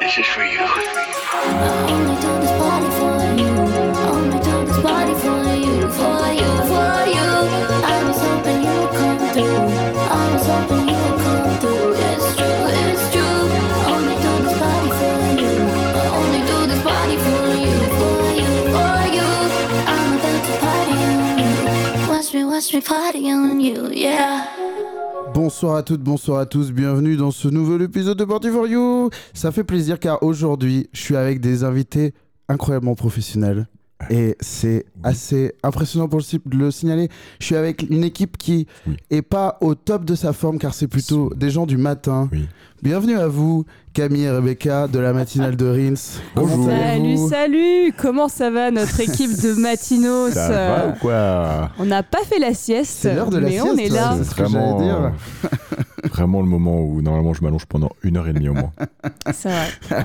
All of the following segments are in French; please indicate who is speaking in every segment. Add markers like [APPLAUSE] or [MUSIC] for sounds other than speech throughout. Speaker 1: This is for you.
Speaker 2: Only do this party for you. Only do this party for you, for you, for you. I was hoping you would come through. I was hoping you would come through. It's true, it's true. Only do this party for you. Only do this party for you, for you, for you. I'm about to party on you. Watch me, watch me party on you, yeah.
Speaker 3: Bonsoir à toutes, bonsoir à tous, bienvenue dans ce nouvel épisode de Party for You. Ça fait plaisir car aujourd'hui, je suis avec des invités incroyablement professionnels
Speaker 4: Ah.
Speaker 3: et c'est assez impressionnant pour le si- de le signaler. Je suis avec une équipe qui
Speaker 4: Oui.
Speaker 3: est pas au top de sa forme car c'est plutôt des gens du matin.
Speaker 4: Oui.
Speaker 3: Bienvenue à vous, Camille et Rebecca de la matinale de Rins.
Speaker 4: Bonjour.
Speaker 3: Comment
Speaker 5: Salut,
Speaker 3: allez-vous
Speaker 5: salut Comment ça va notre équipe de matinos
Speaker 4: Ça
Speaker 5: Euh,
Speaker 4: va ou quoi
Speaker 5: On n'a pas fait la sieste,
Speaker 3: C'est l'heure de la
Speaker 5: mais on
Speaker 3: sieste,
Speaker 5: est
Speaker 3: ouais,
Speaker 5: là.
Speaker 3: c'est ce que j'allais dire.
Speaker 4: euh, vraiment le moment où normalement je m'allonge pendant une heure et demie au moins.
Speaker 3: Ah.
Speaker 5: C'est vrai.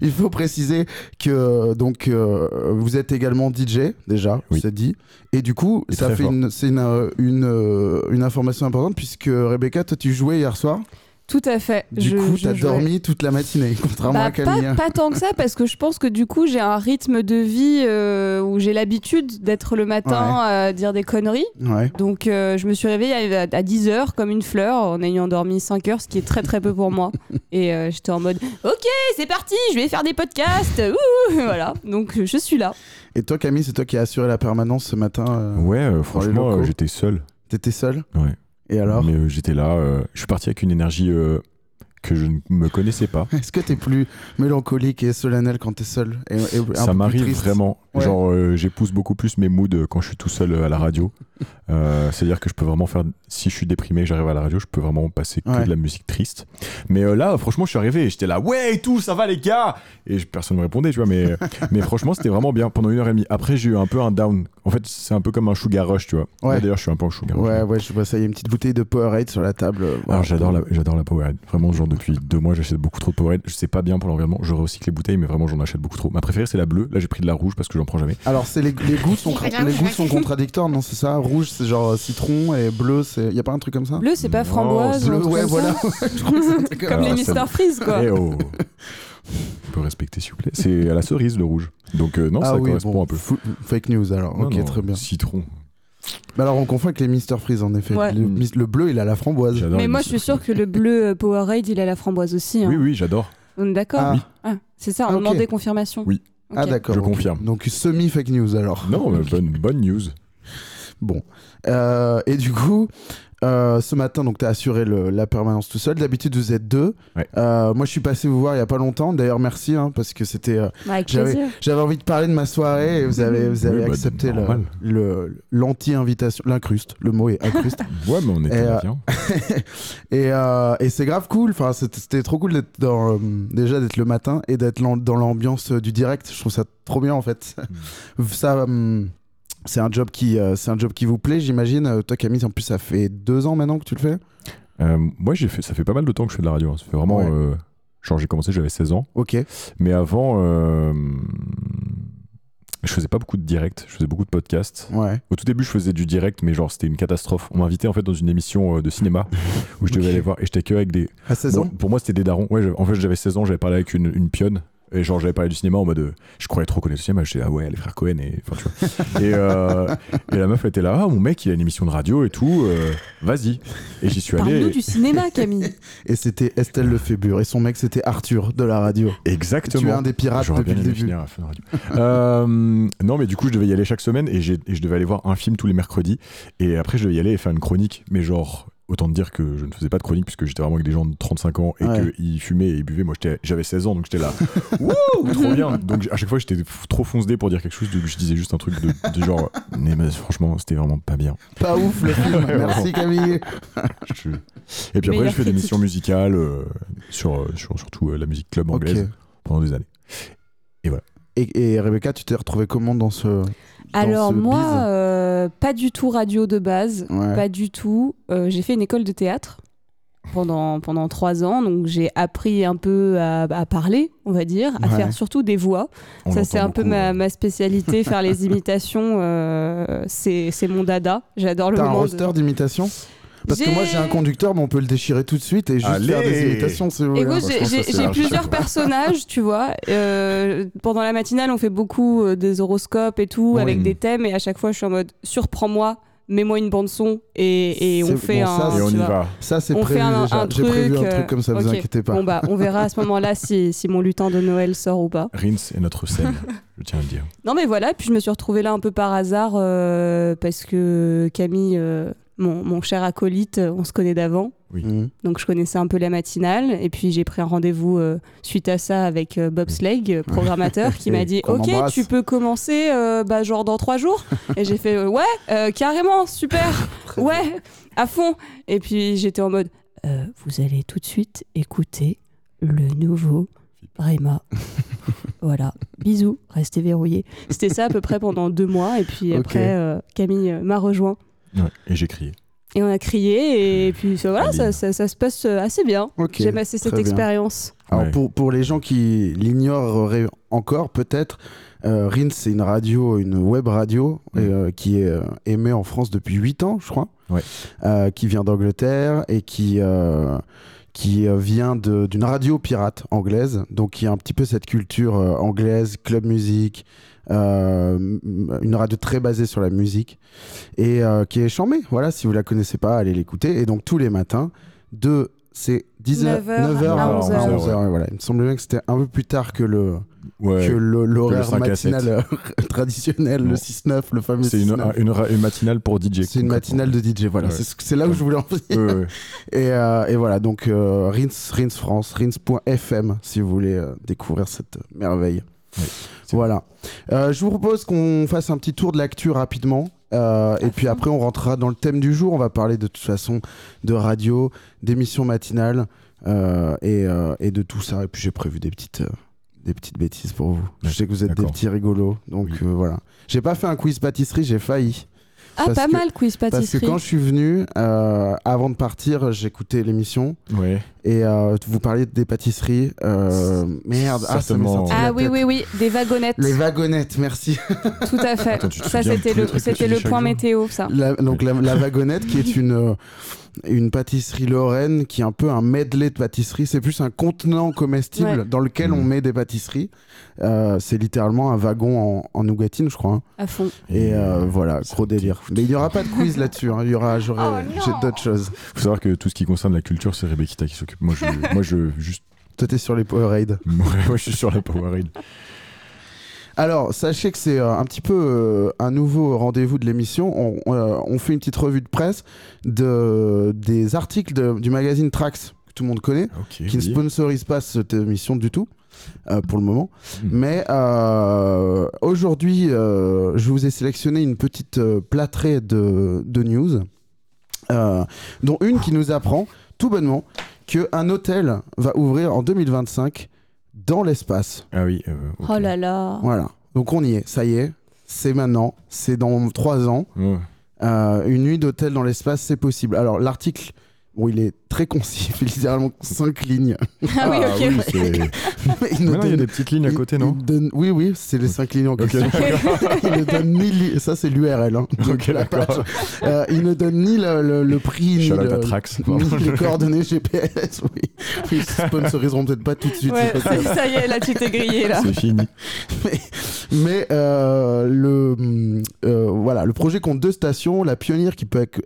Speaker 3: Il faut préciser que donc euh, vous êtes également DJ déjà,
Speaker 4: Oui.
Speaker 3: c'est dit. Et du coup,
Speaker 4: Et
Speaker 3: ça
Speaker 4: très
Speaker 3: fait
Speaker 4: fort.
Speaker 3: une, c'est une, euh, une, euh, une information importante puisque Rebecca, toi tu jouais hier soir.
Speaker 5: Tout à fait.
Speaker 3: Du
Speaker 5: Je-
Speaker 3: coup,
Speaker 5: je
Speaker 3: t'as
Speaker 5: jouais.
Speaker 3: dormi toute la matinée, [LAUGHS] contrairement
Speaker 5: Bah,
Speaker 3: à
Speaker 5: pas,
Speaker 3: Camille. hein.
Speaker 5: pas tant que ça, parce que je pense que du coup, j'ai un rythme de vie euh, où j'ai l'habitude d'être le matin à dire des conneries.
Speaker 3: Ouais.
Speaker 5: Donc, euh, je me suis réveillée à, à 10 h comme une fleur, en ayant dormi 5 heures, ce qui est très très peu
Speaker 3: [LAUGHS]
Speaker 5: pour moi. Et euh, j'étais en mode Ok, c'est parti, je vais faire des podcasts. Ouh, voilà. Donc, je suis là.
Speaker 3: Et toi, Camille, c'est toi qui as assuré la permanence ce matin. euh,
Speaker 4: Ouais, euh, franchement,
Speaker 3: locaux.
Speaker 4: euh, j'étais seul.
Speaker 3: T'étais seul.
Speaker 4: Ouais.
Speaker 3: Et alors,
Speaker 4: Mais euh, j'étais là. euh, je suis parti avec une énergie euh, que je ne me connaissais pas.
Speaker 3: [LAUGHS] est-ce que t'es plus mélancolique et solennel quand t'es seul et, et un peu
Speaker 4: ça
Speaker 3: plus
Speaker 4: m'arrive
Speaker 3: triste
Speaker 4: vraiment.
Speaker 3: Ouais.
Speaker 4: Genre, euh, j'épouse beaucoup plus mes moods euh, quand je suis tout seul euh, à la radio. Euh, C'est-à-dire que je peux vraiment faire. Si je suis déprimé, j'arrive à la radio, je peux vraiment passer que
Speaker 3: Ouais.
Speaker 4: de la musique triste. Mais euh, là, franchement, je suis arrivé et j'étais là, ouais, et tout, ça va les gars Et je- personne me répondait, tu vois. Mais, [LAUGHS] mais franchement, c'était vraiment bien pendant une heure et demie. Après, j'ai eu un peu un down. En fait, c'est un peu comme un sugar rush, tu vois.
Speaker 3: Ouais.
Speaker 4: Là, D'ailleurs, je suis un peu en sugar rush.
Speaker 3: Ouais,
Speaker 4: hein.
Speaker 3: ouais, je vois ça. Il y a une petite bouteille de Powerade sur la table. euh, voilà.
Speaker 4: Alors Ah, j'adore la, j'adore la Powerade. Vraiment, genre depuis deux mois, j'achète beaucoup trop de Powerade. Je sais pas bien pour l'environnement. Je recycle les bouteilles, mais vraiment, j'en achète beaucoup trop. Ma préférée, c'est la bleue. Là, j'ai pris de la rouge parce que j'en prends jamais.
Speaker 3: Alors c'est les, les goûts sont les goûts sont contradictoires non c'est ça rouge c'est genre euh, citron et bleu c'est y a pas un truc comme ça Oh,
Speaker 5: Bleu, c'est pas
Speaker 4: Non,
Speaker 5: framboise. ou un
Speaker 3: bleu
Speaker 5: truc
Speaker 3: ouais
Speaker 5: comme ça
Speaker 3: voilà [LAUGHS]
Speaker 4: [LAUGHS]
Speaker 5: Comme
Speaker 3: Ah,
Speaker 4: Alors,
Speaker 5: les
Speaker 4: ça-
Speaker 5: Mister Freeze, quoi.
Speaker 4: Eh oh. On peut respecter, s'il vous plaît. C'est à la cerise, le rouge. Donc, euh, non, ça correspond
Speaker 3: Ah bon,
Speaker 4: un peu.
Speaker 3: fou- fake news alors
Speaker 4: Non,
Speaker 3: ok
Speaker 4: non,
Speaker 3: très bien
Speaker 4: Citron.
Speaker 3: mais alors on confond avec les Mister Freeze en effet
Speaker 5: Ouais.
Speaker 3: le, mis- le bleu il a la framboise
Speaker 4: Mm. J'adore
Speaker 5: Mais
Speaker 4: les
Speaker 5: moi, je
Speaker 4: Mr.
Speaker 5: suis sûre que le bleu euh, Powerade, il a la framboise aussi. hein.
Speaker 4: Oui, oui, j'adore.
Speaker 5: On est d'accord
Speaker 3: ah,
Speaker 5: Ah, C'est ça,
Speaker 3: Ah,
Speaker 5: on
Speaker 3: ok.
Speaker 5: demandait confirmation.
Speaker 4: Oui.
Speaker 5: Ok.
Speaker 3: ah, d'accord
Speaker 4: Je
Speaker 3: ok.
Speaker 4: confirme.
Speaker 3: donc semi fake news alors
Speaker 4: Non, mais bonne, bonne news.
Speaker 3: bon Euh, et du coup euh, ce matin, donc, tu as assuré le- la permanence tout seul. D'habitude, vous êtes deux.
Speaker 4: Ouais.
Speaker 3: Euh, moi, je suis passé vous voir il y a pas longtemps. D'ailleurs, merci, hein, parce que c'était euh,
Speaker 5: Bah, avec
Speaker 3: J'avais-
Speaker 5: plaisir.
Speaker 3: J'avais envie de parler de ma soirée et vous avez, vous avez
Speaker 4: Oui, bah,
Speaker 3: accepté le-
Speaker 4: normal.
Speaker 3: le l'anti-invitation, l'incruste, le mot est incruste.
Speaker 4: [LAUGHS] Ouais, mais on était
Speaker 3: euh,
Speaker 4: bien.
Speaker 3: et euh, et c'est grave cool, enfin, c'était c'était trop cool d'être dans, euh, déjà d'être le matin et d'être l'am- dans l'ambiance euh, du direct. Je trouve ça trop bien en fait.
Speaker 4: Mm.
Speaker 3: [LAUGHS] ça, hum, c'est un, job qui, euh, c'est un job qui vous plaît, j'imagine. Euh, Toi Camille, en plus, ça fait deux ans maintenant que tu le fais.
Speaker 4: Euh, moi, j'ai fait, ça fait pas mal de temps que je fais de la radio. hein. Ça fait vraiment.
Speaker 3: Ouais.
Speaker 4: euh, genre, j'ai commencé, j'avais 16 ans.
Speaker 3: Ok.
Speaker 4: Mais avant, euh, je faisais pas beaucoup de direct, je faisais beaucoup de podcasts.
Speaker 3: Ouais.
Speaker 4: Au tout début, je faisais du direct, mais genre c'était une catastrophe. On m'invitait en fait dans une émission euh, de cinéma où je devais
Speaker 3: Ok.
Speaker 4: aller voir et j'étais que avec des.
Speaker 3: À 16
Speaker 4: Bon,
Speaker 3: ans.
Speaker 4: pour moi, c'était des darons. Ouais, j'avais- en fait, j'avais 16 ans, j'avais parlé avec une, une pionne. Et genre, j'avais parlé du cinéma en mode. euh, je croyais trop connaître le cinéma. J'étais là, ouais, les frères Cohen. Et, enfin, tu vois. et, euh, et la meuf elle était là, ah, mon mec, il a une émission de radio et tout. euh, Vas-y. Et j'y suis allé.
Speaker 5: Parle-nous du cinéma,
Speaker 3: [LAUGHS]
Speaker 5: Camille.
Speaker 3: Et c'était Estelle Lefébure et son mec, c'était Arthur de la radio.
Speaker 4: Exactement.
Speaker 3: Tu es un des pirates
Speaker 4: J'aurais
Speaker 3: depuis
Speaker 4: bien
Speaker 3: le
Speaker 4: aimé
Speaker 3: début.
Speaker 4: finir à Fun Radio. [LAUGHS] Euh, non, mais du coup, je devais y aller chaque semaine et, j'ai- et je devais aller voir un film tous les mercredis. Et après, je devais y aller et faire une chronique. Mais genre, autant te dire que je ne faisais pas de chronique puisque j'étais vraiment avec des gens de 35 ans et
Speaker 3: Ouais.
Speaker 4: qu'ils fumaient et ils buvaient. Moi, j'étais- j'avais 16 ans, donc j'étais
Speaker 3: [LAUGHS]
Speaker 4: là. Wouh, trop bien. Donc à chaque fois, j'étais f- trop foncedé pour dire quelque chose. Donc je disais juste un truc de, de genre, [LAUGHS] mais, mais franchement, c'était vraiment pas bien.
Speaker 3: Pas ouf le
Speaker 4: [LAUGHS]
Speaker 3: film. Merci Camille.
Speaker 4: Je- Et puis après,
Speaker 5: Meilleure
Speaker 4: je fais des
Speaker 5: critique.
Speaker 4: missions musicales euh, sur, euh, sur surtout euh, la musique club anglaise
Speaker 3: Ok.
Speaker 4: pendant des années.
Speaker 3: Et, et Rebecca, tu t'es retrouvée comment dans ce.
Speaker 5: Alors,
Speaker 3: ce bise.
Speaker 5: moi, euh, pas du tout radio de base.
Speaker 3: Ouais.
Speaker 5: Pas du tout. Euh, j'ai fait une école de théâtre pendant, pendant trois ans, donc j'ai appris un peu à, à parler, on va dire, à
Speaker 3: Ouais.
Speaker 5: faire surtout des voix.
Speaker 4: On
Speaker 5: Ça,
Speaker 4: l'entend
Speaker 5: c'est un peu
Speaker 4: beaucoup,
Speaker 5: ma,
Speaker 4: euh,
Speaker 5: ma spécialité, faire
Speaker 3: [LAUGHS]
Speaker 5: les imitations. euh, c'est c'est mon dada. J'adore le
Speaker 3: T'as un
Speaker 5: moment. de-
Speaker 3: roster d'imitation Parce que moi,
Speaker 5: J'ai-
Speaker 3: j'ai un conducteur, mais on peut le déchirer tout de suite et juste faire des
Speaker 4: Allez
Speaker 3: imitations, si vous voulez.
Speaker 5: Écoute,
Speaker 4: bah, je
Speaker 5: j'ai-
Speaker 4: pense que
Speaker 5: j'ai
Speaker 4: c'est
Speaker 5: j'ai
Speaker 4: large,
Speaker 5: plusieurs
Speaker 4: quoi.
Speaker 5: personnages, tu vois. Euh, pendant la matinale, on fait beaucoup euh, des horoscopes et tout,
Speaker 3: Oui.
Speaker 5: avec des thèmes, et à chaque fois, je suis en mode surprends-moi, mets-moi une bande-son, et, et on
Speaker 3: C'est-
Speaker 5: fait
Speaker 3: bon,
Speaker 5: un.
Speaker 3: ça,
Speaker 4: Et on
Speaker 5: tu
Speaker 4: y
Speaker 5: vois.
Speaker 4: va.
Speaker 3: Ça, c'est
Speaker 5: on fait
Speaker 3: prévu
Speaker 5: un-
Speaker 3: déjà.
Speaker 5: un
Speaker 3: J'ai prévu un
Speaker 5: truc,
Speaker 3: truc comme ça, vous
Speaker 5: euh, ok.
Speaker 3: inquiétez pas.
Speaker 5: Bon, bah, on verra à ce moment-là si, si mon lutin de Noël sort ou pas.
Speaker 4: Rince est notre
Speaker 5: [LAUGHS]
Speaker 4: scène, je tiens à le dire.
Speaker 5: Non, mais voilà, puis je me suis retrouvée là un peu par hasard, euh, parce que Camille, euh, mon, mon cher acolyte, euh, on se connaît d'avant.
Speaker 3: Mhm.
Speaker 5: Donc je connaissais un peu la matinale et puis j'ai pris un rendez-vous euh, suite à ça avec euh, Bob Slag, euh, programmateur, qui m'a dit
Speaker 3: Qu'on
Speaker 5: Ok,
Speaker 3: embrasse.
Speaker 5: tu peux commencer euh, bah, genre dans trois jours. et j'ai fait euh, Ouais, euh, carrément, super, ouais, à fond. Et puis j'étais en mode Euh, Vous allez tout de suite écouter le nouveau Brema. voilà, bisous, restez verrouillés. C'était ça à peu près pendant deux mois et puis
Speaker 3: Ok.
Speaker 5: après euh, Camille euh, m'a rejoint.
Speaker 4: Ouais, Et j'ai crié.
Speaker 5: Et on a crié, et puis ça- voilà, ça,
Speaker 4: Aline.
Speaker 5: ça- ça se passe euh, assez bien.
Speaker 3: Ok,
Speaker 5: J'aime assez cette
Speaker 3: très bien.
Speaker 5: expérience.
Speaker 3: Alors
Speaker 4: Ouais.
Speaker 3: pour, pour les gens qui l'ignoreraient encore peut-être, euh, Rince c'est une radio, une web radio
Speaker 4: Mm.
Speaker 3: euh, qui est euh, aimée en France depuis 8 ans je crois,
Speaker 4: Ouais.
Speaker 3: Euh, qui vient d'Angleterre et qui, euh, qui euh, vient de- d'une radio pirate anglaise, donc qui a un petit peu cette culture euh, anglaise, club musique, euh, m- une radio très basée sur la musique et euh, qui est chambée. Voilà, si vous la connaissez pas, allez l'écouter. Et donc tous les matins, de c'est 10h,
Speaker 5: 9
Speaker 3: 9h
Speaker 5: heures à
Speaker 3: à
Speaker 5: 11
Speaker 3: 11h.
Speaker 5: heures.
Speaker 3: voilà. Il me semble bien que c'était un peu plus tard que le
Speaker 4: Ouais.
Speaker 3: que le- l'horaire
Speaker 4: 5 à
Speaker 3: matinal euh, [LAUGHS] traditionnel, le
Speaker 4: Non.
Speaker 3: 6-9, le fameux
Speaker 4: C'est une,
Speaker 3: 6-9.
Speaker 4: une ra- une matinale pour DJ.
Speaker 3: C'est une matinale de DJ, voilà.
Speaker 4: Ouais.
Speaker 3: C'est ce- C'est là où je voulais en venir.
Speaker 4: Ouais, ouais.
Speaker 3: Et, euh, et voilà, donc euh, Rins, Rins France, Rins.fm si vous voulez euh, découvrir cette merveille.
Speaker 4: Oui, c'est
Speaker 3: voilà. Euh, je vous propose qu'on fasse un petit tour de l'actu rapidement. euh, et puis après, on rentrera dans le thème du jour. On va parler de toute façon de radio, d'émissions matinales euh, et, euh, et de tout ça. Et puis j'ai prévu des petites, euh, des petites bêtises pour vous. Je sais que vous êtes des
Speaker 4: D'accord.
Speaker 3: petits rigolos. Donc
Speaker 4: Oui.
Speaker 3: euh, voilà. J'ai pas fait un quiz pâtisserie, j'ai failli.
Speaker 5: Ah,
Speaker 3: Parce
Speaker 5: pas
Speaker 3: que-
Speaker 5: mal, quiz
Speaker 3: Parce que
Speaker 5: pâtisserie.
Speaker 3: quand je suis venu, euh, avant de partir, j'écoutais l'émission
Speaker 4: Ouais.
Speaker 3: et euh, vous parliez des pâtisseries. euh, merde, ah, ça m'est
Speaker 4: Certainement.
Speaker 3: sorti de la
Speaker 5: Ah oui,
Speaker 3: tête.
Speaker 5: oui, oui, des wagonnettes.
Speaker 3: Les wagonnettes, merci. [LAUGHS]
Speaker 5: Tout à fait.
Speaker 4: Attends, tu te
Speaker 5: ça,
Speaker 4: souviens de
Speaker 5: c'était
Speaker 4: tous les
Speaker 5: le,
Speaker 4: trucs que tu
Speaker 5: c'était
Speaker 4: dis
Speaker 5: le
Speaker 4: chaque
Speaker 5: point
Speaker 4: jour
Speaker 5: météo,
Speaker 3: [LAUGHS]
Speaker 5: ça.
Speaker 3: La- donc la, la wagonnette qui est une, euh, une pâtisserie lorraine qui est un peu un medley de pâtisseries. C'est plus un contenant comestible
Speaker 5: Ouais.
Speaker 3: dans lequel on
Speaker 4: Mhm.
Speaker 3: met des pâtisseries. Euh, c'est littéralement un wagon en, en nougatine, je crois. hein.
Speaker 5: À fond.
Speaker 3: Et euh, voilà,
Speaker 4: ça
Speaker 3: gros délire. Mais il n'y aura pas de quiz là-dessus. hein. Il y aura, j'aurai-
Speaker 5: Oh non.
Speaker 3: j'ai d'autres choses.
Speaker 4: Faut savoir que tout ce qui concerne la culture, c'est Rebecca qui s'occupe. Moi,
Speaker 3: [LAUGHS]
Speaker 4: je, moi, je juste,
Speaker 3: Toi, t'es sur les Powerade.
Speaker 4: moi, je suis sur la Powerade.
Speaker 3: Alors, sachez que c'est euh, un petit peu euh, un nouveau rendez-vous de l'émission. On, on, euh, on fait une petite revue de presse de, des articles de- du magazine Trax, que tout le monde connaît,
Speaker 4: Ok.
Speaker 3: qui ne
Speaker 4: Eh oui.
Speaker 3: sponsorise pas cette émission du tout, euh, pour le moment.
Speaker 4: Hmm.
Speaker 3: Mais euh, aujourd'hui, euh, je vous ai sélectionné une petite euh, plâtrée de, de news, euh, dont une qui nous apprend tout bonnement qu'un hôtel va ouvrir en 2025 dans l'espace.
Speaker 4: Ah oui. euh, ok.
Speaker 5: Oh là là.
Speaker 3: Voilà. Donc on y est, ça y est. C'est maintenant, c'est dans trois ans.
Speaker 4: Ouais.
Speaker 3: Euh, une nuit d'hôtel dans l'espace, c'est possible. Alors l'article, bon, il est très concis, il fait littéralement cinq lignes. [LAUGHS]
Speaker 5: [LAUGHS] Ah oui, ok.
Speaker 4: c'est- Mais
Speaker 3: Mais il nous
Speaker 4: non, Il y a
Speaker 3: donne-
Speaker 4: des petites lignes à
Speaker 3: il-
Speaker 4: côté, non
Speaker 3: il donne- Oui, oui, c'est les cinq lignes en
Speaker 4: Ok. [LAUGHS]
Speaker 3: question. il ne donne ni li- ça c'est l'URL. Hein, de-
Speaker 4: Ok,
Speaker 3: de la page.
Speaker 4: d'accord.
Speaker 3: Euh, il ne donne ni le, le- le prix, ni,
Speaker 4: Shout out
Speaker 3: le-
Speaker 4: à Trax.
Speaker 3: ni les coordonnées GPS. [LAUGHS] Oui, ils sponsoriseront peut-être pas tout de suite.
Speaker 5: Ouais,
Speaker 3: c'est pas ça.
Speaker 5: ça y est, là, tu t'es grillé, là.
Speaker 4: [LAUGHS] C'est fini.
Speaker 3: Mais euh, le, hum, euh, voilà, le projet compte deux stations, la Pionnière qui peut accue-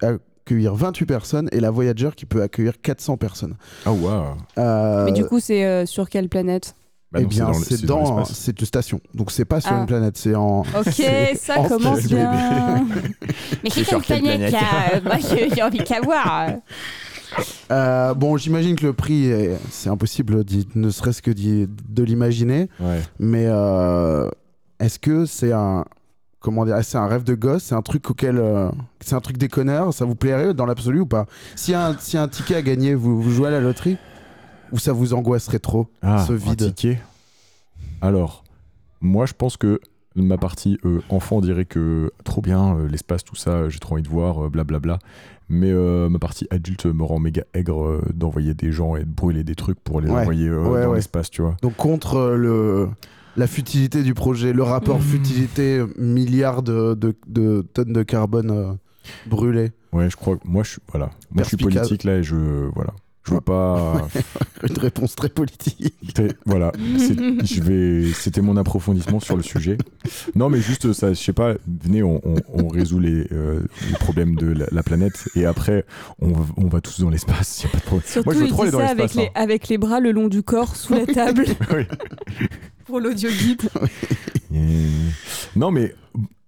Speaker 3: accueillir 28 personnes et la Voyager qui peut accueillir 400 personnes.
Speaker 4: Ah waouh.
Speaker 3: Euh,
Speaker 5: Mais du coup, c'est euh, sur quelle planète
Speaker 4: Bah
Speaker 3: eh
Speaker 4: non,
Speaker 3: bien,
Speaker 4: le-
Speaker 3: c'est dans,
Speaker 4: l'espace.
Speaker 3: cette station. Donc c'est pas sur
Speaker 5: Ah.
Speaker 3: une planète, c'est en...
Speaker 5: Ok, ça
Speaker 3: en
Speaker 5: commence
Speaker 3: quelle
Speaker 5: bien. Mais c'est
Speaker 4: sur
Speaker 5: quelle planète, là Moi, j'ai j'ai envie qu'à voir.
Speaker 3: Euh, bon, j'imagine que le prix, est- c'est impossible, d'y- ne serait-ce que d'y- de l'imaginer.
Speaker 4: Ouais.
Speaker 3: Mais euh, est-ce que c'est un... Comment dire C'est un rêve de gosse C'est un truc auquel... euh, c'est un truc déconneur Ça vous plairait dans l'absolu ou pas S'il y, a un- s'il y a un ticket à gagner, vous, vous jouez à la loterie Ou ça vous angoisserait trop
Speaker 4: Ah,
Speaker 3: Ce
Speaker 4: un
Speaker 3: vide.
Speaker 4: ticket. Alors, moi, je pense que ma partie euh, enfant dirait que trop bien, euh, l'espace, tout ça, euh, j'ai trop envie de voir, euh, blablabla. Mais euh, ma partie adulte me rend méga aigre euh, d'envoyer des gens et de brûler des trucs pour les
Speaker 3: Ouais.
Speaker 4: envoyer euh,
Speaker 3: Ouais,
Speaker 4: dans
Speaker 3: ouais.
Speaker 4: l'espace, tu vois.
Speaker 3: Donc contre euh, le... La futilité du projet, le rapport
Speaker 5: Mhm.
Speaker 3: futilité milliard de, de- de tonnes de carbone euh, Brûlé.
Speaker 4: Ouais, je crois. que- Moi, je suis voilà. Moi, je suis
Speaker 3: Perspicace.
Speaker 4: politique là et je voilà. Je
Speaker 3: [LAUGHS]
Speaker 4: veux pas.
Speaker 3: Une réponse très politique.
Speaker 4: T'es- voilà. C'est- Je vais. C'était mon approfondissement sur le sujet. Non, mais juste ça. Je sais pas. Venez, on, on- on résout les, euh, les problèmes de la, la planète et après, on, va- on va tous dans l'espace. Y a pas de problème.
Speaker 5: Surtout,
Speaker 4: Moi, je veux
Speaker 5: il
Speaker 4: trop
Speaker 5: dit
Speaker 4: aller dans
Speaker 5: ça avec
Speaker 4: l'espace.
Speaker 5: les, avec les bras le long du corps, sous la table,
Speaker 4: hein.
Speaker 3: [LAUGHS]
Speaker 4: Oui.
Speaker 5: pour l'audio guide.
Speaker 4: Euh, Non, mais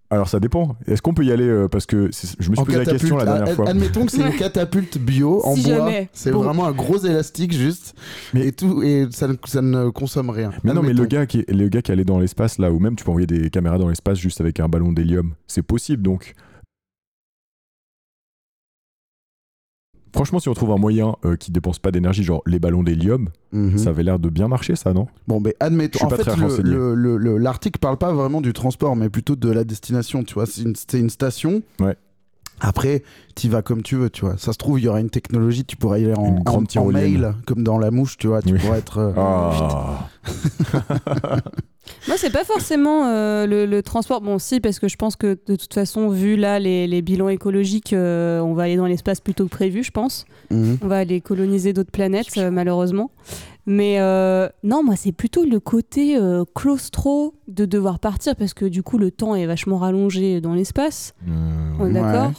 Speaker 4: alors ça dépend. Est-ce qu'on peut y aller euh, Parce que c'est- je me suis
Speaker 3: En
Speaker 4: posé la question la
Speaker 3: catapulte. Ah,
Speaker 4: dernière fois.
Speaker 3: Admettons que c'est
Speaker 5: [LAUGHS]
Speaker 3: une catapulte bio en
Speaker 5: Si
Speaker 3: bois.
Speaker 5: jamais.
Speaker 3: C'est
Speaker 5: Bon.
Speaker 3: vraiment un gros élastique juste.
Speaker 4: Mais-
Speaker 3: et tout et ça, ne- ça ne consomme rien.
Speaker 4: Mais non, mais le
Speaker 3: Admettons.
Speaker 4: gars, qui est, le gars qui allait dans l'espace, là, ou même tu peux envoyer des caméras dans l'espace juste avec un ballon d'hélium, c'est possible donc. Franchement, si on trouve un moyen euh, qui dépense pas d'énergie, genre les ballons d'hélium,
Speaker 3: Mhm.
Speaker 4: ça avait l'air de bien marcher, ça, non
Speaker 3: Bon, mais
Speaker 4: Je suis
Speaker 3: admettons. En
Speaker 4: pas
Speaker 3: fait,
Speaker 4: très
Speaker 3: le-
Speaker 4: renseigné.
Speaker 3: le- le- le- l'article parle pas vraiment du transport, mais plutôt de la destination. Tu vois, c'est une, c'est une station.
Speaker 4: Ouais.
Speaker 3: Après, tu vas comme tu veux, tu vois. Ça se trouve, il y aura une technologie, tu pourras y aller en,
Speaker 4: Une grande
Speaker 3: en- en
Speaker 4: tyrolienne.
Speaker 3: mail, comme dans la mouche, tu vois. Tu
Speaker 4: Oui.
Speaker 3: pourras être. euh,
Speaker 4: Ah
Speaker 5: Moi, c'est pas forcément euh, le, le transport. Bon, si, parce que je pense que de toute façon, vu là les, les bilans écologiques, euh, on va aller dans l'espace plutôt que prévu, je pense.
Speaker 3: mhm.
Speaker 5: On va aller coloniser d'autres planètes, euh, malheureusement. Mais euh, non, moi, c'est plutôt le côté euh, claustro de devoir partir, parce que du coup, le temps est vachement rallongé dans l'espace.
Speaker 4: Euh,
Speaker 5: On est
Speaker 3: Ouais.
Speaker 5: d'accord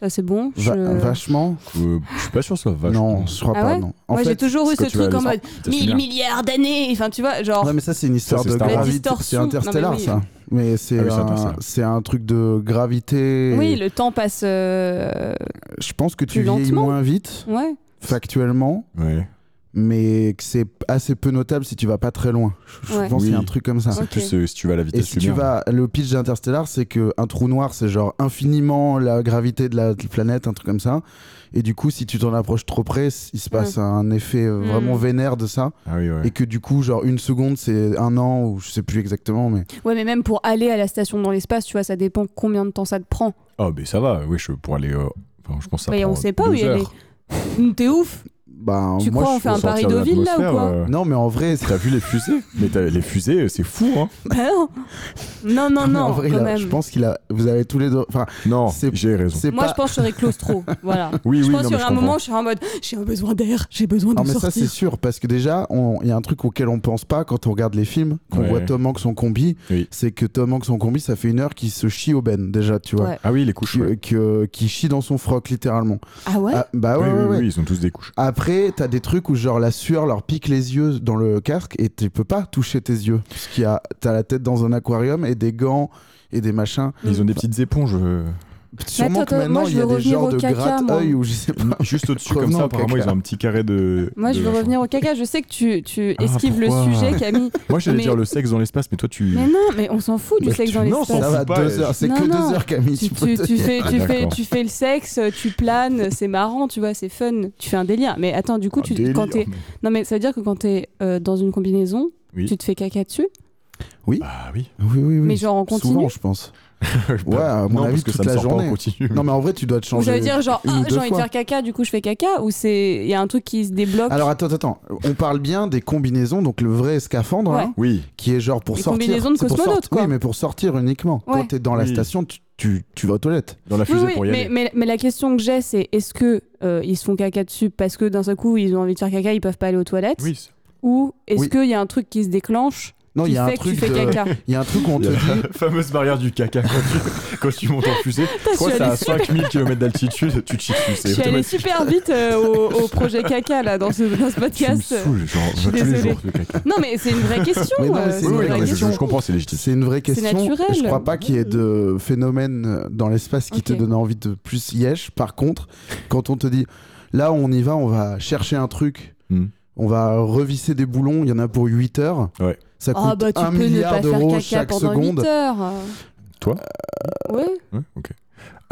Speaker 5: Ça, c'est bon
Speaker 3: Va-
Speaker 5: Je-
Speaker 3: Vachement
Speaker 4: euh, Je suis pas sûr que ce soit vachement.
Speaker 3: Non, je crois
Speaker 5: Ah
Speaker 3: pas,
Speaker 5: ouais
Speaker 3: non. En
Speaker 5: Moi, j'ai
Speaker 3: fait,
Speaker 5: toujours eu
Speaker 4: Parce
Speaker 5: ce
Speaker 4: que tu vas
Speaker 5: truc en
Speaker 4: aller-
Speaker 5: mode
Speaker 4: Ça, c'est
Speaker 5: 1000
Speaker 4: bien.
Speaker 5: milliards d'années Enfin, tu vois, genre.
Speaker 3: Ouais, mais ça, c'est une histoire
Speaker 4: c'est
Speaker 3: de
Speaker 4: Star Wars.
Speaker 3: gravité.
Speaker 5: La
Speaker 3: C'est
Speaker 5: distorsion. Non,
Speaker 3: interstellar,
Speaker 5: mais oui.
Speaker 3: ça. Mais c'est
Speaker 4: Ah oui, c'est
Speaker 3: un,
Speaker 4: Interstellar.
Speaker 3: c'est un truc de gravité.
Speaker 5: Oui,
Speaker 3: Et
Speaker 5: le temps passe. euh,
Speaker 3: Je pense que tu
Speaker 5: plus
Speaker 3: vieillis
Speaker 5: lentement.
Speaker 3: moins vite,
Speaker 5: Ouais.
Speaker 3: factuellement,
Speaker 4: Ouais.
Speaker 3: mais que c'est assez peu notable si tu vas pas très loin. Je, je
Speaker 5: Ouais.
Speaker 3: pense qu'il y a
Speaker 4: Oui.
Speaker 3: un truc comme ça.
Speaker 5: Ok.
Speaker 4: Plus euh, si tu vas à la
Speaker 3: Et
Speaker 4: vitesse
Speaker 3: si tu
Speaker 4: lumière.
Speaker 3: vas, le pitch d'Interstellar, c'est que un trou noir, c'est genre infiniment la gravité de la de la planète, un truc comme ça. Et du coup, si tu t'en approches trop près, c- il se passe un effet euh,
Speaker 5: Mm.
Speaker 3: vraiment vénère de ça.
Speaker 4: Ah oui, ouais.
Speaker 3: Et que du coup, genre une seconde, c'est un an, ou je sais plus exactement, mais
Speaker 5: Ouais, mais même pour aller à la station dans l'espace, tu vois, ça dépend combien de temps ça te prend.
Speaker 4: Ah, mais ça va, oui, je, pour aller. euh, enfin, je pense que ça
Speaker 5: Mais on
Speaker 4: prend
Speaker 5: sait pas
Speaker 4: deux
Speaker 5: où y aller.
Speaker 4: heures.
Speaker 5: Mm, T'es ouf [LAUGHS]
Speaker 3: bah,
Speaker 5: Tu
Speaker 3: moi,
Speaker 5: crois
Speaker 3: je-
Speaker 5: on fait un
Speaker 4: Pour sortir
Speaker 5: Paris
Speaker 4: de
Speaker 5: Deauville là ou
Speaker 4: l'atmosphère,
Speaker 5: quoi
Speaker 4: euh,
Speaker 3: Non, mais en vrai, c'est-
Speaker 4: T'as vu les fusées Mais t'as- les fusées, c'est fou, hein
Speaker 5: Bah non. Non, non,
Speaker 3: mais [LAUGHS]
Speaker 5: non,
Speaker 3: en vrai,
Speaker 5: quand
Speaker 3: il a-
Speaker 5: même.
Speaker 3: je pense qu'il a. Vous avez tous les deux. Enfin,
Speaker 4: Non,
Speaker 3: C'est-
Speaker 4: j'ai raison.
Speaker 3: c'est
Speaker 5: Moi,
Speaker 3: pas.
Speaker 5: je pense que je serais
Speaker 4: [LAUGHS]
Speaker 5: claustro. voilà.
Speaker 4: Oui,
Speaker 5: je
Speaker 4: oui,
Speaker 5: pense
Speaker 4: non,
Speaker 5: qu'il
Speaker 4: mais
Speaker 5: y
Speaker 4: je
Speaker 5: aura un
Speaker 4: comprends.
Speaker 5: moment où je serai en mode j'ai un besoin d'air, j'ai besoin de
Speaker 3: Non, mais ça, c'est
Speaker 5: sortir.
Speaker 3: sûr, parce que déjà, on- il y a un truc auquel on pense pas quand on regarde les films, qu'on
Speaker 4: Ouais.
Speaker 3: voit Tom Hanks en combi,
Speaker 4: Oui.
Speaker 3: c'est que Tom Hanks en combi, ça fait une heure qu'il se chie au ben, déjà, tu vois.
Speaker 5: Ouais.
Speaker 4: Ah oui, les couches.
Speaker 3: Qui,
Speaker 4: ouais.
Speaker 3: que- qui chie dans son froc, littéralement.
Speaker 5: ah ouais
Speaker 3: Ah, bah ouais,
Speaker 4: oui,
Speaker 3: ouais,
Speaker 4: oui,
Speaker 3: ouais.
Speaker 4: oui, ils ont tous des couches.
Speaker 3: Après, t'as des trucs où, genre, la sueur leur pique les yeux dans le casque et tu peux pas toucher tes yeux. Parce qu'il y a. T'as la tête dans un aquarium et des gants et des machins.
Speaker 4: Ils ont des petites éponges euh,
Speaker 3: Sûrement
Speaker 5: attends,
Speaker 3: que maintenant,
Speaker 5: moi, je
Speaker 3: il y a
Speaker 5: veux
Speaker 3: des
Speaker 5: revenir
Speaker 3: genres
Speaker 5: au
Speaker 3: de
Speaker 5: caca,
Speaker 3: gratte-œil
Speaker 5: moi.
Speaker 3: ou je sais pas.
Speaker 4: juste au-dessus comme
Speaker 3: Revenons
Speaker 4: ça.
Speaker 3: au
Speaker 4: Apparemment,
Speaker 3: caca.
Speaker 4: ils ont un petit carré de.
Speaker 5: Moi, je
Speaker 4: de
Speaker 5: veux
Speaker 4: machin.
Speaker 5: revenir au caca. Je sais que tu, tu esquives
Speaker 4: Ah, pourquoi
Speaker 5: le sujet, Camille.
Speaker 4: [LAUGHS] Moi, j'allais
Speaker 5: Mais-
Speaker 4: dire le sexe dans l'espace, mais toi, tu.
Speaker 5: mais non, mais on s'en fout du
Speaker 4: Mais
Speaker 5: sexe
Speaker 4: tu-
Speaker 5: dans
Speaker 4: non,
Speaker 5: l'espace.
Speaker 3: Ça va,
Speaker 4: fout pas,
Speaker 3: deux
Speaker 4: euh,
Speaker 3: heures. C'est
Speaker 5: Non,
Speaker 3: que
Speaker 5: non.
Speaker 3: deux heures, Camille.
Speaker 4: [LAUGHS]
Speaker 5: Tu,
Speaker 3: tu peux
Speaker 5: tu-
Speaker 3: te
Speaker 5: tu
Speaker 3: dire.
Speaker 5: fais,
Speaker 4: Ah,
Speaker 5: tu, fais,
Speaker 4: d'accord.
Speaker 5: tu fais le sexe, tu planes, c'est marrant, tu vois, c'est fun, tu fais un délire. Mais attends, du coup,
Speaker 4: Ah,
Speaker 5: tu,
Speaker 4: délire,
Speaker 5: quand t'es-
Speaker 4: mais-
Speaker 5: non mais ça veut dire que quand t'es euh, dans une combinaison,
Speaker 4: Oui.
Speaker 5: tu te fais caca dessus,
Speaker 4: Ah oui.
Speaker 3: Oui, oui, oui.
Speaker 5: mais genre en continu.
Speaker 3: Souvent, je pense. Ouais, à mon
Speaker 4: non,
Speaker 3: avis,
Speaker 4: parce que
Speaker 3: toute
Speaker 4: ça ne
Speaker 3: la
Speaker 4: sort pas
Speaker 3: journée.
Speaker 4: en continu.
Speaker 3: Non, mais en vrai, tu dois te
Speaker 5: Ou
Speaker 3: changer.
Speaker 5: ça veut dire genre
Speaker 3: une
Speaker 5: ah,
Speaker 3: ou deux
Speaker 5: j'ai envie de
Speaker 3: fois.
Speaker 5: faire caca, du coup je fais caca, ou c'est il y a un truc qui se débloque.
Speaker 3: Alors, attends, attends. On parle bien des combinaisons, donc le vrai scaphandre,
Speaker 5: Ouais.
Speaker 3: hein,
Speaker 4: Oui.
Speaker 3: qui est genre pour
Speaker 5: Les
Speaker 3: sortir.
Speaker 5: combinaisons de
Speaker 3: C'est pour
Speaker 5: cosmonautes,
Speaker 3: sortir-
Speaker 5: quoi.
Speaker 3: Oui, mais pour sortir uniquement.
Speaker 5: Ouais.
Speaker 3: Quand t'es dans la
Speaker 4: Oui.
Speaker 3: station, tu, tu, tu vas aux toilettes.
Speaker 4: Dans la
Speaker 5: Oui,
Speaker 4: fusée
Speaker 5: oui,
Speaker 4: pour y
Speaker 5: mais,
Speaker 4: aller.
Speaker 5: mais- mais la question que j'ai c'est est-ce que euh, ils se font caca dessus parce que d'un seul coup ils ont envie de faire caca, ils peuvent pas aller aux toilettes,
Speaker 4: Oui. c'est-
Speaker 5: ou est-ce
Speaker 3: Oui.
Speaker 5: qu'il y a un truc qui se déclenche
Speaker 3: Non, il
Speaker 5: qui
Speaker 3: y a un
Speaker 5: fait que tu
Speaker 3: truc.
Speaker 5: fais
Speaker 3: de- [LAUGHS]
Speaker 5: caca.
Speaker 3: Il y a un truc où
Speaker 5: [LAUGHS]
Speaker 3: on te dit.
Speaker 4: La fameuse barrière du caca quand tu, quand tu montes en fusée. Je crois
Speaker 5: je
Speaker 4: que
Speaker 5: suis
Speaker 4: c'est
Speaker 5: allée
Speaker 4: à 5000 km d'altitude, tu te chies dessus.
Speaker 5: Je
Speaker 4: c'est
Speaker 5: suis allée
Speaker 4: automatique.
Speaker 5: super vite euh, au, au projet caca là dans ce, dans ce
Speaker 4: Tu me
Speaker 5: podcast.
Speaker 4: saoules, genre,
Speaker 5: suis
Speaker 4: tous les
Speaker 5: désolée.
Speaker 4: jours, le caca.
Speaker 5: Non mais c'est une vraie question.
Speaker 3: Mais non, mais
Speaker 5: euh,
Speaker 3: c'est
Speaker 4: Oui,
Speaker 5: c'est une
Speaker 4: oui,
Speaker 5: vraie
Speaker 4: non, mais je-
Speaker 5: question.
Speaker 4: je comprends, c'est légitime.
Speaker 3: C'est une vraie question.
Speaker 5: naturel.
Speaker 3: Je crois pas qu'il y ait de phénomène dans l'espace qui te
Speaker 5: Ok.
Speaker 3: donne envie de plus yesh. Par contre, quand on te dit là, on y va, on va chercher un truc,
Speaker 4: Hmm.
Speaker 3: on va revisser des boulons, il y en a pour 8 heures.
Speaker 4: Ouais.
Speaker 3: Ça coûte
Speaker 5: Ah bah tu
Speaker 3: 1
Speaker 5: peux ne
Speaker 3: milliard
Speaker 5: pas faire
Speaker 3: d'euros
Speaker 5: caca
Speaker 3: chaque
Speaker 5: pendant 8
Speaker 3: seconde.
Speaker 5: heures.
Speaker 4: Toi
Speaker 5: Ouais. [LAUGHS]
Speaker 4: Ouais, ok.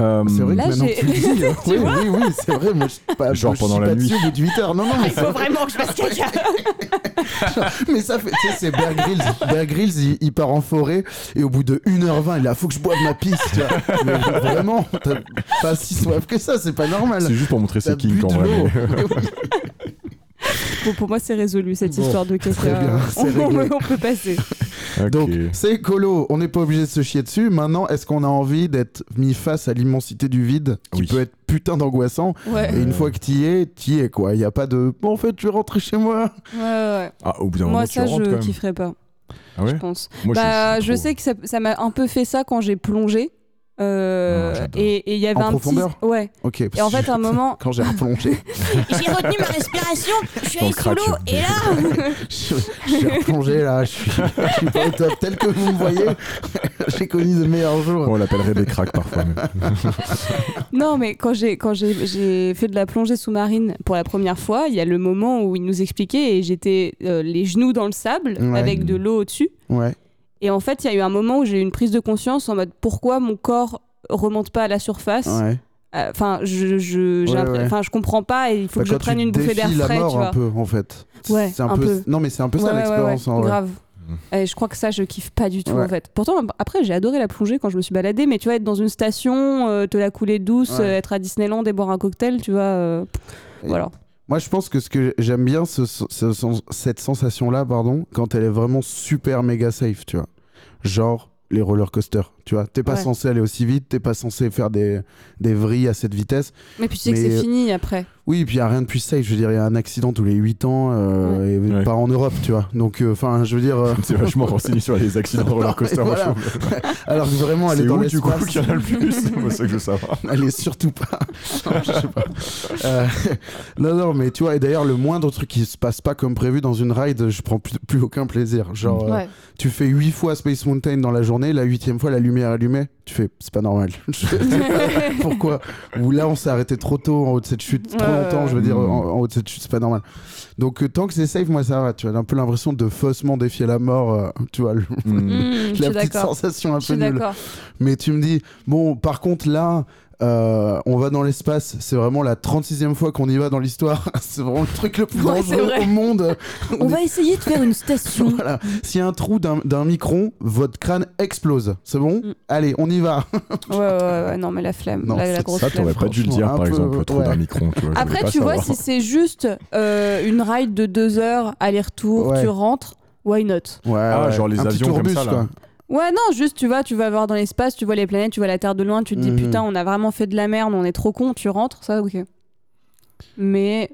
Speaker 4: Euh,
Speaker 3: C'est vrai
Speaker 5: Hmm. Là,
Speaker 3: que maintenant que
Speaker 5: j'ai-
Speaker 3: tu le dis, hein.
Speaker 5: [LAUGHS] Tu
Speaker 3: oui,
Speaker 5: vois
Speaker 3: oui, oui, c'est vrai. Moi, je suis pas,
Speaker 4: Genre
Speaker 3: je suis
Speaker 4: pendant la
Speaker 3: pas
Speaker 4: nuit.
Speaker 3: dessus au bout de 8 heures. Non, non, mais ça,
Speaker 5: vraiment que je fasse caca.
Speaker 3: [LAUGHS] mais ça fait. Tu sais, c'est Bear Grylls. Bear Grylls, il, il part en forêt et au bout de 1h20, il a faut que je boive ma pisse. Tu
Speaker 4: [LAUGHS]
Speaker 3: vois. Mais vraiment, t'as pas si soif que ça, c'est pas normal.
Speaker 4: C'est juste pour montrer
Speaker 3: T'as
Speaker 4: ses
Speaker 3: bu
Speaker 4: kinks en
Speaker 3: de
Speaker 4: vrai.
Speaker 3: l'eau.
Speaker 4: mais-
Speaker 5: [LAUGHS]
Speaker 4: [LAUGHS]
Speaker 5: Bon, pour moi c'est résolu cette
Speaker 3: Bon,
Speaker 5: histoire de
Speaker 3: très
Speaker 5: caca.
Speaker 3: bien, c'est
Speaker 5: [LAUGHS] on,
Speaker 3: réglé.
Speaker 5: on peut passer.
Speaker 4: Ok.
Speaker 3: Donc, c'est écolo, on n'est pas obligé de se chier dessus. Maintenant, est-ce qu'on a envie d'être mis face à l'immensité du vide qui
Speaker 4: Oui. Euh.
Speaker 3: peut être putain d'angoissant
Speaker 5: Ouais,
Speaker 3: Et
Speaker 5: ouais,
Speaker 3: une fois que t'y es, t'y es quoi. Il n'y a pas de bon, en fait, je vais rentrer chez moi.
Speaker 5: ouais.
Speaker 4: Ah, au bout d'un moment,
Speaker 5: Moi,
Speaker 4: tu
Speaker 5: ça,
Speaker 4: rentres quand
Speaker 5: je
Speaker 4: même.
Speaker 5: kifferais pas,
Speaker 4: Ah ouais
Speaker 5: je pense.
Speaker 4: Moi, je-
Speaker 5: bah,
Speaker 4: je
Speaker 5: je,
Speaker 4: trouve.
Speaker 5: sais que ça- ça m'a un peu fait ça quand j'ai plongé. Euh,
Speaker 4: Ah, j'adore.
Speaker 5: et et il y avait
Speaker 3: En
Speaker 5: un
Speaker 3: profondeur
Speaker 5: petit. Ouais.
Speaker 3: Ok.
Speaker 5: Et en
Speaker 3: [LAUGHS]
Speaker 5: fait, à un moment.
Speaker 3: quand j'ai replongé,
Speaker 6: J'ai retenu ma respiration, je suis
Speaker 4: Ton
Speaker 6: allée sous l'eau,
Speaker 4: scratch.
Speaker 6: et là,
Speaker 4: [LAUGHS]
Speaker 3: je, je suis replongé là, je suis, je suis pas au top. Tel que vous me voyez, j'ai connu de meilleurs jours.
Speaker 4: On l'appellerait des cracks parfois. mais-
Speaker 5: [LAUGHS] Non, mais quand j'ai quand j'ai j'ai fait de la plongée sous-marine pour la première fois, il y a le moment où il nous expliquait et j'étais euh, les genoux dans le sable
Speaker 3: Ouais.
Speaker 5: avec de l'eau au-dessus.
Speaker 3: Ouais.
Speaker 5: Et en fait, il y a eu un moment où j'ai eu une prise de conscience en mode pourquoi mon corps remonte pas à la surface.
Speaker 3: ouais. Bah,
Speaker 5: Euh, Enfin, je je j'ai
Speaker 3: Ouais,
Speaker 5: l'impr-
Speaker 3: ouais.
Speaker 5: enfin je comprends pas et il faut
Speaker 3: Bah,
Speaker 5: que je
Speaker 3: quand
Speaker 5: prenne
Speaker 3: tu
Speaker 5: une bouffée d'air
Speaker 3: défies la
Speaker 5: frais,
Speaker 3: mort
Speaker 5: tu vois.
Speaker 3: un peu en fait.
Speaker 5: Ouais,
Speaker 3: C'est un,
Speaker 5: un
Speaker 3: peu.
Speaker 5: peu.
Speaker 3: Non mais c'est un peu ça
Speaker 5: Ouais, ouais,
Speaker 3: l'expérience
Speaker 5: ouais,
Speaker 3: en vrai. Mm.
Speaker 5: grave.
Speaker 4: Mhm.
Speaker 5: Et je crois que ça, je kiffe pas du tout
Speaker 3: Ouais.
Speaker 5: en fait. Pourtant, bah, après, j'ai adoré la plongée quand je me suis baladée, mais tu vois, être dans une station, euh, te la couler douce,
Speaker 3: Ouais.
Speaker 5: euh, être à Disneyland et boire un cocktail, tu vois. euh,
Speaker 3: Et-
Speaker 5: voilà.
Speaker 3: Moi, je pense que ce que j'aime bien, ce- ce- ce- cette sensation-là, pardon, quand elle est vraiment super méga safe, tu vois. Genre les roller coasters, tu vois. T'es pas
Speaker 5: Ouais.
Speaker 3: censé aller aussi vite, t'es pas censé faire des, des vrilles à cette vitesse.
Speaker 5: Mais puis tu sais que
Speaker 3: Mais, euh,
Speaker 5: c'est fini après.
Speaker 3: Oui, et puis il a rien de plus safe. Je veux dire, il y a un accident tous les 8 ans, euh, et
Speaker 4: Ouais.
Speaker 3: pas en Europe, tu vois. Donc, enfin, je veux dire. euh,
Speaker 4: C'est vachement renseigné sur les accidents de roller coaster, moi, je
Speaker 3: Voilà.
Speaker 4: trouve.
Speaker 3: alors que vraiment, elle est,
Speaker 4: C'est
Speaker 3: dans
Speaker 4: où, du coup,
Speaker 3: l'espace.
Speaker 4: qu'il y en a le plus Moi, c'est que je savais.
Speaker 3: [LAUGHS] Elle est surtout pas. [LAUGHS] Non, je sais pas. Euh, non, non, mais tu vois, et d'ailleurs, le moindre truc qui se passe pas comme prévu dans une ride, je prends plus, plus aucun plaisir. Genre, euh,
Speaker 5: Ouais.
Speaker 3: tu fais 8 fois Space Mountain dans la journée, la huitième fois, la lumière est allumée, tu fais, c'est pas normal. [LAUGHS] Je fais,
Speaker 5: [LAUGHS]
Speaker 3: Pourquoi Ou là, on s'est arrêté trop tôt en haut de cette chute, trop
Speaker 5: Ouais, ouais,
Speaker 3: longtemps, je veux
Speaker 4: ouais.
Speaker 3: dire,
Speaker 4: Mm.
Speaker 3: en, en haut de cette chute, c'est pas normal. Donc, euh, tant que c'est safe, moi, ça va. Tu as un peu l'impression de faussement défier la mort, euh, tu vois, le- [LAUGHS]
Speaker 4: Hmm.
Speaker 5: Mmh, je
Speaker 3: la
Speaker 5: suis
Speaker 3: petite
Speaker 5: d'accord.
Speaker 3: sensation un
Speaker 5: Je
Speaker 3: peu
Speaker 5: suis
Speaker 3: nulle. [LAUGHS]
Speaker 5: d'accord.
Speaker 3: Mais tu me dis, bon, par contre, là, euh, on va dans l'espace. C'est vraiment la 36e fois qu'on y va dans l'histoire. [LAUGHS] C'est vraiment le truc le plus
Speaker 5: Ouais, c'est
Speaker 3: dangereux
Speaker 5: vrai.
Speaker 3: au monde.
Speaker 6: on va essayer de faire
Speaker 3: [LAUGHS]
Speaker 6: une
Speaker 5: Mm.
Speaker 6: station.
Speaker 3: Voilà. S'il y a un trou d'un d'un micron, votre crâne explose. C'est bon
Speaker 5: Mm.
Speaker 3: Allez, on y
Speaker 4: [LAUGHS]
Speaker 3: va.
Speaker 5: Ouais, ouais, ouais, non, mais la flemme.
Speaker 3: Non,
Speaker 5: la, la
Speaker 3: c'est-
Speaker 5: grosse
Speaker 4: Ça,
Speaker 5: flemme.
Speaker 4: t'aurais pas dû le
Speaker 3: franchement,
Speaker 4: dire,
Speaker 3: un
Speaker 4: par
Speaker 3: peu,
Speaker 4: exemple, le trou
Speaker 3: ouais.
Speaker 4: d'un micron. Tu vois, je voulais
Speaker 5: Après,
Speaker 4: pas
Speaker 5: tu vois,
Speaker 4: savoir.
Speaker 5: si c'est juste euh, une ride de deux heures, aller-retour,
Speaker 3: Ouais.
Speaker 5: tu rentres, why not
Speaker 3: Ouais,
Speaker 4: Ah, genre les
Speaker 3: un petit
Speaker 4: avions comme
Speaker 3: tourbus,
Speaker 4: ça, là.
Speaker 3: quoi.
Speaker 5: Ouais, non, juste tu vas, tu vas voir dans l'espace, tu vois les planètes, tu vois la Terre de loin, tu te dis
Speaker 3: Mhm.
Speaker 5: putain, on a vraiment fait de la merde, on est trop con, tu rentres, ça, ok. Mais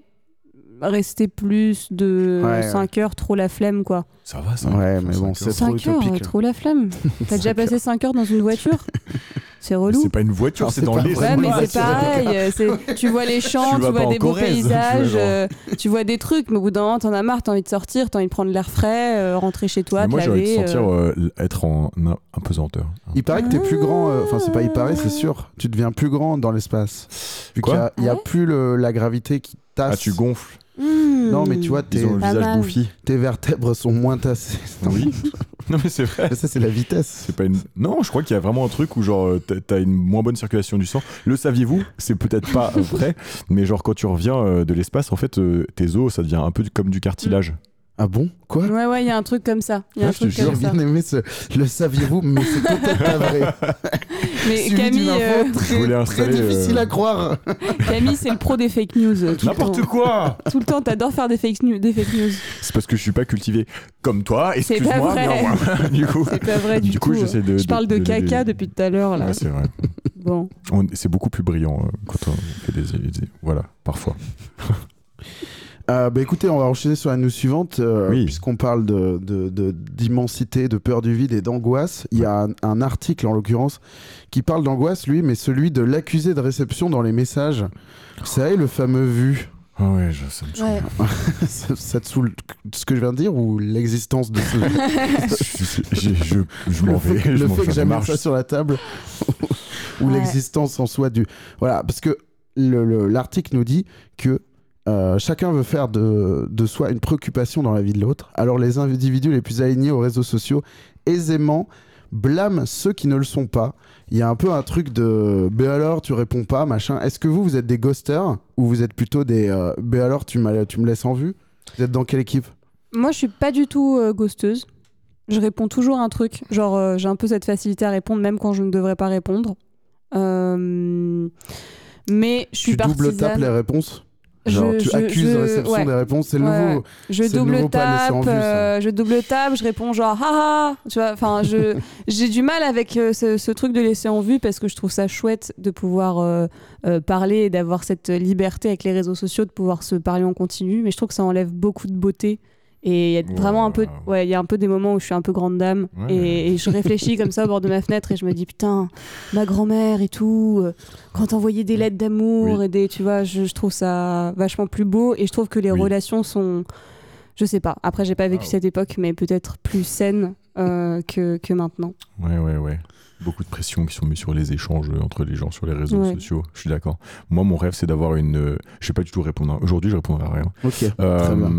Speaker 5: rester plus de
Speaker 3: Ouais, ouais.
Speaker 5: 5 heures, trop la flemme, quoi.
Speaker 4: Ça va, ça.
Speaker 3: Ouais, mais bon,
Speaker 4: Cinq
Speaker 3: c'est
Speaker 4: heures.
Speaker 3: trop
Speaker 5: 5 heures,
Speaker 3: utopique.
Speaker 5: trop
Speaker 4: [LAUGHS]
Speaker 5: la flemme. T'as déjà passé 5 heures dans une voiture C'est
Speaker 4: Mais
Speaker 5: relou.
Speaker 4: C'est pas une voiture,
Speaker 3: Non,
Speaker 4: c'est
Speaker 3: c'est
Speaker 4: dans
Speaker 3: pas
Speaker 4: les.
Speaker 3: vrai.
Speaker 5: Ouais, mais
Speaker 3: Ouais,
Speaker 5: c'est
Speaker 3: c'est
Speaker 5: pareil. euh,
Speaker 4: [LAUGHS]
Speaker 5: c'est- Tu vois les champs,
Speaker 4: Tu
Speaker 5: tu,
Speaker 4: vas pas
Speaker 5: vois
Speaker 4: en
Speaker 5: des beaux
Speaker 4: Corrèze, hein, tu vois,
Speaker 5: paysages,
Speaker 4: genre.
Speaker 5: euh, tu vois des trucs, mais au bout d'un moment, t'en as marre, t'as envie de sortir, t'as envie de prendre l'air frais, euh, rentrer chez toi,
Speaker 4: Mais moi,
Speaker 5: te
Speaker 4: j'ai envie de
Speaker 5: laver.
Speaker 4: sentir euh,
Speaker 5: euh.
Speaker 4: l- être en en apesanteur.
Speaker 3: Il paraît que t'es plus grand. euh, Enfin, c'est pas il paraît, c'est sûr. Tu deviens plus grand dans l'espace. Vu qu'il
Speaker 4: Quoi
Speaker 3: y a, il y a
Speaker 5: Ah ouais
Speaker 3: plus le- la gravité qui tasse.
Speaker 4: Ah, tu gonfles.
Speaker 5: Hmm.
Speaker 3: Non, mais tu vois,
Speaker 4: Ils
Speaker 3: tes,
Speaker 4: ont le
Speaker 5: Pas
Speaker 4: visage
Speaker 5: mal.
Speaker 4: bouffi.
Speaker 3: tes vertèbres sont moins tassées.
Speaker 4: [LAUGHS] Oui. Non, mais c'est vrai.
Speaker 3: [LAUGHS] Mais ça, c'est la vitesse.
Speaker 4: C'est pas une- Non, je crois qu'il y a vraiment un truc où genre euh, t'as- t'as une moins bonne circulation du sang. Le saviez-vous C'est peut-être
Speaker 5: [LAUGHS]
Speaker 4: pas euh, vrai, mais genre quand tu reviens euh, de l'espace, en fait, euh, tes os, ça devient un peu du- comme du
Speaker 5: Mm.
Speaker 4: cartilage.
Speaker 3: Ah bon Quoi
Speaker 5: Ouais, ouais, il y a un truc comme ça. Il y
Speaker 4: Ah,
Speaker 5: a un
Speaker 4: je te
Speaker 5: truc
Speaker 4: jure,
Speaker 5: comme
Speaker 3: J'ai
Speaker 5: ça.
Speaker 3: bien aimé ce le saviez-vous, mais c'est peut-être pas vrai.
Speaker 5: Mais
Speaker 3: Suivi
Speaker 5: Camille,
Speaker 3: d'une info
Speaker 5: euh,
Speaker 4: Je
Speaker 3: très,
Speaker 4: voulais
Speaker 3: très
Speaker 4: installer, euh,
Speaker 3: difficile à croire.
Speaker 5: Camille, c'est le pro des fake news. euh, tout le temps.
Speaker 4: quoi
Speaker 5: Tout le temps, t'adores faire des fake, nu- des fake news.
Speaker 4: C'est parce que je suis pas cultivé comme toi.
Speaker 5: C'est pas
Speaker 4: Excuse-moi,
Speaker 5: vrai.
Speaker 4: mais enfin, [LAUGHS] du coup.
Speaker 5: C'est pas vrai du, hein.
Speaker 4: Du coup, j'essaie de-
Speaker 5: Je
Speaker 4: de-
Speaker 5: parle de,
Speaker 4: de-
Speaker 5: caca
Speaker 4: de-
Speaker 5: depuis tout à l'heure, là.
Speaker 4: Ouais, c'est vrai.
Speaker 5: bon.
Speaker 4: On- C'est beaucoup plus brillant euh, quand on fait des, des- voilà, parfois.
Speaker 3: Euh, bah écoutez, on va enchaîner sur la news suivante, euh,
Speaker 4: Oui.
Speaker 3: puisqu'on parle de, de- de- d'immensité, de peur du vide et d'angoisse. Il y a un, un article en l'occurrence qui parle d'angoisse, lui, mais celui de l'accusé de réception dans les messages. Vous savez, le fameux vu, [LAUGHS]
Speaker 4: Ah ouais, je- ça me saoule.
Speaker 6: Ouais.
Speaker 3: ça, ça te saoule ce que je viens de dire ou l'existence de ce.
Speaker 4: Je, je, je- je m'en
Speaker 3: le fait,
Speaker 4: vais.
Speaker 3: le
Speaker 4: je m'en
Speaker 3: fait
Speaker 4: vais,
Speaker 3: que
Speaker 4: je
Speaker 3: j'amène
Speaker 4: marche.
Speaker 3: ça sur la [LAUGHS] table ou
Speaker 5: Ouais.
Speaker 3: l'existence en soi du voilà parce que le- le- l'article nous dit que euh, chacun veut faire de, de soi une préoccupation dans la vie de l'autre alors les individus les plus alignés aux réseaux sociaux aisément blâment ceux qui ne le sont pas il y a un peu un truc de ben alors tu réponds pas machin est-ce que vous vous êtes des ghosters ou vous êtes plutôt des euh, ben alors tu, m'as- tu me laisses en vue vous êtes dans quelle équipe
Speaker 5: Moi, je suis pas du tout euh, ghosteuse. Je réponds toujours un truc. Genre, euh, j'ai un peu cette facilité à répondre, même quand je ne devrais pas répondre. Euh, Mais je
Speaker 3: tu
Speaker 5: suis
Speaker 3: double tapes
Speaker 5: partisane.
Speaker 3: les réponses Genre,
Speaker 5: Je-
Speaker 3: tu
Speaker 5: je-
Speaker 3: accuses
Speaker 5: je-
Speaker 3: la réception
Speaker 5: ouais.
Speaker 3: des réponses, c'est le
Speaker 5: Ouais,
Speaker 3: nouveau.
Speaker 5: ouais. Je
Speaker 3: c'est le nouveau
Speaker 5: double
Speaker 3: pas, mais c'est en
Speaker 5: tape,
Speaker 3: vue, ça.
Speaker 5: euh, je double tape, je réponds genre ah ah, tu vois. Enfin,
Speaker 3: [LAUGHS]
Speaker 5: je j'ai du mal avec euh, ce, ce truc de laisser en vue parce que je trouve ça chouette de pouvoir euh, euh, parler et d'avoir cette liberté avec les réseaux sociaux de pouvoir se parler en continu, mais je trouve que ça enlève beaucoup de beauté. Et il y a
Speaker 4: Wow.
Speaker 5: vraiment un peu, ouais, il y a un peu des moments où je suis un peu grande dame
Speaker 4: Ouais.
Speaker 5: et, et je réfléchis comme ça au bord de ma fenêtre et je me dis putain, ma grand-mère et tout, euh, quand envoyait des lettres d'amour
Speaker 4: Oui.
Speaker 5: et des, tu vois, je, je trouve ça vachement plus beau et je trouve que les
Speaker 4: Oui.
Speaker 5: relations sont, je sais pas. Après, j'ai pas vécu
Speaker 4: Wow.
Speaker 5: cette époque, mais peut-être plus saine euh, que, que maintenant.
Speaker 4: Ouais, ouais, ouais. Beaucoup de pression qui sont mises sur les échanges euh, entre les gens sur les réseaux
Speaker 5: Ouais.
Speaker 4: sociaux. Je suis d'accord. Moi, mon rêve, c'est d'avoir une. euh, Je sais pas du tout répondre. à- Aujourd'hui, je répondrai à rien.
Speaker 3: Ok, très
Speaker 4: Euh,
Speaker 3: bien.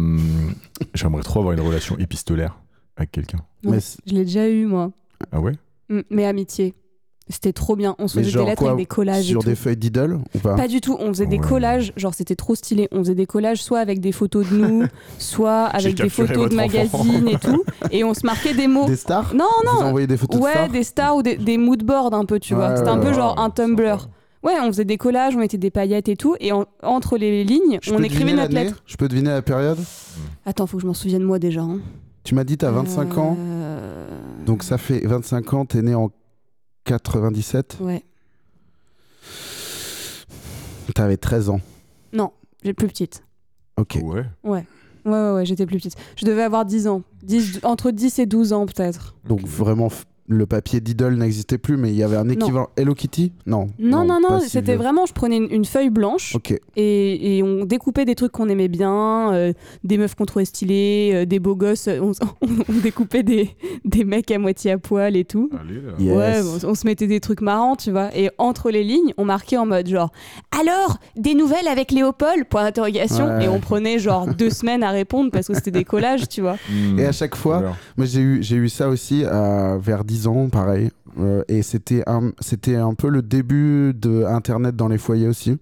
Speaker 4: J'aimerais trop avoir une relation épistolaire avec quelqu'un.
Speaker 3: Mais
Speaker 5: Ouais.
Speaker 3: c'est-
Speaker 5: Je l'ai déjà eu moi,
Speaker 4: Ah ouais
Speaker 5: Mm, mais amitié, c'était trop bien. On se
Speaker 3: Mais
Speaker 5: faisait
Speaker 3: genre
Speaker 5: des lettres
Speaker 3: quoi,
Speaker 5: avec des collages. et
Speaker 3: sur
Speaker 5: tout.
Speaker 3: des feuilles d'idoles ou pas
Speaker 5: Pas du tout, on faisait des
Speaker 4: Ouais.
Speaker 5: collages, genre c'était trop stylé. On faisait des collages soit avec des photos
Speaker 3: [LAUGHS]
Speaker 5: de nous, soit avec des
Speaker 4: capturé
Speaker 5: photos de
Speaker 4: votre enfant.
Speaker 5: magazines et tout, et on se marquait des mots.
Speaker 3: [LAUGHS] Des stars
Speaker 5: Non,
Speaker 3: Vous
Speaker 5: non,
Speaker 3: envoyez des photos de
Speaker 5: ouais,
Speaker 3: stars
Speaker 5: des stars ou des, des mood boards un peu, tu
Speaker 3: Ouais,
Speaker 5: vois. C'était un
Speaker 3: ouais,
Speaker 5: peu
Speaker 3: ouais.
Speaker 5: genre un Tumblr. Ouais, on faisait des collages, on mettait des paillettes et tout, et en- entre les lignes,
Speaker 3: Je
Speaker 5: on
Speaker 3: peux
Speaker 5: écrivait
Speaker 3: deviner
Speaker 5: notre
Speaker 3: l'année
Speaker 5: lettre.
Speaker 3: Je peux deviner la période
Speaker 5: Attends, faut que je m'en souvienne moi déjà. hein.
Speaker 3: Tu m'as dit t'as 25 ans,
Speaker 5: Euh,
Speaker 3: donc ça fait 25 ans, t'es né en 97,
Speaker 5: Ouais,
Speaker 3: t'avais 13 ans.
Speaker 5: j'ai plus petite.
Speaker 3: Ok.
Speaker 4: Ouais.
Speaker 5: Ouais, ouais, ouais, j'étais plus petite. Je devais avoir 10 ans. 10 entre 10 et 12 ans peut-être.
Speaker 3: Donc
Speaker 4: Ok.
Speaker 3: vraiment, f- le papier d'idole n'existait plus, mais il y avait un équivalent. Hello Kitty Non.
Speaker 5: Non, non,
Speaker 3: pas
Speaker 5: non,
Speaker 3: si
Speaker 5: c'était
Speaker 3: vieux.
Speaker 5: vraiment, je prenais une, une feuille blanche
Speaker 3: Ok.
Speaker 5: et, et on découpait des trucs qu'on aimait bien, euh, des meufs qu'on trouvait stylées, euh, des beaux gosses, euh, on, [LAUGHS] on découpait des, des mecs à moitié à poil et tout.
Speaker 4: Allez, là.
Speaker 3: Yes.
Speaker 5: Ouais, on, on se mettait des trucs marrants, tu vois. Et entre les lignes, on marquait en mode genre Alors, des nouvelles avec Léopold Point d'interrogation.
Speaker 3: Ouais.
Speaker 5: Et on prenait genre
Speaker 3: [LAUGHS]
Speaker 5: deux semaines à répondre parce que c'était des collages, tu vois.
Speaker 4: Hmm.
Speaker 3: Et à chaque fois,
Speaker 4: Alors,
Speaker 3: moi j'ai eu, j'ai eu ça aussi à- vers 10 ans, pareil. Euh, et c'était un, c'était un peu le début de Internet dans les foyers aussi.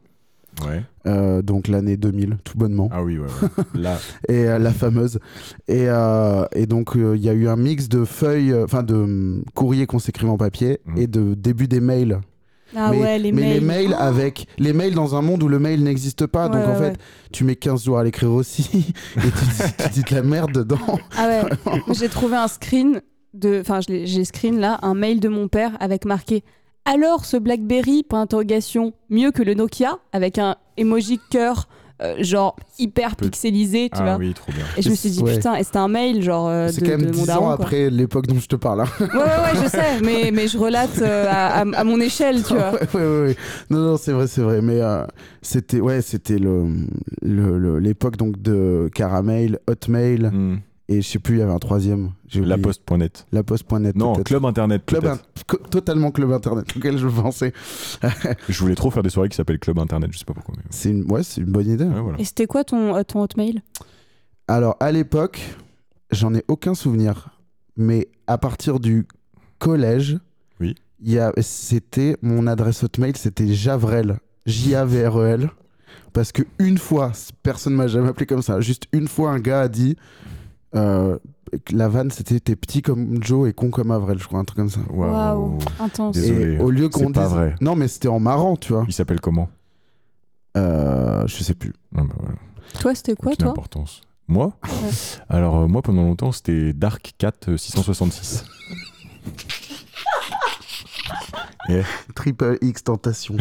Speaker 4: Ouais.
Speaker 3: Euh, donc l'année 2000, tout bonnement.
Speaker 4: Ah oui, ouais,
Speaker 3: [LAUGHS]
Speaker 4: ouais. Là,
Speaker 3: et euh, la fameuse. Et, euh, et donc, euh, il y a eu un mix de feuilles, euh, enfin de hum, courriers qu'on s'écrivait en papier
Speaker 4: Mhm.
Speaker 3: et de début des mails.
Speaker 5: Ah
Speaker 3: mais,
Speaker 5: ouais, les
Speaker 3: mais
Speaker 5: mails.
Speaker 3: avec. Les mails dans un monde où le mail n'existe pas.
Speaker 5: Ouais,
Speaker 3: donc, en
Speaker 5: ouais,
Speaker 3: fait,
Speaker 5: ouais.
Speaker 3: tu mets 15 jours à l'écrire aussi [LAUGHS] et tu, dis- tu dis de la merde
Speaker 5: [LAUGHS]
Speaker 3: dedans. [LAUGHS]
Speaker 5: Ah ouais, Moi, j'ai trouvé un screen de, enfin je l'ai- j'ai screen là, un mail de mon père avec marqué alors ce BlackBerry point interrogation mieux que le Nokia avec un emoji cœur euh, genre hyper
Speaker 4: Peu-
Speaker 5: pixelisé, tu
Speaker 4: ah
Speaker 5: vois.
Speaker 4: oui, trop bien.
Speaker 5: Et je me suis dit
Speaker 3: Ouais.
Speaker 5: putain, et c'était un mail genre euh, de,
Speaker 3: C'est quand
Speaker 5: de
Speaker 3: même
Speaker 5: mon
Speaker 3: 10
Speaker 5: daron,
Speaker 3: ans
Speaker 5: quoi.
Speaker 3: après l'époque dont je te parle. hein.
Speaker 5: Ouais, ouais, ouais, je sais, mais, mais je relate euh, à, à- à mon échelle, tu vois.
Speaker 3: [LAUGHS] ouais, ouais, ouais, ouais. Non, non, c'est vrai, c'est vrai. Mais euh, c'était ouais, c'était le le- le- l'époque donc de Caramel, Hotmail
Speaker 4: Hmm.
Speaker 3: et je sais plus, il y avait un troisième. j'ai oublié.
Speaker 4: La Poste.net.
Speaker 3: La Poste.net.
Speaker 4: Non,
Speaker 3: peut-être.
Speaker 4: Club Internet.
Speaker 3: Club
Speaker 4: peut-être.
Speaker 3: in- co- totalement club internet [LAUGHS] auquel je pensais.
Speaker 4: Je voulais trop faire des soirées qui s'appellent Club Internet, je sais pas pourquoi. mais-
Speaker 3: C'est une, ouais, c'est une bonne idée.
Speaker 4: Ouais, voilà.
Speaker 5: [LAUGHS] Et c'était quoi ton, euh, ton hotmail
Speaker 3: Alors à l'époque, j'en ai aucun souvenir, mais à partir du collège,
Speaker 4: Oui.
Speaker 3: il y a, c'était mon adresse hotmail, c'était Javrel, J A V R E L, parce que une fois, personne m'a jamais appelé comme ça. Juste une fois, un gars a dit. euh, que la vanne, c'était t'es petit comme Joe et con comme Avrel, je crois, un truc comme ça.
Speaker 4: Waouh.
Speaker 5: Intense.
Speaker 4: Des- Désolé,
Speaker 3: et au lieu qu'on
Speaker 4: c'est pas
Speaker 3: dise-
Speaker 4: vrai.
Speaker 3: Non, mais c'était en marrant, tu vois.
Speaker 4: Il s'appelle comment
Speaker 3: Euh, je sais plus.
Speaker 4: Ah bah voilà.
Speaker 5: Toi, c'était quoi,
Speaker 4: Aucune
Speaker 5: toi
Speaker 4: importance.
Speaker 3: [LAUGHS]
Speaker 4: Moi Alors, euh, moi, pendant longtemps, c'était Dark Cat
Speaker 3: [LAUGHS]
Speaker 4: euh, 666.
Speaker 3: Triple X Tentation.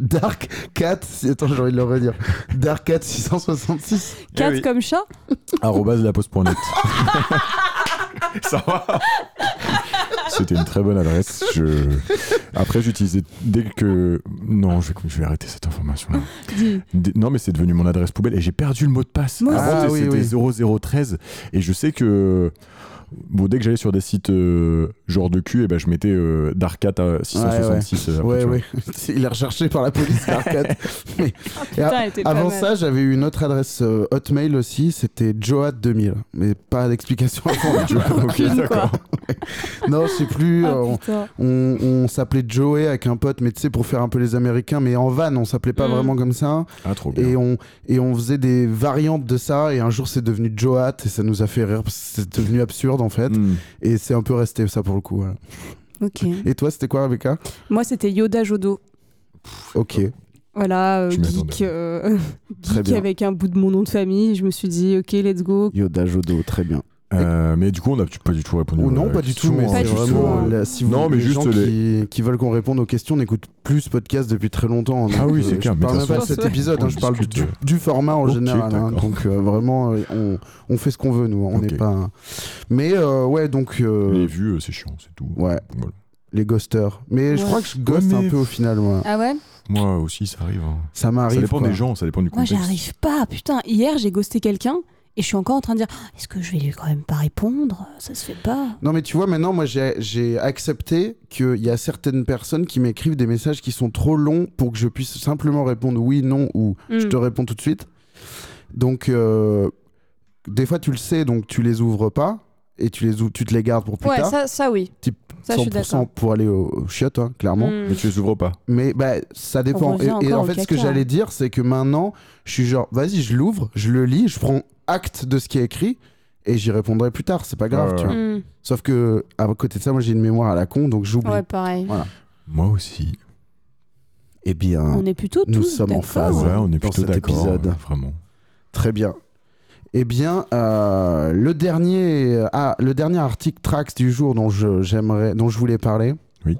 Speaker 3: Dark Cat, si- attends, j'ai envie de le redire. Dark Cat 666.
Speaker 5: 4
Speaker 4: Eh oui.
Speaker 5: comme chat
Speaker 4: Arrobase
Speaker 3: [LAUGHS]
Speaker 4: la poste.net. Ça va C'était une très bonne adresse. Je... Après, j'utilisais dès que. Non, je vais, je vais arrêter cette information là.
Speaker 5: Dis.
Speaker 4: Des- Non, mais c'est devenu mon adresse poubelle et j'ai perdu le mot de passe.
Speaker 5: Moi
Speaker 4: Avant,
Speaker 3: aussi. Ah,
Speaker 4: c'était
Speaker 3: oui,
Speaker 4: 0013 et je sais que bon, dès que j'allais sur des sites euh, genre de cul, et ben je mettais euh, Darkat à 666. euh, après,
Speaker 3: Ouais,
Speaker 4: tu vois.
Speaker 3: ouais. [LAUGHS] Il est recherché par la police, Dark
Speaker 5: [LAUGHS]
Speaker 3: Cat. Mais
Speaker 5: Putain, elle était pas
Speaker 3: avant
Speaker 5: mal.
Speaker 3: ça, j'avais eu une autre adresse euh, Hotmail aussi, c'était Joat2000. Mais pas d'explication avant. [LAUGHS] tu
Speaker 5: [LAUGHS]
Speaker 3: vois.
Speaker 5: Aucune, quoi.
Speaker 3: non, je sais plus. euh,
Speaker 5: Ah,
Speaker 3: on-
Speaker 5: putain.
Speaker 3: on on s'appelait Joey avec un pote, mais tu sais, pour faire un peu les Américains, mais en van, on s'appelait pas
Speaker 5: Mm.
Speaker 3: vraiment comme ça.
Speaker 4: Ah, trop bien.
Speaker 3: Et on, et on faisait des variantes de ça, et un jour c'est devenu Joat, et ça nous a fait rire, parce que c'est devenu absurde en fait,
Speaker 4: Hmm.
Speaker 3: et c'est un peu resté ça pour le coup. voilà.
Speaker 5: Ok.
Speaker 3: [LAUGHS] Et toi, c'était quoi, Rebecca
Speaker 5: Moi, c'était Yoda Jodo.
Speaker 3: Ok.
Speaker 5: Voilà, euh,
Speaker 4: Je m'y
Speaker 5: geek,
Speaker 4: attendais.
Speaker 5: euh, [LAUGHS]
Speaker 3: Très
Speaker 5: geek
Speaker 3: bien.
Speaker 5: avec un bout de mon nom de famille. Je me suis dit, ok, let's go.
Speaker 3: Yoda Jodo, très bien.
Speaker 4: Euh, mais du coup, on n'a pas du tout répondu.
Speaker 3: Ou
Speaker 4: à
Speaker 3: non,
Speaker 4: la
Speaker 3: pas du
Speaker 4: question,
Speaker 3: tout, mais
Speaker 4: hein,
Speaker 5: Pas
Speaker 3: c'est
Speaker 5: du
Speaker 4: juste,
Speaker 3: vraiment.
Speaker 4: euh,
Speaker 3: là, si vous,
Speaker 4: Non, mais
Speaker 3: les
Speaker 4: juste
Speaker 3: gens
Speaker 4: les-
Speaker 3: qui, qui veulent qu'on réponde aux questions n'écoutent plus ce podcast depuis très longtemps.
Speaker 4: Ah
Speaker 3: donc,
Speaker 4: oui, c'est
Speaker 3: euh,
Speaker 4: clair,
Speaker 3: Je
Speaker 4: mais
Speaker 3: parle même
Speaker 4: de toute
Speaker 3: pas de
Speaker 5: façon,
Speaker 3: cet
Speaker 5: ouais.
Speaker 3: épisode,
Speaker 4: on
Speaker 3: hein, je parle
Speaker 4: discute
Speaker 3: du,
Speaker 4: de-
Speaker 3: du format en
Speaker 4: Ok,
Speaker 3: général. hein,
Speaker 4: d'accord.
Speaker 3: donc euh, vraiment, euh, on, on fait ce qu'on veut, nous. On n'est
Speaker 4: Ok.
Speaker 3: pas. Mais euh, ouais, donc. euh,
Speaker 4: Les vues, euh, c'est chiant, c'est tout.
Speaker 3: Ouais,
Speaker 4: Voilà.
Speaker 3: les ghosters. Mais je
Speaker 5: Ouais.
Speaker 3: crois que je ghost
Speaker 4: Ouais,
Speaker 3: un
Speaker 4: mais-
Speaker 3: peu au final, moi.
Speaker 5: Ah ouais
Speaker 4: Moi aussi, ça arrive. hein.
Speaker 3: Ça m'arrive.
Speaker 4: Ça dépend
Speaker 3: quoi.
Speaker 4: des gens, ça dépend du
Speaker 5: Moi,
Speaker 4: contexte.
Speaker 5: j'arrive pas. Putain, hier, j'ai ghosté quelqu'un et je suis encore en train de dire Ah, est-ce que je vais lui quand même pas répondre Ça se fait pas.
Speaker 3: Non, mais tu vois, maintenant, moi, j'ai- j'ai accepté qu'il y a certaines personnes qui m'écrivent des messages qui sont trop longs pour que je puisse simplement répondre oui, non ou je
Speaker 5: Hmm.
Speaker 3: te réponds tout de suite. Donc, euh, des fois, tu le sais, donc tu les ouvres pas et tu, les ou- tu te les gardes pour plus
Speaker 5: Ouais,
Speaker 3: tard.
Speaker 5: ça, ça oui.
Speaker 3: Type
Speaker 5: ça, je suis
Speaker 3: 100%
Speaker 5: d'accord.
Speaker 3: pour aller au, au chiottes, hein, clairement.
Speaker 5: Mm.
Speaker 4: Mais tu les ouvres pas.
Speaker 3: Mais bah, ça dépend.
Speaker 5: On
Speaker 3: Et, et
Speaker 5: revient encore
Speaker 3: en
Speaker 5: au
Speaker 3: fait, ce
Speaker 5: caca.
Speaker 3: que j'allais dire, c'est que maintenant, je suis genre, vas-y, je l'ouvre, je le lis, je prends acte de ce qui est écrit et j'y répondrai plus tard. C'est pas grave,
Speaker 4: Ouais,
Speaker 3: tu
Speaker 4: ouais.
Speaker 3: vois.
Speaker 5: Mm.
Speaker 3: Sauf que, à côté de ça, moi j'ai une mémoire à la con, donc j'oublie.
Speaker 5: Ouais, pareil.
Speaker 4: Moi aussi.
Speaker 3: Eh bien,
Speaker 5: On est plutôt tous.
Speaker 3: Nous sommes en
Speaker 5: d'accord.
Speaker 3: phase. Ah,
Speaker 4: ouais, on est
Speaker 3: dans
Speaker 4: plutôt
Speaker 3: cet
Speaker 4: d'accord.
Speaker 3: épisode.
Speaker 4: euh, Vraiment.
Speaker 3: très bien. Eh bien, euh, le, dernier, ah, le dernier article Trax du jour dont je, j'aimerais, dont je voulais parler.
Speaker 4: Oui.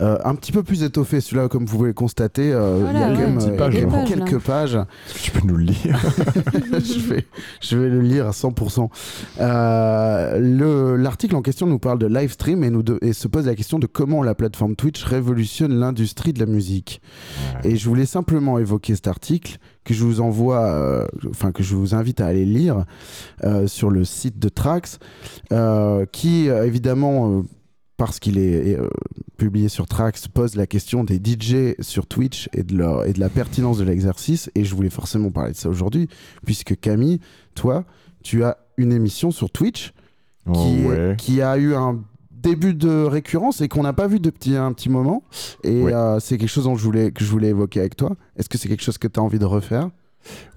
Speaker 3: Euh, un petit peu plus étoffé, celui-là, comme vous pouvez le constater. euh, il
Speaker 5: Voilà,
Speaker 3: y a
Speaker 5: ouais.
Speaker 3: quand même
Speaker 4: Des
Speaker 3: euh,
Speaker 4: pages,
Speaker 3: quelques,
Speaker 5: hein.
Speaker 3: quelques pages.
Speaker 4: Est-ce que Tu peux nous le lire
Speaker 3: [LAUGHS] je, vais, je vais le lire à 100%. Euh, le- L'article en question nous parle de live stream et, nous de- et se pose la question de comment la plateforme Twitch révolutionne l'industrie de la musique. Et je voulais simplement évoquer cet article que je vous envoie, euh, enfin que je vous invite à aller lire euh, sur le site de Trax, euh, qui euh, évidemment, euh, parce qu'il est, est, euh, publié sur Trax, pose la question des DJ sur Twitch et de, leur, et de la pertinence de l'exercice. Et je voulais forcément parler de ça aujourd'hui, puisque Camille, toi, tu as une émission sur Twitch qui,
Speaker 4: Oh, ouais.
Speaker 3: qui a eu un début de récurrence et qu'on n'a pas vu depuis un petit moment. Et
Speaker 4: Ouais.
Speaker 3: euh, c'est quelque chose dont je voulais, que je voulais évoquer avec toi. Est-ce que c'est quelque chose que tu as envie de refaire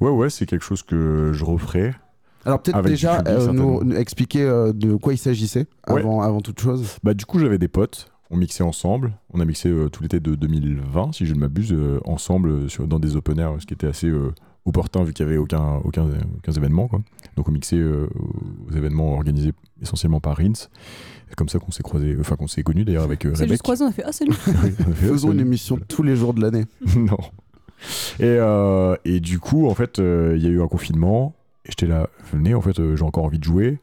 Speaker 4: Ouais, ouais, c'est quelque chose que je referai.
Speaker 3: Alors peut-être
Speaker 4: Avec du
Speaker 3: déjà
Speaker 4: public,
Speaker 3: euh, nous,
Speaker 4: certainement.
Speaker 3: nous expliquer euh, de quoi il s'agissait
Speaker 4: Ouais.
Speaker 3: avant, avant toute chose.
Speaker 4: Bah, du coup, j'avais des potes. On mixait ensemble. On a mixé euh, tout l'été de 2020, si je ne m'abuse, euh, ensemble euh, sur- dans des open air, ce qui était assez euh, opportun vu qu'il n'y avait aucun, aucun, aucun événement. Quoi. Donc, on mixait euh, aux événements organisés essentiellement par Rins. C'est comme ça qu'on s'est croisés, enfin, qu'on s'est connus d'ailleurs avec euh,
Speaker 5: C'est
Speaker 4: Rebecca.
Speaker 5: juste croisé, on a fait Ah, salut
Speaker 4: Oui, [LAUGHS] on a fait,
Speaker 3: Faisons
Speaker 4: euh,
Speaker 3: une émission tous les jours de l'année.
Speaker 4: [LAUGHS] non. Et, euh, et du coup, en fait, euh, il y a eu un confinement. Et j'étais là, venez, en fait, euh, j'ai encore envie de jouer.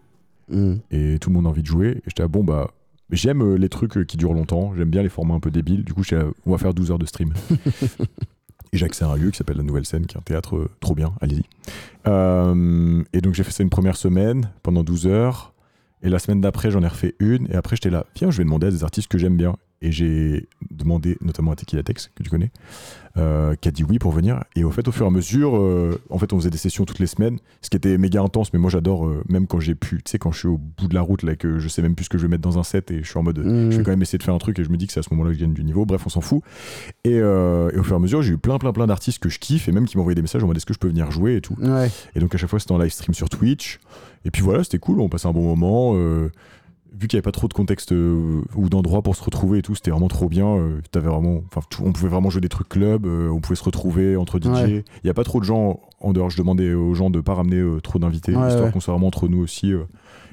Speaker 3: Mm.
Speaker 4: Et tout le monde a envie de jouer. Et j'étais là, bon, bah, j'aime euh, les trucs euh, qui durent longtemps. J'aime bien les formats un peu débiles. Du coup, j'étais là, on va faire 12 heures de stream. et j'ai accès à un lieu qui s'appelle La Nouvelle Scène, qui est un théâtre euh, trop bien. Allez-y. Euh, et donc, j'ai fait ça une première semaine pendant 12 heures. Et la semaine d'après, j'en ai refait une. Et après, j'étais là, viens, je vais demander à des artistes que j'aime bien. Et j'ai demandé notamment à Tequila Tex, que tu connais, euh, qui a dit oui pour venir. Et au fait, au fur et à mesure, euh, en fait, on faisait des sessions toutes les semaines, ce qui était méga intense. Mais moi, j'adore, euh, même quand j'ai pu, tu sais, quand je suis au bout de la route, là, que je sais même plus ce que je vais mettre dans un set et je suis en mode, euh,
Speaker 3: Mm.
Speaker 4: je vais quand même essayer de faire un truc et je me dis que c'est à ce moment-là que je gagne du niveau. Bref, on s'en fout. Et, euh, et au fur et à mesure, j'ai eu plein, plein, plein d'artistes que je kiffe et même qui m'envoyaient des messages en mode, est-ce que je peux venir jouer et tout.
Speaker 3: Ouais.
Speaker 4: Et donc à chaque fois c'était en live stream sur Twitch. Et puis voilà, c'était cool, on passait un bon moment. euh, vu qu'il n'y avait pas trop de contexte euh, ou d'endroit pour se retrouver et tout, c'était vraiment trop bien. euh, t'avais vraiment, enfin, tout- on pouvait vraiment jouer des trucs club, euh, on pouvait se retrouver entre DJ. Il
Speaker 3: Ouais.
Speaker 4: n'y a pas trop de gens en dehors. Je demandais aux gens de ne pas ramener euh, trop d'invités,
Speaker 3: Ouais,
Speaker 4: histoire
Speaker 3: ouais.
Speaker 4: qu'on soit vraiment entre nous aussi euh,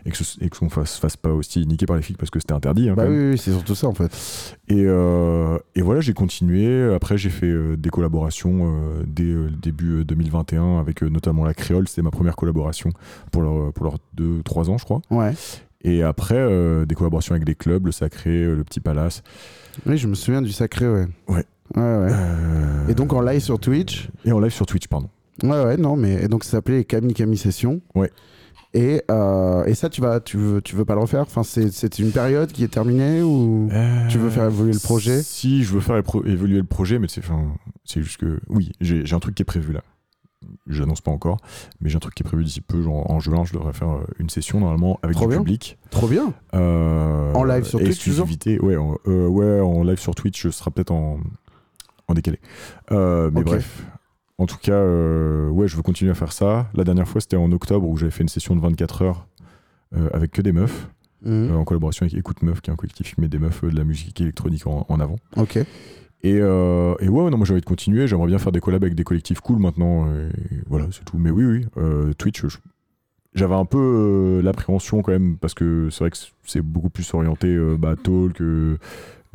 Speaker 4: et que ce- et que qu'on fasse, fasse pas aussi niquer par les flics parce que c'était interdit. hein,
Speaker 3: Bah
Speaker 4: quand même.
Speaker 3: oui, oui, c'est surtout ça en fait.
Speaker 4: Et, euh, et voilà, j'ai continué. Après, j'ai fait euh, des collaborations euh, dès euh, le début euh, 2021 avec euh, notamment la Créole. C'était ma première collaboration pour leurs pour leur 2-3 ans, je crois.
Speaker 3: Ouais.
Speaker 4: Et après, euh, des collaborations avec des clubs, le Sacré, euh, le Petit Palace.
Speaker 3: Oui, je me souviens du sacré, ouais.
Speaker 4: Ouais.
Speaker 3: Ouais, ouais.
Speaker 4: Euh,
Speaker 3: Et donc en live sur Twitch
Speaker 4: et en live sur Twitch, pardon.
Speaker 3: Ouais, ouais, non, mais et donc ça s'appelait les Camille Camille Session.
Speaker 4: Ouais.
Speaker 3: Et, euh, et ça, tu vas, tu veux, tu veux pas le refaire Enfin, c'est c'est une période qui est terminée ou Euh, tu veux faire évoluer le projet
Speaker 4: Si, je veux faire épro- évoluer le projet, mais c'est enfin, c'est juste que. Oui, j'ai j'ai un truc qui est prévu là. Je l'annonce pas encore, mais j'ai un truc qui est prévu d'ici peu. Genre en juin, je devrais faire euh, une session normalement avec
Speaker 3: Trop
Speaker 4: du
Speaker 3: bien.
Speaker 4: public.
Speaker 3: Trop bien.
Speaker 4: Euh,
Speaker 3: En live sur Twitch,
Speaker 4: exclusivité. ouais, en, euh, ouais, en live sur Twitch, ce sera peut-être en, en décalé. Euh, mais
Speaker 3: Ok.
Speaker 4: bref. En tout cas, euh, ouais, je veux continuer à faire ça. La dernière fois, c'était en octobre où j'avais fait une session de 24 heures euh, avec que des meufs,
Speaker 3: Mhm.
Speaker 4: euh, en collaboration avec Écoute Meuf, qui est un collectif qui met des meufs euh, de la musique électronique en, en avant.
Speaker 3: Ok.
Speaker 4: Et, euh, et ouais, ouais, non, moi j'ai envie de continuer. J'aimerais bien faire des collabs avec des collectifs cool maintenant. et voilà, c'est tout. Mais oui, oui, euh, Twitch, je- j'avais un peu euh, l'appréhension quand même, parce que c'est vrai que c'est beaucoup plus orienté euh, bah, talk, euh,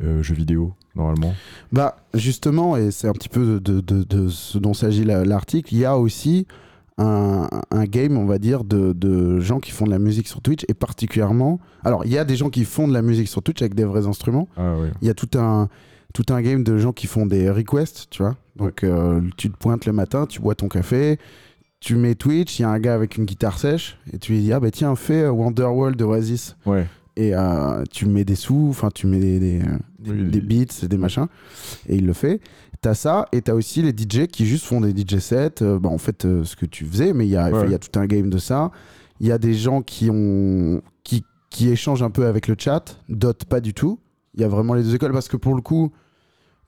Speaker 4: euh, jeux vidéo, normalement.
Speaker 3: Bah, justement, et c'est un petit peu de, de- de ce dont s'agit la- l'article, il y a aussi un, un game, on va dire, de, de gens qui font de la musique sur Twitch, et particulièrement. Alors, il y a des gens qui font de la musique sur Twitch avec des vrais instruments.
Speaker 4: Ah ouais.
Speaker 3: Il y a tout un, tout un game de gens qui font des requests, tu vois. Donc, euh, tu te pointes le matin, tu bois ton café. Tu mets Twitch, il y a un gars avec une guitare sèche, et tu lui dis Ah bah tiens, fais euh, Wonderworld d'Oasis.
Speaker 4: Ouais.
Speaker 3: Et euh, tu mets des sous, enfin tu mets des- euh, des, des beats, et des machins, et il le fait. T'as ça, et t'as aussi les DJ qui juste font des DJ sets, euh, bah, en fait euh, ce que tu faisais, mais il y a, enfin,
Speaker 4: Ouais.
Speaker 3: il y a tout un game de ça. Il y a des gens qui ont qui, qui échangent un peu avec le chat, d'autres pas du tout. Il y a vraiment les deux écoles, parce que pour le coup,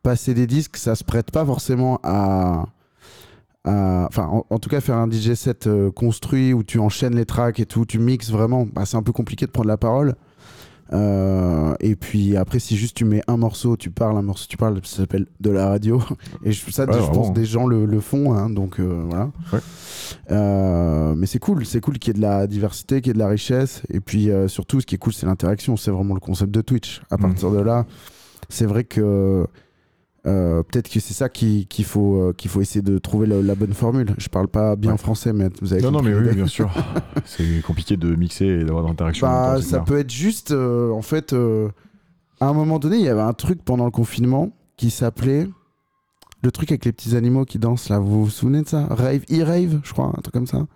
Speaker 3: passer des disques, ça se prête pas forcément à... à- Enfin, en, en tout cas, faire un DJ set euh, construit où tu enchaînes les tracks et tout, tu mixes vraiment, bah, c'est un peu compliqué de prendre la parole. Euh, et puis après, si juste tu mets un morceau, tu parles, un morceau, tu parles, ça s'appelle de la radio. [LAUGHS] Et je- ça,
Speaker 4: Ouais,
Speaker 3: je
Speaker 4: vraiment,
Speaker 3: pense,
Speaker 4: hein.
Speaker 3: des gens le, le font, hein, donc euh, voilà.
Speaker 4: Ouais.
Speaker 3: Euh, mais c'est cool, c'est cool qu'il y ait de la diversité, qu'il y ait de la richesse. Et puis euh, surtout, ce qui est cool, c'est l'interaction. C'est vraiment le concept de Twitch. À
Speaker 4: Mhm.
Speaker 3: partir de là, c'est vrai que euh, peut-être que c'est ça qui- qu'il faut, euh, qu'il faut essayer de trouver la, la bonne formule. Je parle pas bien
Speaker 4: Ouais.
Speaker 3: français, mais vous avez
Speaker 4: Non, non,
Speaker 3: compris
Speaker 4: mais oui,
Speaker 3: l'idée. [LAUGHS]
Speaker 4: bien sûr. c'est compliqué de mixer et d'avoir de l'interaction. en même
Speaker 3: Bah,
Speaker 4: temps, c'est
Speaker 3: ça
Speaker 4: clair.
Speaker 3: peut être juste, euh, en fait, euh, à un moment donné, il y avait un truc pendant le confinement qui s'appelait le truc avec les petits animaux qui dansent là. Vous vous souvenez de ça Rave, e-rave, je crois, un truc comme ça.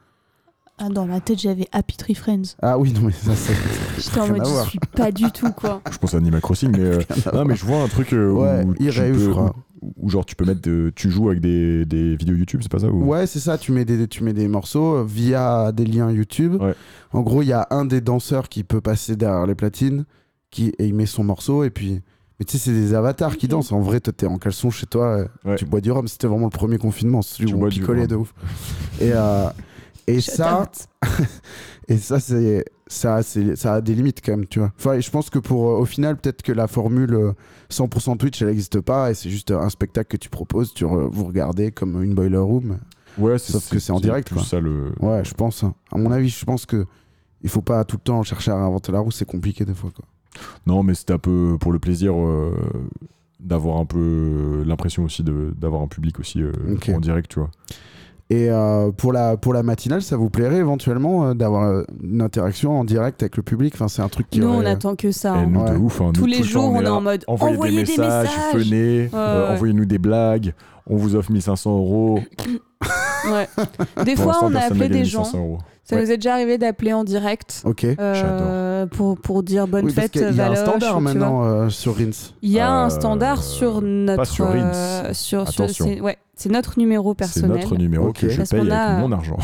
Speaker 7: Ah, dans ma tête, j'avais Happy Tree
Speaker 3: [LAUGHS]
Speaker 7: Friends.
Speaker 3: Ah oui, non mais ça
Speaker 4: [LAUGHS]
Speaker 3: c'est.
Speaker 7: J'étais en
Speaker 3: Rien à
Speaker 7: mode, je
Speaker 3: voir.
Speaker 7: suis pas du tout, quoi.
Speaker 4: Je pense à Animal Crossing,
Speaker 3: [LAUGHS]
Speaker 4: mais euh, non, mais je vois un truc euh,
Speaker 3: Ouais,
Speaker 4: où, tu
Speaker 3: e-rave, je
Speaker 4: peux-
Speaker 3: crois.
Speaker 4: où- où genre tu peux mettre, de- tu joues avec des, des vidéos YouTube, c'est pas ça ou-
Speaker 3: Ouais, c'est ça. Tu mets des, tu mets des morceaux euh, via des liens YouTube.
Speaker 4: Ouais.
Speaker 3: En gros, il y a un des danseurs qui peut passer derrière les platines, qui et il met son morceau et puis. Mais tu sais, c'est des avatars qui dansent. En vrai, toi, t'es en caleçon chez toi, euh,
Speaker 4: Ouais.
Speaker 3: tu bois du rhum. C'était vraiment le premier confinement, celui
Speaker 4: Tu
Speaker 3: où on
Speaker 4: bois du
Speaker 3: picolait
Speaker 4: rhum.
Speaker 3: de ouf. Et, euh, et ça, et ça, c'est ça, c'est ça a des limites quand même, tu vois. Enfin, et je pense que pour euh, au final, peut-être que la formule euh, 100% Twitch, elle n'existe pas et c'est juste un spectacle que tu proposes, tu re- vous regardez comme une boiler room.
Speaker 4: Ouais,
Speaker 3: Sauf que c'est en direct,
Speaker 4: plus
Speaker 3: quoi.
Speaker 4: ça le.
Speaker 3: Ouais, je pense. hein. À mon avis, je pense que il faut pas tout le temps chercher à inventer la roue, c'est compliqué des fois. Quoi.
Speaker 4: Non, mais c'est un peu pour le plaisir euh, d'avoir un peu euh, l'impression aussi de- d'avoir un public aussi euh,
Speaker 3: Ok.
Speaker 4: en direct, tu vois.
Speaker 3: Et euh, pour, la, pour la matinale, ça vous plairait éventuellement euh, d'avoir euh, une interaction en direct avec le public enfin, C'est un truc qui.
Speaker 5: Nous, on
Speaker 3: aurait- euh,
Speaker 5: attend que ça.
Speaker 4: Et
Speaker 5: hein.
Speaker 4: nous,
Speaker 3: Ouais.
Speaker 4: de ouf. hein,
Speaker 5: Tous
Speaker 4: nous,
Speaker 5: les
Speaker 4: tout le
Speaker 5: jours,
Speaker 4: temps,
Speaker 5: on est
Speaker 4: là.
Speaker 5: en mode
Speaker 4: Envoyez,
Speaker 6: Envoyez
Speaker 4: des
Speaker 6: des
Speaker 4: messages,
Speaker 6: messages.
Speaker 4: venez, euh,
Speaker 5: ouais.
Speaker 4: envoyez-nous des blagues, on vous offre 1500 euros.
Speaker 5: Ouais. Des
Speaker 4: Pour
Speaker 5: fois,
Speaker 4: l'instant,
Speaker 5: on a
Speaker 4: personne n'a
Speaker 5: appelé
Speaker 4: gagné
Speaker 5: des gens.
Speaker 4: 1500 euros.
Speaker 5: Ça
Speaker 4: Ouais.
Speaker 5: nous est déjà arrivé d'appeler en direct
Speaker 3: Ok.
Speaker 5: euh, pour, pour dire bonne
Speaker 3: oui, parce
Speaker 5: fête,
Speaker 3: qu'il y a un
Speaker 5: Valoche,
Speaker 3: standard
Speaker 5: tu vois.
Speaker 3: maintenant euh, sur Rins.
Speaker 5: Il y a un
Speaker 4: Euh,
Speaker 5: standard sur notre.
Speaker 4: sur Rins.
Speaker 5: euh, sur, sur-
Speaker 4: Attention.
Speaker 5: c'est, ouais, c'est notre numéro
Speaker 4: C'est
Speaker 5: personnel.
Speaker 4: notre numéro
Speaker 3: Ok.
Speaker 4: que je
Speaker 5: Parce
Speaker 4: paye
Speaker 5: qu'on
Speaker 4: avec
Speaker 5: a-
Speaker 3: [LAUGHS]
Speaker 4: mon argent.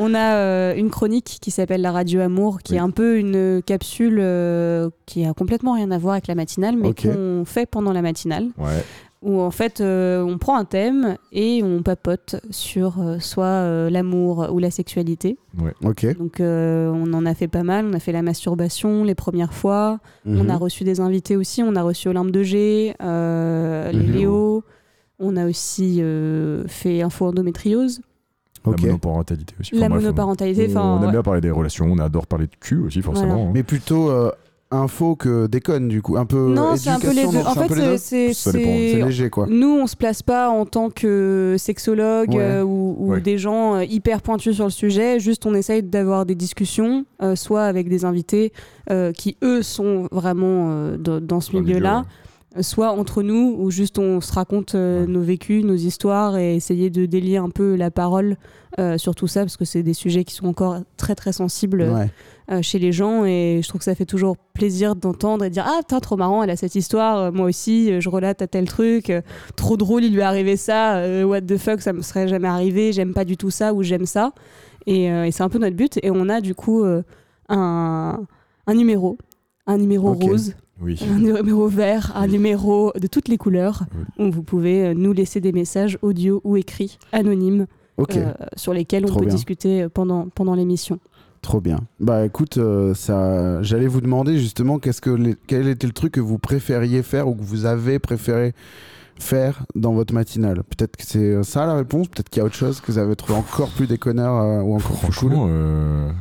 Speaker 5: On a euh, une chronique qui s'appelle La Radio Amour, qui
Speaker 4: Oui.
Speaker 5: est un peu une capsule euh, qui a complètement rien à voir avec la matinale, mais
Speaker 3: Ok.
Speaker 5: qu'on fait pendant la matinale.
Speaker 4: Ouais.
Speaker 5: où en fait euh, on prend un thème et on papote sur euh, soit euh, l'amour ou la sexualité.
Speaker 3: Ok.
Speaker 5: Donc euh, on en a fait pas mal, on a fait la masturbation les premières fois, on
Speaker 3: Mhm.
Speaker 5: a reçu des invités aussi, on a reçu Olympe de G, euh, les
Speaker 3: Mhm.
Speaker 5: Léo, on a aussi euh, fait info endométriose,
Speaker 3: Ok.
Speaker 4: La monoparentalité aussi.
Speaker 5: la
Speaker 4: Enfin, bref, on-
Speaker 5: monoparentalité, enfin
Speaker 4: on aime
Speaker 5: ouais.
Speaker 4: bien parler des relations, on adore parler de cul aussi, forcément. hein.
Speaker 3: Mais plutôt euh, info que déconne, du coup. Un peu.
Speaker 5: Non, c'est un peu les
Speaker 3: éducation,
Speaker 5: deux.
Speaker 3: non,
Speaker 5: En
Speaker 3: c'est un
Speaker 5: fait,
Speaker 3: peu les deux
Speaker 5: c'est-
Speaker 4: Ça dépend.
Speaker 5: c'est-
Speaker 3: C'est léger, quoi.
Speaker 5: Nous, on se place pas en tant que sexologue
Speaker 3: Ouais.
Speaker 5: euh, ou, ou
Speaker 4: Ouais.
Speaker 5: des gens euh, hyper pointus sur le sujet. Juste, on essaye d'avoir des discussions, euh, soit avec des invités euh, qui, eux, sont vraiment euh, dans, dans ce
Speaker 4: Dans le milieu,
Speaker 5: milieu-là, euh, soit entre nous, où juste on se raconte euh,
Speaker 4: Ouais.
Speaker 5: nos vécus, nos histoires, et essayer de délier un peu la parole euh, sur tout ça, parce que c'est des sujets qui sont encore très, très sensibles
Speaker 3: Ouais.
Speaker 5: euh, chez les gens et je trouve que ça fait toujours plaisir d'entendre et de dire ah putain trop marrant elle a cette histoire euh, moi aussi euh, je relate à tel truc euh, trop drôle il lui est arrivé ça euh, what the fuck ça me serait jamais arrivé j'aime pas du tout ça ou j'aime ça et, euh, et c'est un peu notre but et on a du coup euh, un, un numéro un numéro
Speaker 3: Ok.
Speaker 5: rose
Speaker 4: Oui.
Speaker 5: un numéro vert un
Speaker 4: Oui.
Speaker 5: numéro de toutes les couleurs où vous pouvez euh, nous laisser des messages audio ou écrits anonymes
Speaker 3: Ok.
Speaker 5: euh, sur lesquels on
Speaker 3: Trop
Speaker 5: peut
Speaker 3: bien.
Speaker 5: discuter pendant, pendant l'émission
Speaker 3: Trop bien. Bah écoute, euh, ça, j'allais vous demander justement qu'est-ce que les- quel était le truc que vous préfériez faire ou que vous avez préféré faire dans votre matinale. Peut-être que c'est euh, ça la réponse, peut-être qu'il y a autre chose que vous avez trouvé encore plus déconneur euh, ou encore plus cool.
Speaker 4: Franchement, euh,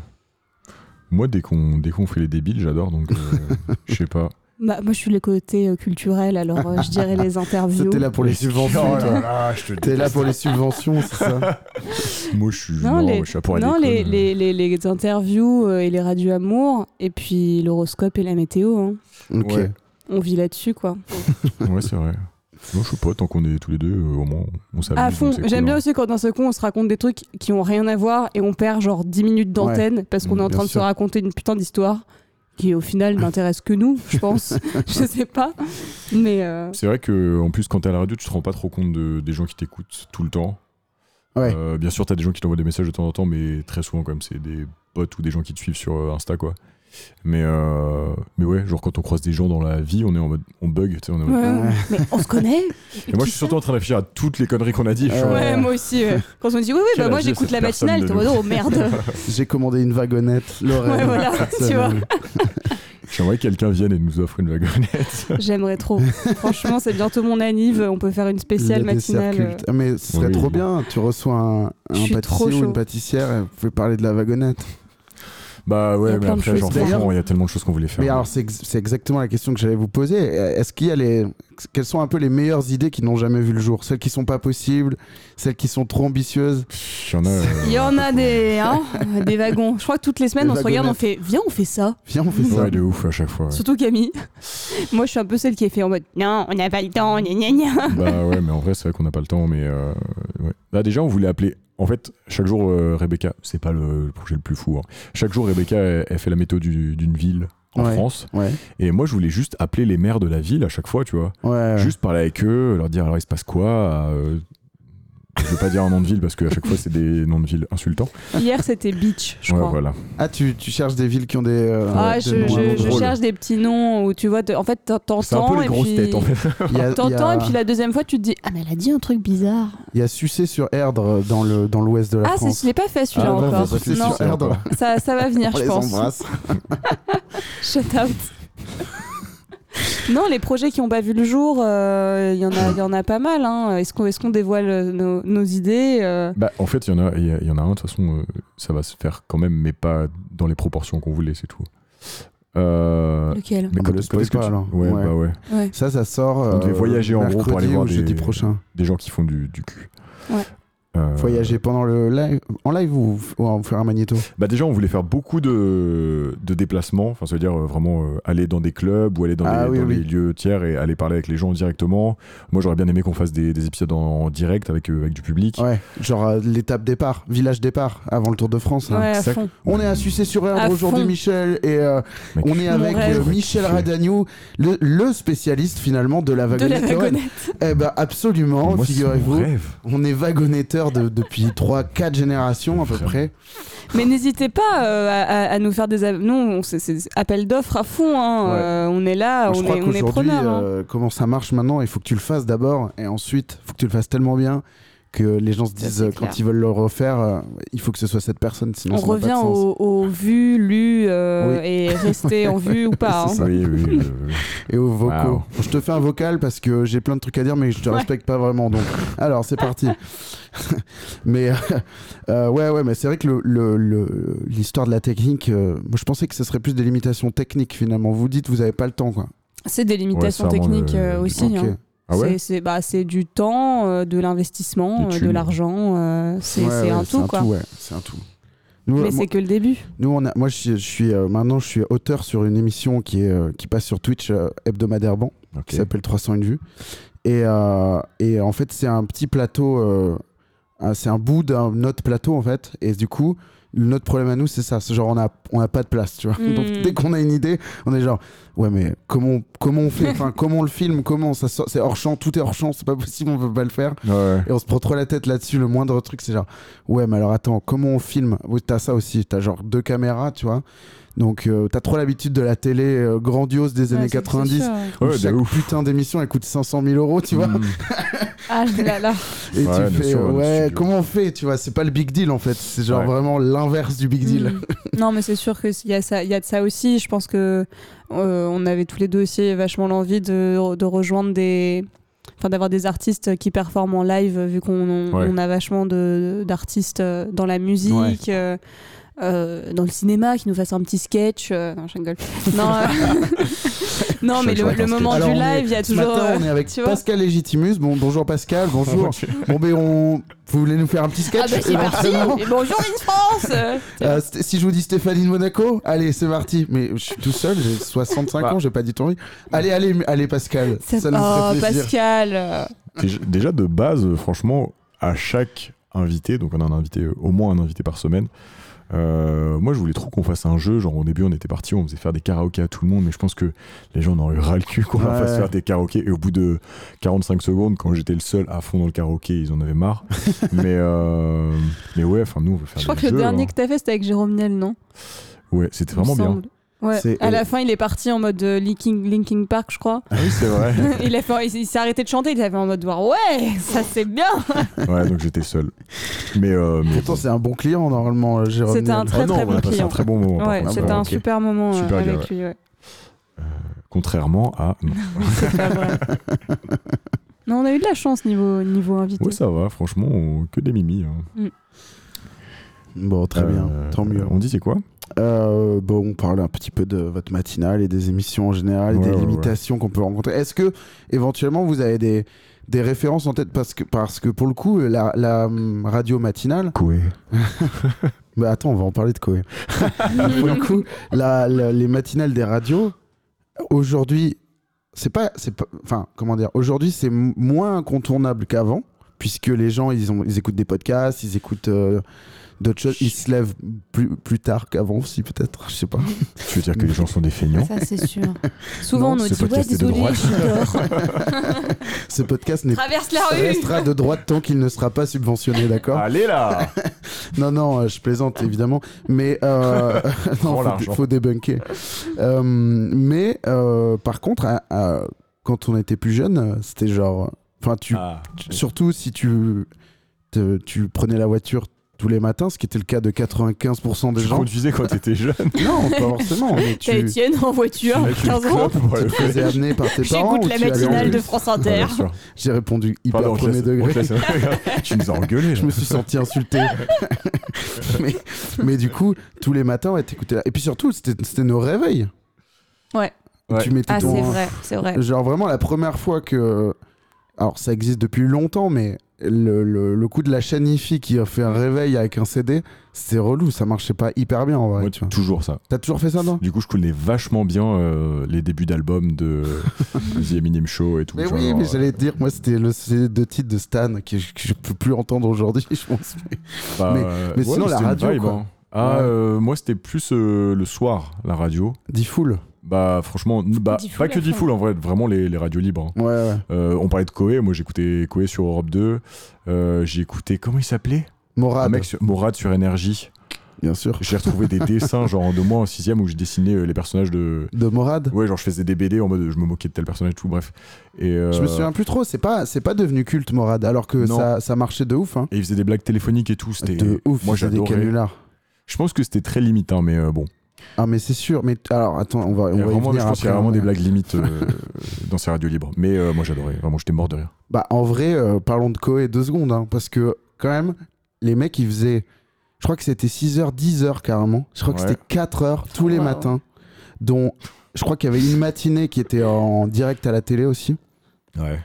Speaker 4: moi, dès qu'on dès qu'on fait les débiles, j'adore, donc euh, [LAUGHS] je sais pas.
Speaker 5: Bah, moi, je suis le côté euh, culturel, alors euh, je
Speaker 4: [LAUGHS]
Speaker 5: dirais les interviews.
Speaker 3: C'était là pour les subventions.
Speaker 4: Oh là
Speaker 3: toi.
Speaker 4: là, je te
Speaker 3: T'es là
Speaker 4: déteste.
Speaker 3: pour les subventions, c'est ça
Speaker 4: Moi, je suis.
Speaker 5: Non,
Speaker 4: Non,
Speaker 5: les-
Speaker 4: je suis là pour
Speaker 5: non,
Speaker 4: aller
Speaker 5: les, les, les, les interviews euh, et les radios amour, et puis l'horoscope et la météo. hein.
Speaker 3: Ok.
Speaker 4: Ouais.
Speaker 5: On vit là-dessus, quoi.
Speaker 4: Ouais, c'est vrai. Non, je sais pas, tant qu'on est tous les deux, euh, au moins, on s'amuse.
Speaker 5: À
Speaker 4: donc
Speaker 5: fond.
Speaker 4: c'est cool,
Speaker 5: J'aime bien
Speaker 4: hein.
Speaker 5: aussi quand dans ce con, on se raconte des trucs qui ont rien à voir et on perd genre 10 minutes d'antenne parce qu'on
Speaker 4: Mm,
Speaker 5: est en
Speaker 3: bien
Speaker 5: train de se
Speaker 3: sûr.
Speaker 5: raconter une putain d'histoire qui
Speaker 4: [LAUGHS]
Speaker 5: au final n'intéresse que nous, je pense. [LAUGHS] je sais pas. Mais euh,
Speaker 4: C'est vrai que, en plus, quand t'es à la radio, tu te rends pas trop compte de- des gens qui t'écoutent tout le temps.
Speaker 3: Ouais.
Speaker 4: Euh, bien sûr, t'as des gens qui t'envoient des messages de temps en temps, mais très souvent, quand même, c'est des potes ou des gens qui te suivent sur euh, Insta, quoi. Mais, euh, mais ouais, genre quand on croise des gens dans la vie, on est en mode. On bug, tu sais. on est en mode-
Speaker 5: ouais. mais on se connaît.
Speaker 4: Et moi, je suis surtout en train d'afficher à toutes les conneries qu'on a dit. je suis en
Speaker 3: Euh,
Speaker 5: Ouais,
Speaker 4: mode,
Speaker 5: moi aussi.
Speaker 4: [LAUGHS]
Speaker 5: ouais. Quand on dit oui, oui,
Speaker 4: Quel
Speaker 5: bah moi
Speaker 4: âge est
Speaker 5: j'écoute
Speaker 4: cette
Speaker 5: la
Speaker 4: personne
Speaker 5: matinale,
Speaker 4: de
Speaker 5: t'es en mode,
Speaker 4: nous [LAUGHS]
Speaker 5: oh merde. [LAUGHS]
Speaker 3: J'ai commandé une wagonnette, Lorraine.
Speaker 5: Ouais, voilà,
Speaker 3: cette
Speaker 5: tu
Speaker 3: semaine.
Speaker 4: J'aimerais que quelqu'un vienne et nous offre une wagonnette.
Speaker 5: J'aimerais trop. Franchement, c'est bientôt mon anniv. On peut faire une spéciale
Speaker 3: Le dessert
Speaker 5: matinale. euh.
Speaker 3: culte. Ah, mais ce serait
Speaker 4: Oui.
Speaker 3: trop bien. Tu reçois un, un
Speaker 5: Je suis trop
Speaker 3: pâtissier ou
Speaker 5: chaud.
Speaker 3: une pâtissière et vous pouvez parler de la wagonnette.
Speaker 4: [LAUGHS] Bah
Speaker 5: Il y
Speaker 4: ouais,
Speaker 5: a
Speaker 4: mais
Speaker 5: plein de
Speaker 4: après,
Speaker 5: choses
Speaker 4: genre,
Speaker 3: d'ailleurs.
Speaker 4: franchement, il y a tellement de choses qu'on voulait faire.
Speaker 3: Mais alors, c'est ex- c'est exactement la question que j'allais vous poser. Euh, Est-ce qu'il y a les. Quelles sont un peu les meilleures idées qui n'ont jamais vu le jour Celles qui sont pas possibles, celles qui sont trop ambitieuses.
Speaker 4: Pff, Il y en a. euh,
Speaker 5: Il y en a des, hein, des wagons. Je crois que toutes les semaines,
Speaker 3: Des
Speaker 5: on se regarde, on fait viens, on fait ça.
Speaker 3: Viens, on fait ça.
Speaker 4: Ouais, de ouf à chaque fois. ouais.
Speaker 5: Surtout Camille. Moi, je suis un peu celle qui est fait en mode non, on n'a pas le temps, gna gna gna.
Speaker 4: bah ouais, mais en vrai, c'est vrai qu'on n'a pas le temps, mais euh, ouais. Là, déjà, on voulait appeler. En fait, chaque jour, euh, Rebecca, c'est pas le, le projet le plus fou. hein. Chaque jour, Rebecca, elle, elle fait la météo du- d'une ville en
Speaker 3: Ouais.
Speaker 4: France.
Speaker 3: Ouais.
Speaker 4: Et moi, je voulais juste appeler les maires de la ville à chaque fois, tu vois.
Speaker 3: Ouais, ouais.
Speaker 4: Juste parler avec eux, leur dire alors il se passe quoi euh, Je veux pas dire un nom de ville parce qu'à chaque fois, c'est des noms de ville insultants.
Speaker 5: Hier, c'était Beach, je
Speaker 4: ouais,
Speaker 5: crois.
Speaker 4: voilà.
Speaker 3: Ah, tu, tu cherches des villes qui ont des. euh,
Speaker 5: Ah,
Speaker 3: des
Speaker 5: je,
Speaker 3: noms
Speaker 5: je-
Speaker 3: vraiment
Speaker 5: je
Speaker 3: drôles.
Speaker 5: cherche des petits noms où tu vois, t- en fait, t'en-
Speaker 4: C'est un peu
Speaker 5: t'entends
Speaker 4: les
Speaker 5: et
Speaker 4: grosses
Speaker 5: puis.
Speaker 4: têtes, en fait.
Speaker 3: Il y a- il y a-
Speaker 5: T'entends et puis la deuxième fois, tu te dis ah, mais elle a dit un truc bizarre.
Speaker 3: Il y a Sucé sur Erdre euh, dans l'ouest dans l'ouest de la
Speaker 5: Ah, c'est-
Speaker 3: France.
Speaker 5: je l'ai pas fait celui-là
Speaker 4: Ah, non,
Speaker 5: encore.
Speaker 4: c'est
Speaker 3: Sucé
Speaker 5: Non,
Speaker 3: sur Erdre.
Speaker 5: ça, ça va venir,
Speaker 3: On
Speaker 5: je
Speaker 3: les
Speaker 5: pense.
Speaker 3: embrasse.
Speaker 5: Shut out. non, les projets qui n'ont pas vu le jour, euh, il y en a, il y en a pas mal. hein. Est-ce qu'on, est-ce qu'on dévoile euh, nos, nos idées euh,
Speaker 4: Bah, en fait, il y en a, il y a- il y en a un. De toute façon, euh, ça va se faire quand même, mais pas dans les proportions qu'on voulait, c'est tout. Euh,
Speaker 6: Lequel
Speaker 4: mais
Speaker 3: Ah,
Speaker 4: quand-
Speaker 3: bah, le
Speaker 4: quand
Speaker 3: spoil
Speaker 4: est-ce que
Speaker 3: pas,
Speaker 4: tu-
Speaker 3: alors.
Speaker 4: Ouais,
Speaker 3: Ouais.
Speaker 4: bah ouais.
Speaker 3: Ça, ça sort. euh,
Speaker 4: On devait voyager, en gros, pour
Speaker 3: mercredi
Speaker 4: aller voir
Speaker 3: ou
Speaker 4: des- euh,
Speaker 3: jeudi prochain.
Speaker 4: Des gens qui font du, du cul.
Speaker 5: Ouais.
Speaker 4: Euh,
Speaker 3: Voyager pendant le live, en live ou, ou en faire un magnéto
Speaker 4: Bah déjà, on voulait faire beaucoup de, de déplacements. Enfin, c'est-à-dire euh, vraiment euh, aller dans des clubs ou aller dans,
Speaker 3: Ah
Speaker 4: des,
Speaker 3: oui,
Speaker 4: dans
Speaker 3: oui.
Speaker 4: les lieux tiers et aller parler avec les gens directement. Moi, j'aurais bien aimé qu'on fasse des, des épisodes en, en direct avec, euh, avec du public.
Speaker 3: Ouais, genre euh, l'étape départ, village départ, avant le Tour de France.
Speaker 5: Ouais,
Speaker 3: là.
Speaker 5: à
Speaker 4: ça-
Speaker 5: fond.
Speaker 3: On est à Sucé-sur-Erdre
Speaker 5: À fond.
Speaker 3: aujourd'hui, Michel, et euh,
Speaker 4: Mec,
Speaker 3: on est avec
Speaker 5: rêve.
Speaker 3: euh, Michel Radagnou, le, le spécialiste finalement de la
Speaker 5: De la
Speaker 3: wagonnette.
Speaker 5: wagonnette.
Speaker 3: Eh ben absolument,
Speaker 4: moi, c'est mon
Speaker 3: figurez-vous.
Speaker 4: rêve.
Speaker 3: On est wagonnetteur de- depuis [LAUGHS] 3-4 générations à peu
Speaker 4: Vraiment.
Speaker 3: près.
Speaker 5: Mais n'hésitez pas euh, à, à- à nous faire des a- nous on- c'est, c'est appel d'offres à fond. hein.
Speaker 3: Ouais.
Speaker 5: Euh, on est là,
Speaker 3: je
Speaker 5: on
Speaker 3: crois
Speaker 5: est, on est
Speaker 3: qu'aujourd'hui,
Speaker 5: preneurs, hein.
Speaker 3: euh, comment ça marche maintenant, il faut que tu le fasses d'abord, et ensuite, il faut que tu le fasses tellement bien que les gens se disent
Speaker 5: c'est
Speaker 3: euh,
Speaker 5: clair.
Speaker 3: quand ils veulent le refaire, euh, il faut que ce soit cette personne, sinon
Speaker 5: On
Speaker 3: ça n'a pas de
Speaker 5: revient
Speaker 3: sens.
Speaker 5: au, au vu, lu euh, et rester en
Speaker 3: [LAUGHS]
Speaker 5: vue ou pas. hein.
Speaker 3: C'est ça.
Speaker 4: Oui, oui, oui, oui.
Speaker 3: Et aux vocaux.
Speaker 4: Wow.
Speaker 3: Je te fais un vocal parce que j'ai plein de trucs à dire, mais je te
Speaker 5: Ouais.
Speaker 3: respecte pas vraiment. Donc, alors c'est
Speaker 5: [LAUGHS]
Speaker 3: parti. mais euh, euh, ouais, ouais, mais c'est vrai que l'histoire le, le- l'histoire de la technique, euh, moi je pensais que ce serait plus des limitations techniques finalement. Vous dites, vous avez pas le temps, quoi.
Speaker 5: C'est des limitations
Speaker 4: Ouais, c'est vraiment
Speaker 5: techniques
Speaker 4: le-
Speaker 5: euh,
Speaker 4: le-
Speaker 5: aussi.
Speaker 3: Ok.
Speaker 5: hein.
Speaker 4: Ah ouais
Speaker 5: C'est- c'est, bah, c'est du temps, euh, de
Speaker 4: Des
Speaker 5: l'investissement, euh, de
Speaker 4: thunes.
Speaker 5: l'argent. euh, c'est,
Speaker 3: Ouais,
Speaker 5: c'est
Speaker 3: ouais,
Speaker 5: un tout, quoi.
Speaker 3: ouais, c'est un tout. Nous,
Speaker 5: Mais
Speaker 3: euh, moi,
Speaker 5: c'est que le début.
Speaker 3: nous, on a, moi, je suis, je suis, euh, maintenant, je suis auteur sur une émission qui est euh, qui passe sur Twitch euh, hebdomadaire bon.
Speaker 4: Ok.
Speaker 3: qui s'appelle 301 vues. Et, euh, et en fait, c'est un petit plateau, euh, un- c'est un bout d'un autre plateau en fait. Et du coup, notre problème à nous, c'est ça. C'est genre, on a, on a pas de place, tu vois.
Speaker 5: Mm.
Speaker 3: Donc, dès qu'on a une idée, on est genre, ouais, mais comment, comment on fait Enfin, comment on le filme Comment ça sort C'est hors champ, tout est hors champ, c'est pas possible, on peut pas le faire.
Speaker 4: Ouais.
Speaker 3: Et on se prend trop la tête là-dessus. Le moindre truc, c'est genre, ouais, mais alors attends, comment on filme Oui, T'as ça aussi. T'as genre deux caméras, tu vois. Donc, euh, t'as trop l'habitude de la télé euh, grandiose des années 90. où
Speaker 4: Ouais, de
Speaker 3: chaque
Speaker 4: ouf.
Speaker 3: putain d'émission, elle coûte 500 000 euros, tu vois.
Speaker 4: Mm.
Speaker 5: Ah là là.
Speaker 3: Et
Speaker 4: Ouais,
Speaker 3: tu
Speaker 4: bien
Speaker 3: fais,
Speaker 4: sûr,
Speaker 3: euh,
Speaker 4: ouais,
Speaker 3: ouais,
Speaker 4: le studio.
Speaker 3: comment on fait Tu vois, c'est pas le big deal en fait. C'est genre
Speaker 4: Ouais.
Speaker 3: vraiment l'inverse du big deal.
Speaker 5: Mm. Non, mais c'est sûr qu'il y, a ça- il y a de ça aussi. Je pense que euh, on avait tous les deux aussi vachement l'envie de, de rejoindre des. Enfin, d'avoir des artistes qui performent en live, vu qu'on on-
Speaker 4: Ouais.
Speaker 5: on a vachement de- d'artistes euh, dans la musique,
Speaker 3: Ouais.
Speaker 5: euh, euh, dans le cinéma, qui nous fassent un petit sketch. euh, non, je
Speaker 3: [LAUGHS]
Speaker 5: rigole. Non, euh, non,
Speaker 4: Je-
Speaker 5: mais
Speaker 4: je
Speaker 5: le,
Speaker 4: raconte
Speaker 5: le
Speaker 4: un
Speaker 5: moment
Speaker 3: Alors,
Speaker 5: du
Speaker 3: on est-
Speaker 5: live, il y a
Speaker 3: Ce
Speaker 5: toujours.
Speaker 3: matin,
Speaker 5: euh,
Speaker 3: on est avec
Speaker 5: tu vois.
Speaker 3: Pascal Legitimus. Bon, bonjour Pascal,
Speaker 4: [LAUGHS]
Speaker 3: bonjour. bon, ben, on... vous voulez nous faire un petit sketch
Speaker 5: Ah bah c'est parti
Speaker 3: Absolument.
Speaker 5: Et Bonjour in France euh,
Speaker 3: Euh, St- Si je vous dis Stéphanie de Monaco, allez, c'est parti. Mais je suis tout seul, j'ai 65
Speaker 4: Bah.
Speaker 3: ans, j'ai pas dit ton nom. Allez, allez, m- allez Pascal.
Speaker 5: ça-
Speaker 3: Ça nous
Speaker 5: Oh
Speaker 3: fait plaisir.
Speaker 5: Pascal euh,
Speaker 4: Déjà- Déjà de base, euh, franchement, à chaque invité, donc on a un invité, euh, au moins un invité par semaine. euh, moi, je voulais trop qu'on fasse un jeu. Genre, au début, on était parti, on faisait faire des karaokés à tout le monde, mais je pense que les gens en auraient ras le cul qu'on leur
Speaker 3: Ouais.
Speaker 4: fasse faire des karaokés. Et au bout de 45 secondes, quand j'étais le seul à fond dans le karaoké, ils en avaient [LAUGHS] marre. mais, euh, mais ouais, enfin, nous, on veut faire
Speaker 5: Je crois
Speaker 4: des
Speaker 5: que le
Speaker 4: jeux,
Speaker 5: dernier
Speaker 4: hein.
Speaker 5: que t'as fait c'était avec Jérôme Niel, non
Speaker 4: Ouais, c'était
Speaker 5: Il me
Speaker 4: vraiment bien.
Speaker 5: semble. Ouais.
Speaker 3: C'est-
Speaker 5: À la fin, il est parti en mode euh, Linkin, Linkin Park, je crois.
Speaker 4: Ah oui, c'est vrai.
Speaker 5: il a fait- il s'est arrêté de chanter, il avait en mode voir ouais, ça c'est bien.
Speaker 4: [LAUGHS] ouais, donc j'étais seul. Mais. euh, mais
Speaker 3: Pourtant, c'est un bon client normalement, Jérôme.
Speaker 5: C'était un
Speaker 3: Niel.
Speaker 5: très
Speaker 4: Oh non,
Speaker 5: très
Speaker 4: on
Speaker 5: bon
Speaker 4: a passé un
Speaker 5: client.
Speaker 4: très bon moment. par
Speaker 5: Ouais,
Speaker 4: contre.
Speaker 5: c'était un
Speaker 4: Ok.
Speaker 5: super moment euh,
Speaker 4: Super gars,
Speaker 5: avec lui. ouais.
Speaker 4: Contrairement à. non.
Speaker 5: C'est pas vrai. Non, on a eu de la chance niveau niveau invité.
Speaker 4: Ouais, ça va, franchement, on- que des mimi. hein.
Speaker 3: Bon, très bien,
Speaker 4: Euh,
Speaker 3: tant mieux.
Speaker 4: On dit c'est quoi
Speaker 3: Euh, bon, on parle un petit peu de votre matinale et des émissions en général, et
Speaker 4: Ouais,
Speaker 3: des
Speaker 4: ouais,
Speaker 3: limitations qu'on peut rencontrer. Est-ce que éventuellement vous avez des, des références en tête parce que, parce que pour le coup, la, la, hum, radio matinale.
Speaker 4: Coué.
Speaker 3: Bah attends, on va en parler de Koé. pour le coup, la- la- les matinales des radios, aujourd'hui, c'est pas. c'est pas- Enfin, comment dire Aujourd'hui, c'est m- moins incontournable qu'avant, puisque les gens, ils, ont, ils écoutent des podcasts, ils écoutent. euh, D'autres choses, ils se lèvent plus, plus tard qu'avant aussi, peut-être, je sais pas.
Speaker 4: Tu veux dire que les gens sont des feignants
Speaker 6: Ça, c'est sûr.
Speaker 5: [LAUGHS] Souvent,
Speaker 4: Non,
Speaker 5: on nous
Speaker 4: ce
Speaker 5: dit ouais,
Speaker 4: podcast est de
Speaker 5: désolé,
Speaker 4: droite.
Speaker 5: je dors.
Speaker 3: Ce podcast n'est
Speaker 5: Traverse la rue.
Speaker 3: restera de droite tant qu'il ne sera pas subventionné, d'accord
Speaker 4: Allez là
Speaker 3: Non, non, euh, je plaisante évidemment, mais
Speaker 4: [LAUGHS]
Speaker 3: euh, [LAUGHS] non, faut-
Speaker 4: Prends
Speaker 3: faut,
Speaker 4: l'argent.
Speaker 3: débunker. Euh, mais euh, par contre, à- à- quand on était plus jeune, euh, c'était genre, enfin, tu,
Speaker 4: Ah, tu-
Speaker 3: surtout si tu, te- tu prenais la voiture tous les matins, ce qui était le cas de 95% des
Speaker 4: tu
Speaker 3: gens.
Speaker 4: conduisais quand
Speaker 3: [LAUGHS]
Speaker 4: t'étais jeune
Speaker 3: Non, pas forcément.
Speaker 5: [LAUGHS]
Speaker 3: mais
Speaker 5: T'as
Speaker 3: tu,
Speaker 5: Étienne en voiture,
Speaker 4: Tu mets une
Speaker 5: 15 ans.
Speaker 4: clope pour
Speaker 3: tu
Speaker 4: aller
Speaker 3: te faisais amener par
Speaker 5: [LAUGHS]
Speaker 3: tes parents.
Speaker 5: J'écoute
Speaker 3: ou
Speaker 5: la
Speaker 3: tu allais en
Speaker 5: matinale
Speaker 3: bus
Speaker 5: de France
Speaker 4: Ah,
Speaker 5: Inter.
Speaker 4: bien sûr.
Speaker 3: J'ai répondu hyper
Speaker 4: Pardon, on te
Speaker 3: premier
Speaker 4: laisse-
Speaker 3: degré.
Speaker 4: on
Speaker 3: [LAUGHS]
Speaker 4: te laisse- tu nous as engueulés.
Speaker 3: je me suis senti
Speaker 4: [LAUGHS]
Speaker 3: insulté. mais, mais du coup, tous les matins, ouais, t'écoutais là. Et puis surtout, c'était c'était nos réveils.
Speaker 5: Ouais.
Speaker 4: Ouais.
Speaker 3: Tu mettais
Speaker 5: Ah, c'est
Speaker 3: ton-
Speaker 5: vrai, c'est vrai.
Speaker 3: Genre vraiment la première fois que. Alors, ça existe depuis longtemps, mais le, le, le coup de la chaîne IFI qui a fait un réveil avec un CD, c'est relou. Ça marchait pas hyper bien en vrai.
Speaker 4: Moi,
Speaker 3: tu vois.
Speaker 4: toujours ça.
Speaker 3: T'as toujours fait ça, non
Speaker 4: Du coup, je connais vachement bien euh, les débuts d'albums
Speaker 3: [LAUGHS]
Speaker 4: de The Eminem Show et tout.
Speaker 3: mais
Speaker 4: genre,
Speaker 3: oui, mais
Speaker 4: euh,
Speaker 3: j'allais te dire, moi c'était le CD de titre de Stan que je, que je peux plus entendre aujourd'hui, [LAUGHS] je pense.
Speaker 4: bah,
Speaker 3: mais-
Speaker 4: euh,
Speaker 3: mais sinon, la
Speaker 4: c'était une
Speaker 3: radio, quoi.
Speaker 4: hein. Ah,
Speaker 3: Ouais.
Speaker 4: euh, moi, c'était plus euh, le soir, la radio.
Speaker 3: Diffoul.
Speaker 4: Bah, franchement, n- bah,
Speaker 6: Diffoul,
Speaker 4: pas que
Speaker 6: la fin.
Speaker 4: Diffoul, en vrai, vraiment les, les radios libres. hein.
Speaker 3: Ouais, ouais.
Speaker 4: Euh, on parlait de Koé, moi j'écoutais Koé sur Europe 2. Euh, j'ai écouté, comment il s'appelait Un
Speaker 3: Morad,
Speaker 4: mec, sur, Morad sur Énergie.
Speaker 3: bien sûr.
Speaker 4: J'ai retrouvé des dessins, genre en deux mois, en sixième, où je dessinais euh, les personnages de.
Speaker 3: De Morad
Speaker 4: Ouais, genre je faisais des BD en mode je me moquais de tel personnage, tout, bref. Et, euh,
Speaker 3: Je me souviens plus trop, c'est pas, c'est pas devenu culte Morad, alors que
Speaker 4: Non.
Speaker 3: ça, ça marchait de ouf. Hein.
Speaker 4: Et il faisait des blagues téléphoniques et tout. C'était.
Speaker 3: De ouf,
Speaker 4: moi
Speaker 3: c'était des
Speaker 4: j'adorais.
Speaker 3: canulars.
Speaker 4: Je pense que c'était très limite, hein, mais euh, bon.
Speaker 3: Ah mais c'est sûr, mais t- alors attends, on va, Euh, on
Speaker 4: Il y a
Speaker 3: va y
Speaker 4: vraiment,
Speaker 3: venir
Speaker 4: je pense qu'il y a
Speaker 3: après,
Speaker 4: vraiment
Speaker 3: hein.
Speaker 4: des blagues limites
Speaker 3: [LAUGHS]
Speaker 4: euh, dans ces radios libres. Mais euh, moi j'adorais, vraiment, j'étais mort de rire.
Speaker 3: Bah en vrai, euh, parlons de Koé deux secondes, hein, parce que quand même, les mecs ils faisaient, je crois que c'était 6h, 10h carrément, je crois que
Speaker 4: Ouais.
Speaker 3: c'était 4h tous les
Speaker 5: Wow.
Speaker 3: matins, dont je crois qu'il y avait une matinée qui était en direct à la télé aussi.
Speaker 4: Ouais.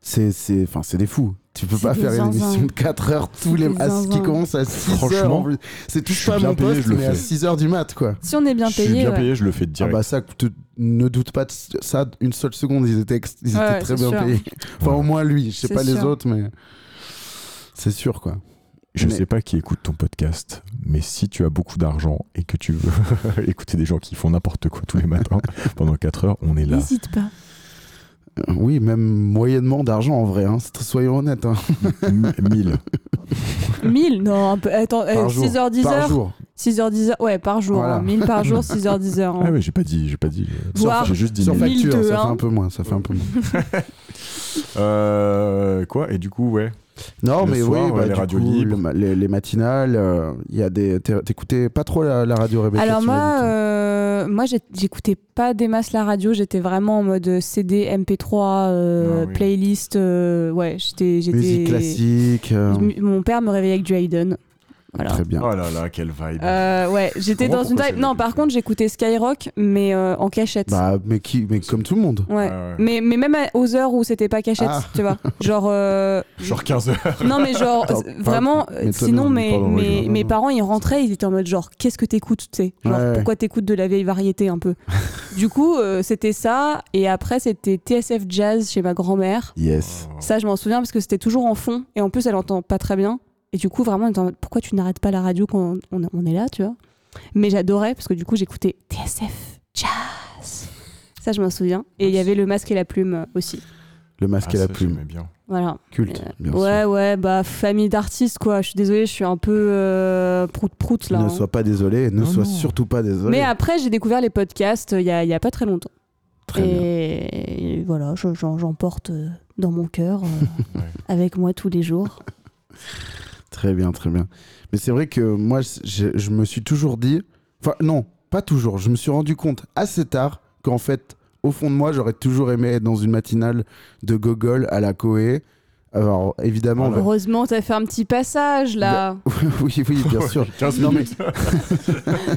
Speaker 3: C'est c'est- enfin, c'est des fous. Tu peux
Speaker 6: C'est
Speaker 3: pas
Speaker 6: des
Speaker 3: faire une
Speaker 6: zinzins.
Speaker 3: émission de 4 heures tous
Speaker 6: C'est
Speaker 3: les
Speaker 6: des
Speaker 3: matins qui
Speaker 6: zinzins.
Speaker 3: commence à 6
Speaker 4: Franchement,
Speaker 3: heures. C'est tout
Speaker 4: je suis
Speaker 3: pas
Speaker 4: bien
Speaker 3: mon
Speaker 4: payé,
Speaker 3: poste,
Speaker 4: je le
Speaker 3: mais à
Speaker 4: fais.
Speaker 3: 6 heures du mat quoi.
Speaker 5: Si on est bien
Speaker 4: je suis
Speaker 5: payé,
Speaker 4: bien
Speaker 5: ouais.
Speaker 4: payé, je le fais
Speaker 3: Ah
Speaker 4: direct.
Speaker 3: bah ça, tu ne doute pas de ça une seule seconde, ils étaient, ex- ils
Speaker 5: Ouais,
Speaker 3: étaient
Speaker 5: ouais,
Speaker 3: très
Speaker 5: c'est
Speaker 3: bien
Speaker 5: sûr.
Speaker 3: payés. Enfin
Speaker 4: Ouais.
Speaker 3: au moins lui, je sais
Speaker 5: C'est
Speaker 3: pas les
Speaker 5: sûr.
Speaker 3: autres, mais c'est sûr quoi.
Speaker 4: Je
Speaker 3: Mais-
Speaker 4: sais pas qui écoute ton podcast, mais si tu as beaucoup d'argent et que tu veux [LAUGHS] écouter des gens qui font n'importe quoi tous
Speaker 3: [LAUGHS]
Speaker 4: les matins pendant 4 heures, on est là.
Speaker 7: N'hésite pas.
Speaker 3: Euh, Oui, même moyennement d'argent en vrai, hein. C'est- soyons honnêtes. hein.
Speaker 4: [LAUGHS] M- 1000.
Speaker 5: 1000 Non, un peu- attends, euh,
Speaker 3: Par jour.
Speaker 5: 6h,
Speaker 3: Par
Speaker 5: 10h
Speaker 3: jour.
Speaker 5: 6h, 10h, ouais, par jour.
Speaker 3: Voilà.
Speaker 5: hein, 1000 par
Speaker 3: [LAUGHS]
Speaker 5: jour, 6h, 10h. hein.
Speaker 4: Ah oui, j'ai pas dit, j'ai pas dit.
Speaker 5: Voir.
Speaker 4: J'ai juste dit.
Speaker 3: Sur
Speaker 4: mille.
Speaker 5: Mille
Speaker 3: facture,
Speaker 5: deux,
Speaker 3: ça fait
Speaker 5: hein.
Speaker 3: un peu moins, ça fait un peu moins.
Speaker 4: Euh, quoi Et du coup, ouais.
Speaker 3: Non,
Speaker 4: Le
Speaker 3: mais
Speaker 4: soir,
Speaker 3: oui, bah,
Speaker 4: les
Speaker 3: du
Speaker 4: radios
Speaker 3: coup,
Speaker 4: libres.
Speaker 3: le ma- les, les matinales, euh, il y a des. t'é- T'écoutais pas trop la, la radio Rebecca
Speaker 5: Alors
Speaker 3: tu m'as
Speaker 5: moi,
Speaker 3: dit,
Speaker 5: euh, moi j'ai- j'écoutais pas des masses la radio, j'étais vraiment en mode CD, MP3, euh,
Speaker 4: Ah oui.
Speaker 5: playlist, euh, ouais, j'étais...
Speaker 3: toi. Musique
Speaker 5: j'étais-
Speaker 3: classique. euh,
Speaker 5: M- Mon père me réveillait avec du Hayden. Voilà.
Speaker 3: Très bien.
Speaker 4: Oh là là, quelle vibe.
Speaker 5: Euh, ouais, j'étais
Speaker 4: comprends
Speaker 5: dans une
Speaker 4: pourquoi
Speaker 5: vibe.
Speaker 4: ça
Speaker 5: Non,
Speaker 4: lui-
Speaker 5: par contre, j'écoutais Skyrock, mais euh, en cachette.
Speaker 3: Bah, mais, qui, mais comme tout le monde.
Speaker 5: ouais.
Speaker 4: Ah ouais.
Speaker 5: Mais, mais même à- aux heures où c'était pas cachette,
Speaker 3: Ah.
Speaker 5: tu vois. Genre. euh,
Speaker 4: Genre 15 heures.
Speaker 5: Non, mais genre,
Speaker 3: Pardon,
Speaker 5: euh, vraiment, euh,
Speaker 3: mais toi,
Speaker 5: sinon,
Speaker 3: non,
Speaker 5: mes,
Speaker 3: pardon, oui,
Speaker 5: mes,
Speaker 3: non,
Speaker 5: mes
Speaker 3: non.
Speaker 5: parents, ils rentraient, ils étaient en mode genre, qu'est-ce que t'écoutes, tu sais Genre,
Speaker 3: Ouais, ouais.
Speaker 5: pourquoi t'écoutes de la vieille variété
Speaker 3: [LAUGHS]
Speaker 5: un peu Du coup, euh, c'était ça, et après, c'était TSF Jazz chez ma grand-mère.
Speaker 3: Yes.
Speaker 5: Ça, je m'en souviens parce que c'était toujours en fond, et en plus, elle entend pas très bien. Et du coup, vraiment, elle était en mode, pourquoi tu n'arrêtes pas la radio quand on, on est là, tu vois Mais j'adorais, parce que du coup, j'écoutais TSF Jazz. Ça, je m'en souviens. Et il y avait le masque et la plume euh, aussi.
Speaker 3: Le masque
Speaker 4: Ah,
Speaker 3: et la
Speaker 4: ça,
Speaker 3: plume.
Speaker 4: j'aimais bien.
Speaker 5: Voilà.
Speaker 3: Culte, bien
Speaker 5: Euh, Ouais, ouais, bah famille d'artistes quoi. Je suis désolée, je suis un peu euh, prout-prout
Speaker 3: sûr.
Speaker 5: là.
Speaker 3: Ne
Speaker 5: hein.
Speaker 3: sois pas désolé, ne
Speaker 4: Non,
Speaker 3: sois
Speaker 4: non.
Speaker 3: surtout pas désolé.
Speaker 5: Mais après, j'ai découvert les podcasts euh, il y a, il y a pas très longtemps.
Speaker 3: Très bien.
Speaker 5: et voilà, je- j'en j'en porte euh, dans mon cœur, euh,
Speaker 3: [LAUGHS]
Speaker 4: Ouais.
Speaker 5: avec moi tous les jours.
Speaker 3: Très bien, très bien. Mais c'est vrai que moi, c- je, je me suis toujours dit. Enfin, non, pas toujours. Je me suis rendu compte assez tard qu'en fait, au fond de moi, j'aurais toujours aimé être dans une matinale de gogol à la Coé. Alors, évidemment,
Speaker 4: Ah
Speaker 3: on va-
Speaker 5: Heureusement, t'as fait un petit passage là.
Speaker 3: [LAUGHS] oui, oui,
Speaker 5: [LAUGHS]
Speaker 3: bien sûr.
Speaker 4: 15
Speaker 3: Non, mais-
Speaker 4: minutes.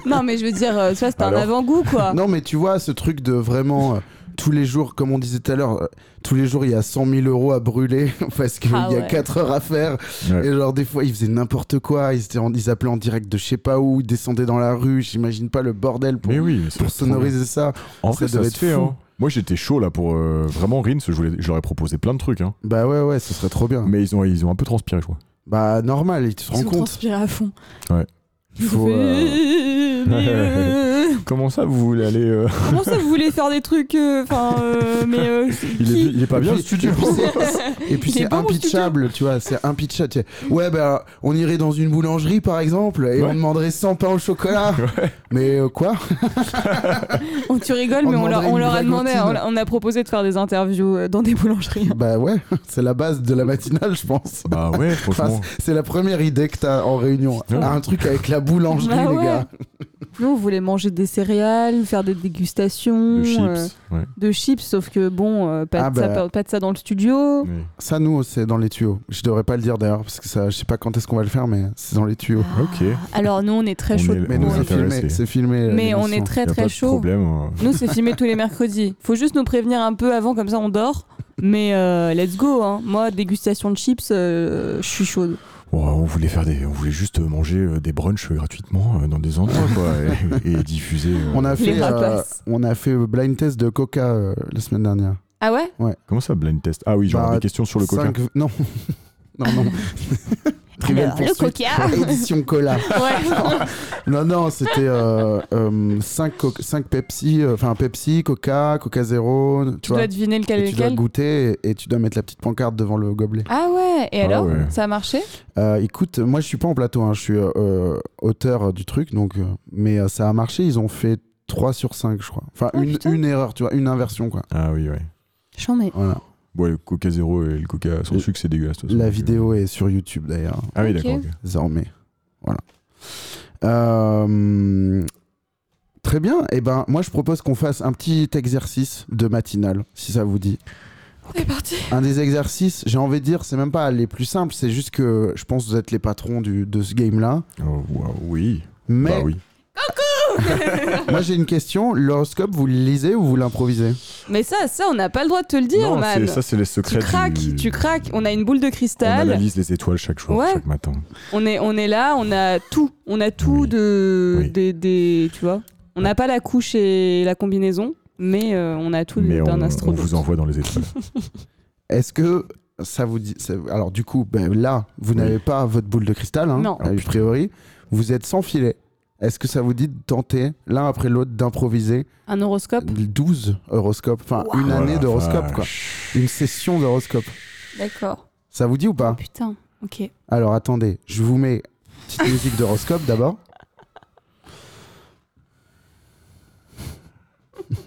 Speaker 5: non, mais je veux dire, euh, tu vois, c'était un
Speaker 4: Alors
Speaker 5: avant-goût quoi.
Speaker 3: Non, mais tu vois, ce truc de vraiment. euh, Tous les jours, comme on disait tout à l'heure, euh, tous les jours il y a 100 000 euros à brûler [LAUGHS] parce qu'il
Speaker 5: Ah
Speaker 3: y a
Speaker 5: ouais.
Speaker 3: 4 heures à faire.
Speaker 4: Ouais.
Speaker 3: Et genre, des fois, ils faisaient n'importe quoi. Ils, étaient en- ils appelaient en direct de je sais pas où, ils descendaient dans la rue. J'imagine pas le bordel pour,
Speaker 4: Mais oui, mais ça
Speaker 3: pour
Speaker 4: se trouve.
Speaker 3: sonoriser ça.
Speaker 4: En
Speaker 3: Ça
Speaker 4: vrai, ça,
Speaker 3: doit
Speaker 4: se
Speaker 3: être
Speaker 4: fait.
Speaker 3: fou.
Speaker 4: hein. Moi, j'étais chaud là pour euh, vraiment Rins. Je, voulais, je leur ai proposé plein de trucs, hein.
Speaker 3: Bah ouais, ouais, ce serait trop bien.
Speaker 4: mais ils ont, ils ont un peu transpiré, je crois.
Speaker 3: Bah normal, il te
Speaker 7: Ils
Speaker 3: rend
Speaker 7: sont
Speaker 3: compte.
Speaker 7: transpirés à fond.
Speaker 3: Il faut, euh, [LAUGHS]
Speaker 4: Comment ça, vous voulez aller euh,
Speaker 5: euh, Comment ça, vous voulez faire des trucs, euh, enfin, euh, mais euh,
Speaker 4: il, est,
Speaker 5: qui-
Speaker 4: il est pas bien le studio.
Speaker 3: Et puis c'est- Et puis
Speaker 5: Il est
Speaker 3: c'est
Speaker 5: bon, mon
Speaker 3: impitchable, tu vois, c'est impitchable. tu sais. Ouais, bah on irait dans une boulangerie par exemple et
Speaker 4: Ouais.
Speaker 3: on demanderait 100 pains au chocolat. Mais euh, quoi
Speaker 5: Oh, tu rigoles,
Speaker 3: On
Speaker 5: mais on, leur,
Speaker 3: demanderait
Speaker 5: on
Speaker 3: une
Speaker 5: leur a
Speaker 3: vraie
Speaker 5: demandé, on,
Speaker 3: cantine.
Speaker 5: l'a- on a proposé de faire des interviews euh, dans des boulangeries.
Speaker 3: Bah ouais, [LAUGHS] c'est la base de la matinale, je pense.
Speaker 4: Bah
Speaker 3: [LAUGHS]
Speaker 4: ouais,
Speaker 3: Enfin,
Speaker 4: franchement.
Speaker 3: c'est- c'est la première idée que t'as en réunion. Ah,
Speaker 4: Ouais.
Speaker 3: Un truc avec la boulangerie,
Speaker 5: Bah
Speaker 3: les
Speaker 5: ouais.
Speaker 3: gars.
Speaker 5: [LAUGHS] Nous, on voulait manger des céréales, faire des dégustations
Speaker 4: De chips.
Speaker 5: euh,
Speaker 4: ouais.
Speaker 5: de chips, sauf que bon, euh, pas,
Speaker 3: Ah
Speaker 5: de ça,
Speaker 3: bah.
Speaker 5: pas, pas de ça dans le studio.
Speaker 4: Oui.
Speaker 3: Ça, nous, c'est dans les tuyaux. Je devrais pas le dire d'ailleurs, parce que ça, je sais pas quand est-ce qu'on va le faire, mais c'est dans les
Speaker 5: Ah.
Speaker 3: tuyaux.
Speaker 4: Ah, Ok.
Speaker 5: Alors, nous, on est très
Speaker 4: On
Speaker 5: chaud.
Speaker 4: est-
Speaker 3: Mais
Speaker 4: on
Speaker 3: nous,
Speaker 4: est
Speaker 3: c'est filmé.
Speaker 4: intéressés.
Speaker 3: C'est filmé. euh,
Speaker 5: Mais on
Speaker 3: l'émission.
Speaker 5: est très
Speaker 4: Y a pas
Speaker 5: très
Speaker 4: de
Speaker 5: chaud.
Speaker 4: problème. hein.
Speaker 5: Nous, c'est filmé tous les mercredis. Faut juste nous prévenir un peu avant, comme ça, on dort. Mais euh, let's go, hein. Moi, dégustation de chips, euh, je suis chaude.
Speaker 4: Ouais, on voulait faire des, on voulait juste manger euh, des brunchs gratuitement euh, dans des endroits
Speaker 3: [LAUGHS]
Speaker 4: quoi, et, et diffuser. euh,
Speaker 3: On a
Speaker 5: Les
Speaker 3: fait, euh,
Speaker 5: rapaces.
Speaker 3: on a fait blind test de coca euh, la semaine dernière.
Speaker 5: Ah ouais
Speaker 4: Comment ça blind test Ah oui, genre
Speaker 3: Bah,
Speaker 4: des questions sur le coca.
Speaker 3: Cinq- Non, [LAUGHS] non,
Speaker 5: [LAUGHS]
Speaker 3: non. Trivial
Speaker 5: Alors, Ah, le
Speaker 3: Pursuit, [LAUGHS]
Speaker 5: coca
Speaker 3: Édition cola.
Speaker 4: [LAUGHS]
Speaker 5: Ouais.
Speaker 3: Non, non, c'était euh, 5 Pepsi, euh, enfin Pepsi, Coca, Coca Zéro. Tu,
Speaker 5: Tu
Speaker 3: vois,
Speaker 5: dois deviner lequel
Speaker 3: et
Speaker 5: est
Speaker 3: tu dois
Speaker 5: lequel.
Speaker 3: goûter et, et tu dois mettre la petite pancarte devant le gobelet.
Speaker 5: Ah ouais, et
Speaker 4: Ah
Speaker 5: alors
Speaker 4: ouais.
Speaker 5: Ça a marché
Speaker 3: Euh, écoute, moi je suis pas en plateau, hein, je suis euh, euh, auteur euh, du truc, donc, euh, mais euh, ça a marché, ils ont fait 3 sur 5, je crois. Enfin,
Speaker 5: Ah,
Speaker 3: une,
Speaker 5: putain.
Speaker 3: une erreur, tu vois, une inversion, quoi.
Speaker 4: Ah oui, ouais.
Speaker 5: J'en ai.
Speaker 3: Voilà.
Speaker 4: Ouais, le Coca zéro et le Coca sans
Speaker 3: Le-
Speaker 4: sucre, c'est dégueulasse. de toute façon.
Speaker 3: La vidéo est sur YouTube d'ailleurs.
Speaker 4: Ah oui,
Speaker 5: Ok.
Speaker 4: d'accord. ok.
Speaker 3: désormais. Voilà. Euh, Très bien. Et ben, moi, je propose qu'on fasse un petit exercice de matinale, si ça vous dit.
Speaker 7: C'est parti.
Speaker 3: Un des exercices, j'ai envie de dire, c'est même pas les plus simples, c'est juste que je pense que vous êtes les patrons du- de ce game-là.
Speaker 4: Oh, wow, oui.
Speaker 3: Mais
Speaker 4: Bah oui.
Speaker 3: moi, j'ai une question. L'horoscope, vous le lisez ou vous l'improvisez
Speaker 5: Mais ça, ça, on n'a pas le droit de te le dire,
Speaker 4: Non,
Speaker 5: man.
Speaker 4: c'est- ça c'est les
Speaker 5: Tu
Speaker 4: secrets.
Speaker 5: craques,
Speaker 4: du-
Speaker 5: tu craques. On a une boule de
Speaker 4: On
Speaker 5: cristal.
Speaker 4: analyse les étoiles chaque jour,
Speaker 5: Ouais.
Speaker 4: chaque matin.
Speaker 5: On, est, on est là, on a tout. On a tout
Speaker 4: Oui.
Speaker 5: de.
Speaker 4: Oui.
Speaker 5: Des, des- tu vois On n'a pas la couche et la combinaison, mais euh, on a tout
Speaker 4: Mais on,
Speaker 5: d'un
Speaker 4: on
Speaker 5: astronaute.
Speaker 4: vous envoie dans les étoiles.
Speaker 3: Est-ce que ça vous dit. ça- Alors, du coup, ben, là, vous
Speaker 4: Oui.
Speaker 3: n'avez pas votre boule de cristal, hein,
Speaker 5: Non.
Speaker 3: a
Speaker 4: Oh, putain.
Speaker 3: priori. Vous êtes sans filet. Est-ce que ça vous dit de tenter, l'un après l'autre, d'improviser
Speaker 5: Un horoscope
Speaker 3: 12 horoscopes, enfin une
Speaker 4: Oh
Speaker 3: année
Speaker 4: la
Speaker 3: d'horoscope quoi.
Speaker 4: vache.
Speaker 3: Une session d'horoscope.
Speaker 5: D'accord.
Speaker 3: Ça vous dit ou
Speaker 5: Ah.
Speaker 3: pas
Speaker 5: Putain, ok.
Speaker 4: Ah,
Speaker 5: [LAUGHS]
Speaker 3: Alors attendez, je vous mets petite musique d'horoscope d'abord.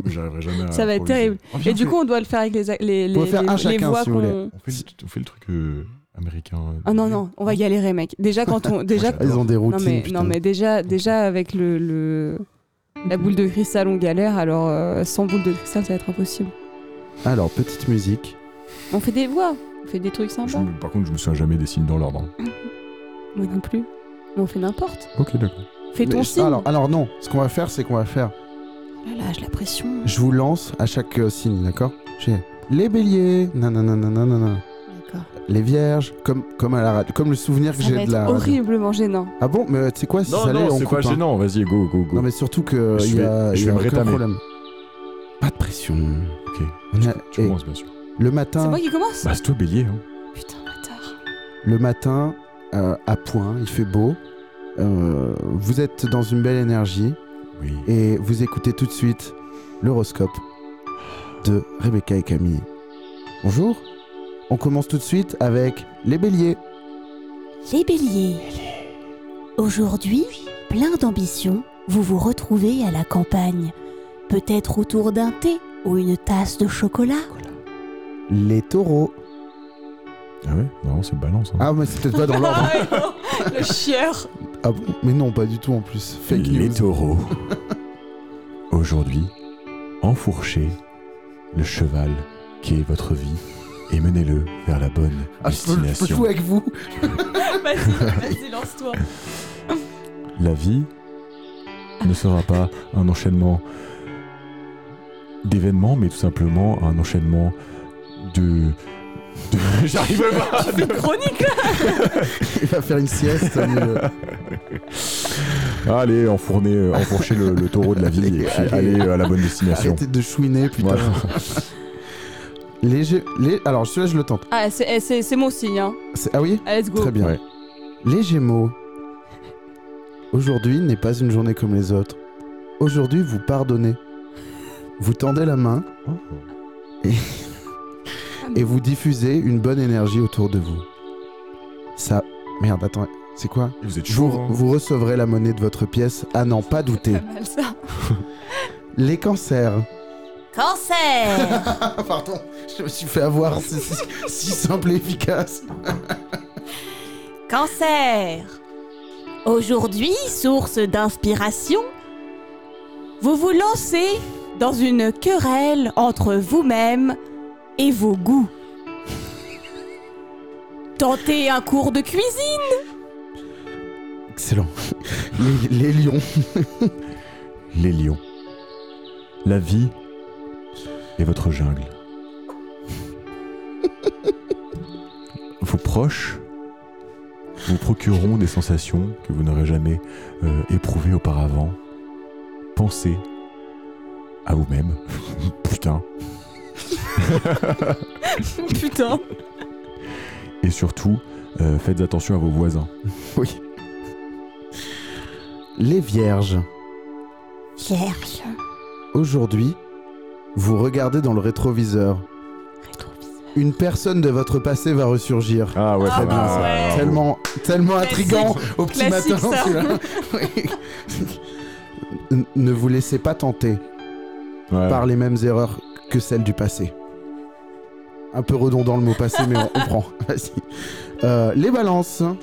Speaker 4: J'arriverai jamais à.
Speaker 5: Ça va être
Speaker 4: improviser.
Speaker 5: terrible.
Speaker 4: Oh, viens,
Speaker 5: Et du
Speaker 4: on
Speaker 5: coup, on doit le faire avec les, les, les,
Speaker 3: Faut faire
Speaker 5: les-
Speaker 3: un
Speaker 5: les
Speaker 3: chacun,
Speaker 5: voix
Speaker 3: si vous voulez.
Speaker 5: qu'on.
Speaker 4: fait- on fait, le- on fait le truc euh, américain. euh,
Speaker 5: Ah non, non, on va galérer, mec. Déjà, quand on.
Speaker 4: [LAUGHS]
Speaker 5: Déjà,
Speaker 3: Ils ont des
Speaker 5: non,
Speaker 3: routines.
Speaker 5: mais,
Speaker 3: putain.
Speaker 5: non, mais déjà, déjà avec le, le- La boule de cristal, on galère. Alors, euh, sans boule de cristal, ça va être impossible.
Speaker 3: Alors, petite musique.
Speaker 5: On fait des voix, on fait des trucs
Speaker 4: je
Speaker 5: sympas.
Speaker 4: me- par contre, je me souviens jamais des signes dans l'ordre. hein.
Speaker 5: Moi non plus. Mais on fait n'importe.
Speaker 4: Ok, d'accord.
Speaker 5: Fais ton
Speaker 3: Mais-
Speaker 5: signe.
Speaker 3: Alors, ah. alors non, ce qu'on va faire, c'est qu'on va faire.
Speaker 5: Oh là là, j'ai la pression.
Speaker 3: Je vous lance à chaque euh, signe, d'accord J'ai les béliers, nanana, nanana,
Speaker 7: D'accord.
Speaker 3: les vierges, comme, comme, à la radio- comme le souvenir
Speaker 7: Ça
Speaker 3: que
Speaker 7: va
Speaker 3: j'ai de
Speaker 7: être
Speaker 3: la. radio.
Speaker 5: Horriblement gênant.
Speaker 3: Ah bon Mais tu sais quoi Si
Speaker 4: Non,
Speaker 3: ça l'est,
Speaker 4: non,
Speaker 3: on
Speaker 4: c'est pas
Speaker 3: coupe, hein.
Speaker 4: gênant. Vas-y, go, go, go.
Speaker 3: Non, mais surtout que
Speaker 4: Je
Speaker 3: il y a,
Speaker 4: vais- je
Speaker 3: il y a
Speaker 4: vais me
Speaker 3: aucun
Speaker 4: rétamer.
Speaker 3: problème. Pas de pression.
Speaker 4: Ok.
Speaker 3: On a-
Speaker 4: Tu
Speaker 3: eh,
Speaker 4: commences, bien sûr.
Speaker 3: le
Speaker 5: C'est
Speaker 3: matin,
Speaker 5: moi qui commence
Speaker 4: Bah, c'est toi, bélier. hein.
Speaker 5: Putain, bâtard.
Speaker 3: le matin, euh, à point, il fait beau. euh, vous êtes dans une belle énergie
Speaker 4: Oui.
Speaker 3: et vous écoutez tout de suite l'horoscope de Rebecca et Camille. Bonjour. On commence tout de suite avec les béliers.
Speaker 6: Les béliers. Aujourd'hui, plein d'ambition, vous vous retrouvez à la campagne. Peut-être autour d'un thé ou une tasse de chocolat.
Speaker 3: Les taureaux.
Speaker 4: Ah ouais Non, c'est balance. hein.
Speaker 3: Ah, mais c'est peut-être pas
Speaker 5: [LAUGHS]
Speaker 3: dans l'ordre.
Speaker 5: Le chieur.
Speaker 3: Ah bon mais non, pas du tout en plus. Fake
Speaker 4: Les
Speaker 3: news. [LAUGHS]
Speaker 4: taureaux. Aujourd'hui, enfourchez le cheval qui est votre vie et menez-le vers la bonne
Speaker 3: Ah, je peux, je peux
Speaker 4: destination.
Speaker 3: jouer avec vous. [LAUGHS]
Speaker 5: Vas-y, vas-y, lance-toi.
Speaker 4: la vie ne sera pas un enchaînement d'événements, mais tout simplement un enchaînement de. de- [LAUGHS] J'arrive pas
Speaker 5: Chronique
Speaker 3: Il va faire une sieste. euh, au milieu.
Speaker 4: Allez, enfournez, euh, enfourchez le, le taureau de la vie [LAUGHS] et puis allez euh, à la bonne destination.
Speaker 3: Arrêtez de chouiner, putain.
Speaker 4: Voilà.
Speaker 3: Les gé- les... Alors, celui-là, je le tente.
Speaker 5: Ah, c'est- eh, c'est c'est mon signe, hein.
Speaker 3: C'est- Ah oui
Speaker 5: Ah, Let's go.
Speaker 3: Très bien.
Speaker 4: Ouais.
Speaker 3: Les Gémeaux. Aujourd'hui n'est pas une journée comme les autres. Aujourd'hui, vous pardonnez. Vous tendez la main et vous diffusez une bonne énergie autour de vous. Ça. Merde, attends, c'est quoi
Speaker 4: Vous êtes
Speaker 3: vous,
Speaker 4: chaud. hein.
Speaker 3: vous recevrez la monnaie de votre pièce à n'en pas douter.
Speaker 5: [LAUGHS] Pas mal ça.
Speaker 3: Les cancers.
Speaker 6: Cancer [LAUGHS]
Speaker 3: Ah, pardon, je me suis fait avoir, c'est si, si simple et efficace.
Speaker 6: Cancer Aujourd'hui, source d'inspiration, vous vous lancez dans une querelle entre vous-même et vos goûts. Tentez un cours de cuisine
Speaker 3: Excellent. Les, les lions.
Speaker 4: Les lions. La vie est votre jungle. Vos proches vous procureront des sensations que vous n'aurez jamais euh, éprouvées auparavant. Pensez à vous-même. [LAUGHS] Putain.
Speaker 5: Putain.
Speaker 4: Et surtout, euh, faites attention à vos voisins.
Speaker 3: Oui. Les vierges.
Speaker 6: Vierge.
Speaker 3: Aujourd'hui, vous regardez dans le rétroviseur. Une personne de votre passé va ressurgir.
Speaker 4: Ah ouais,
Speaker 5: Ah
Speaker 3: très bien, ça.
Speaker 5: ouais.
Speaker 3: Tellement, tellement
Speaker 5: Classique.
Speaker 3: intrigant au petit
Speaker 5: Classique,
Speaker 3: matin.
Speaker 5: ça.
Speaker 3: celui-là. Oui. ne vous laissez pas tenter par les mêmes erreurs que celles du passé. Un peu redondant le mot passé, mais on, on prend. [LAUGHS] Vas-y. Euh, les balances.
Speaker 4: Ah.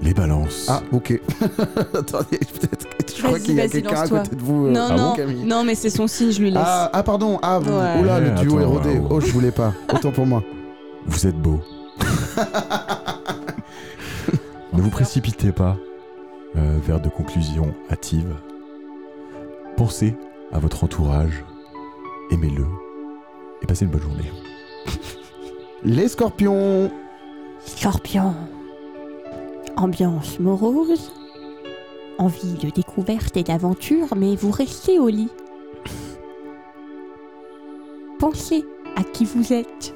Speaker 4: Les balances.
Speaker 3: Ah, ok. [LAUGHS] Attendez, peut-être. que- Je crois
Speaker 5: Vas-y,
Speaker 3: qu'il y a
Speaker 5: vas-y,
Speaker 3: quelqu'un à
Speaker 5: lance-toi.
Speaker 3: côté de vous. euh,
Speaker 5: Non,
Speaker 4: ah bon,
Speaker 5: non,
Speaker 3: Camille
Speaker 5: non, mais c'est son signe, je lui laisse.
Speaker 3: Ah, ah, pardon, ah, vous-
Speaker 5: Ouais.
Speaker 3: oula, le
Speaker 4: Ouais,
Speaker 3: duo est
Speaker 4: attends,
Speaker 3: rodé.
Speaker 4: ouais,
Speaker 3: Oh, je voulais pas. Autant pour
Speaker 4: [LAUGHS]
Speaker 3: moi.
Speaker 4: Vous êtes beau. ne vous précipitez pas euh, vers de conclusions hâtives. Pensez à votre entourage, aimez-le et passez une bonne journée.
Speaker 3: Les scorpions.
Speaker 6: Scorpion. Ambiance morose. Envie de découverte et d'aventure, mais vous restez au lit. Pensez à qui vous êtes.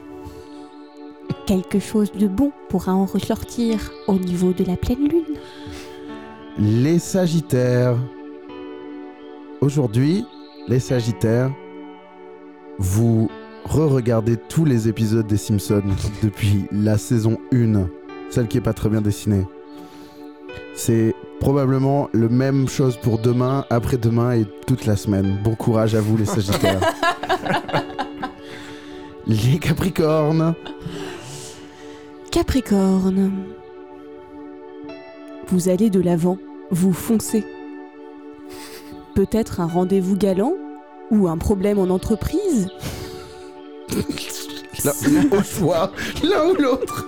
Speaker 6: Quelque chose de bon pourra en ressortir au niveau de la pleine lune.
Speaker 3: Les sagittaires. Aujourd'hui, les sagittaires, vous re-regardez tous les épisodes des [LAUGHS] Simpsons depuis la saison 1, celle qui est pas très bien dessinée. C'est probablement le même chose pour demain, après-demain et toute la semaine. Bon courage à vous les Sagittaires. les Capricornes.
Speaker 5: Capricorne. Vous allez de l'avant, vous foncez. Peut-être un rendez-vous galant ou un problème en entreprise
Speaker 3: Là, au choix, l'un ou l'autre.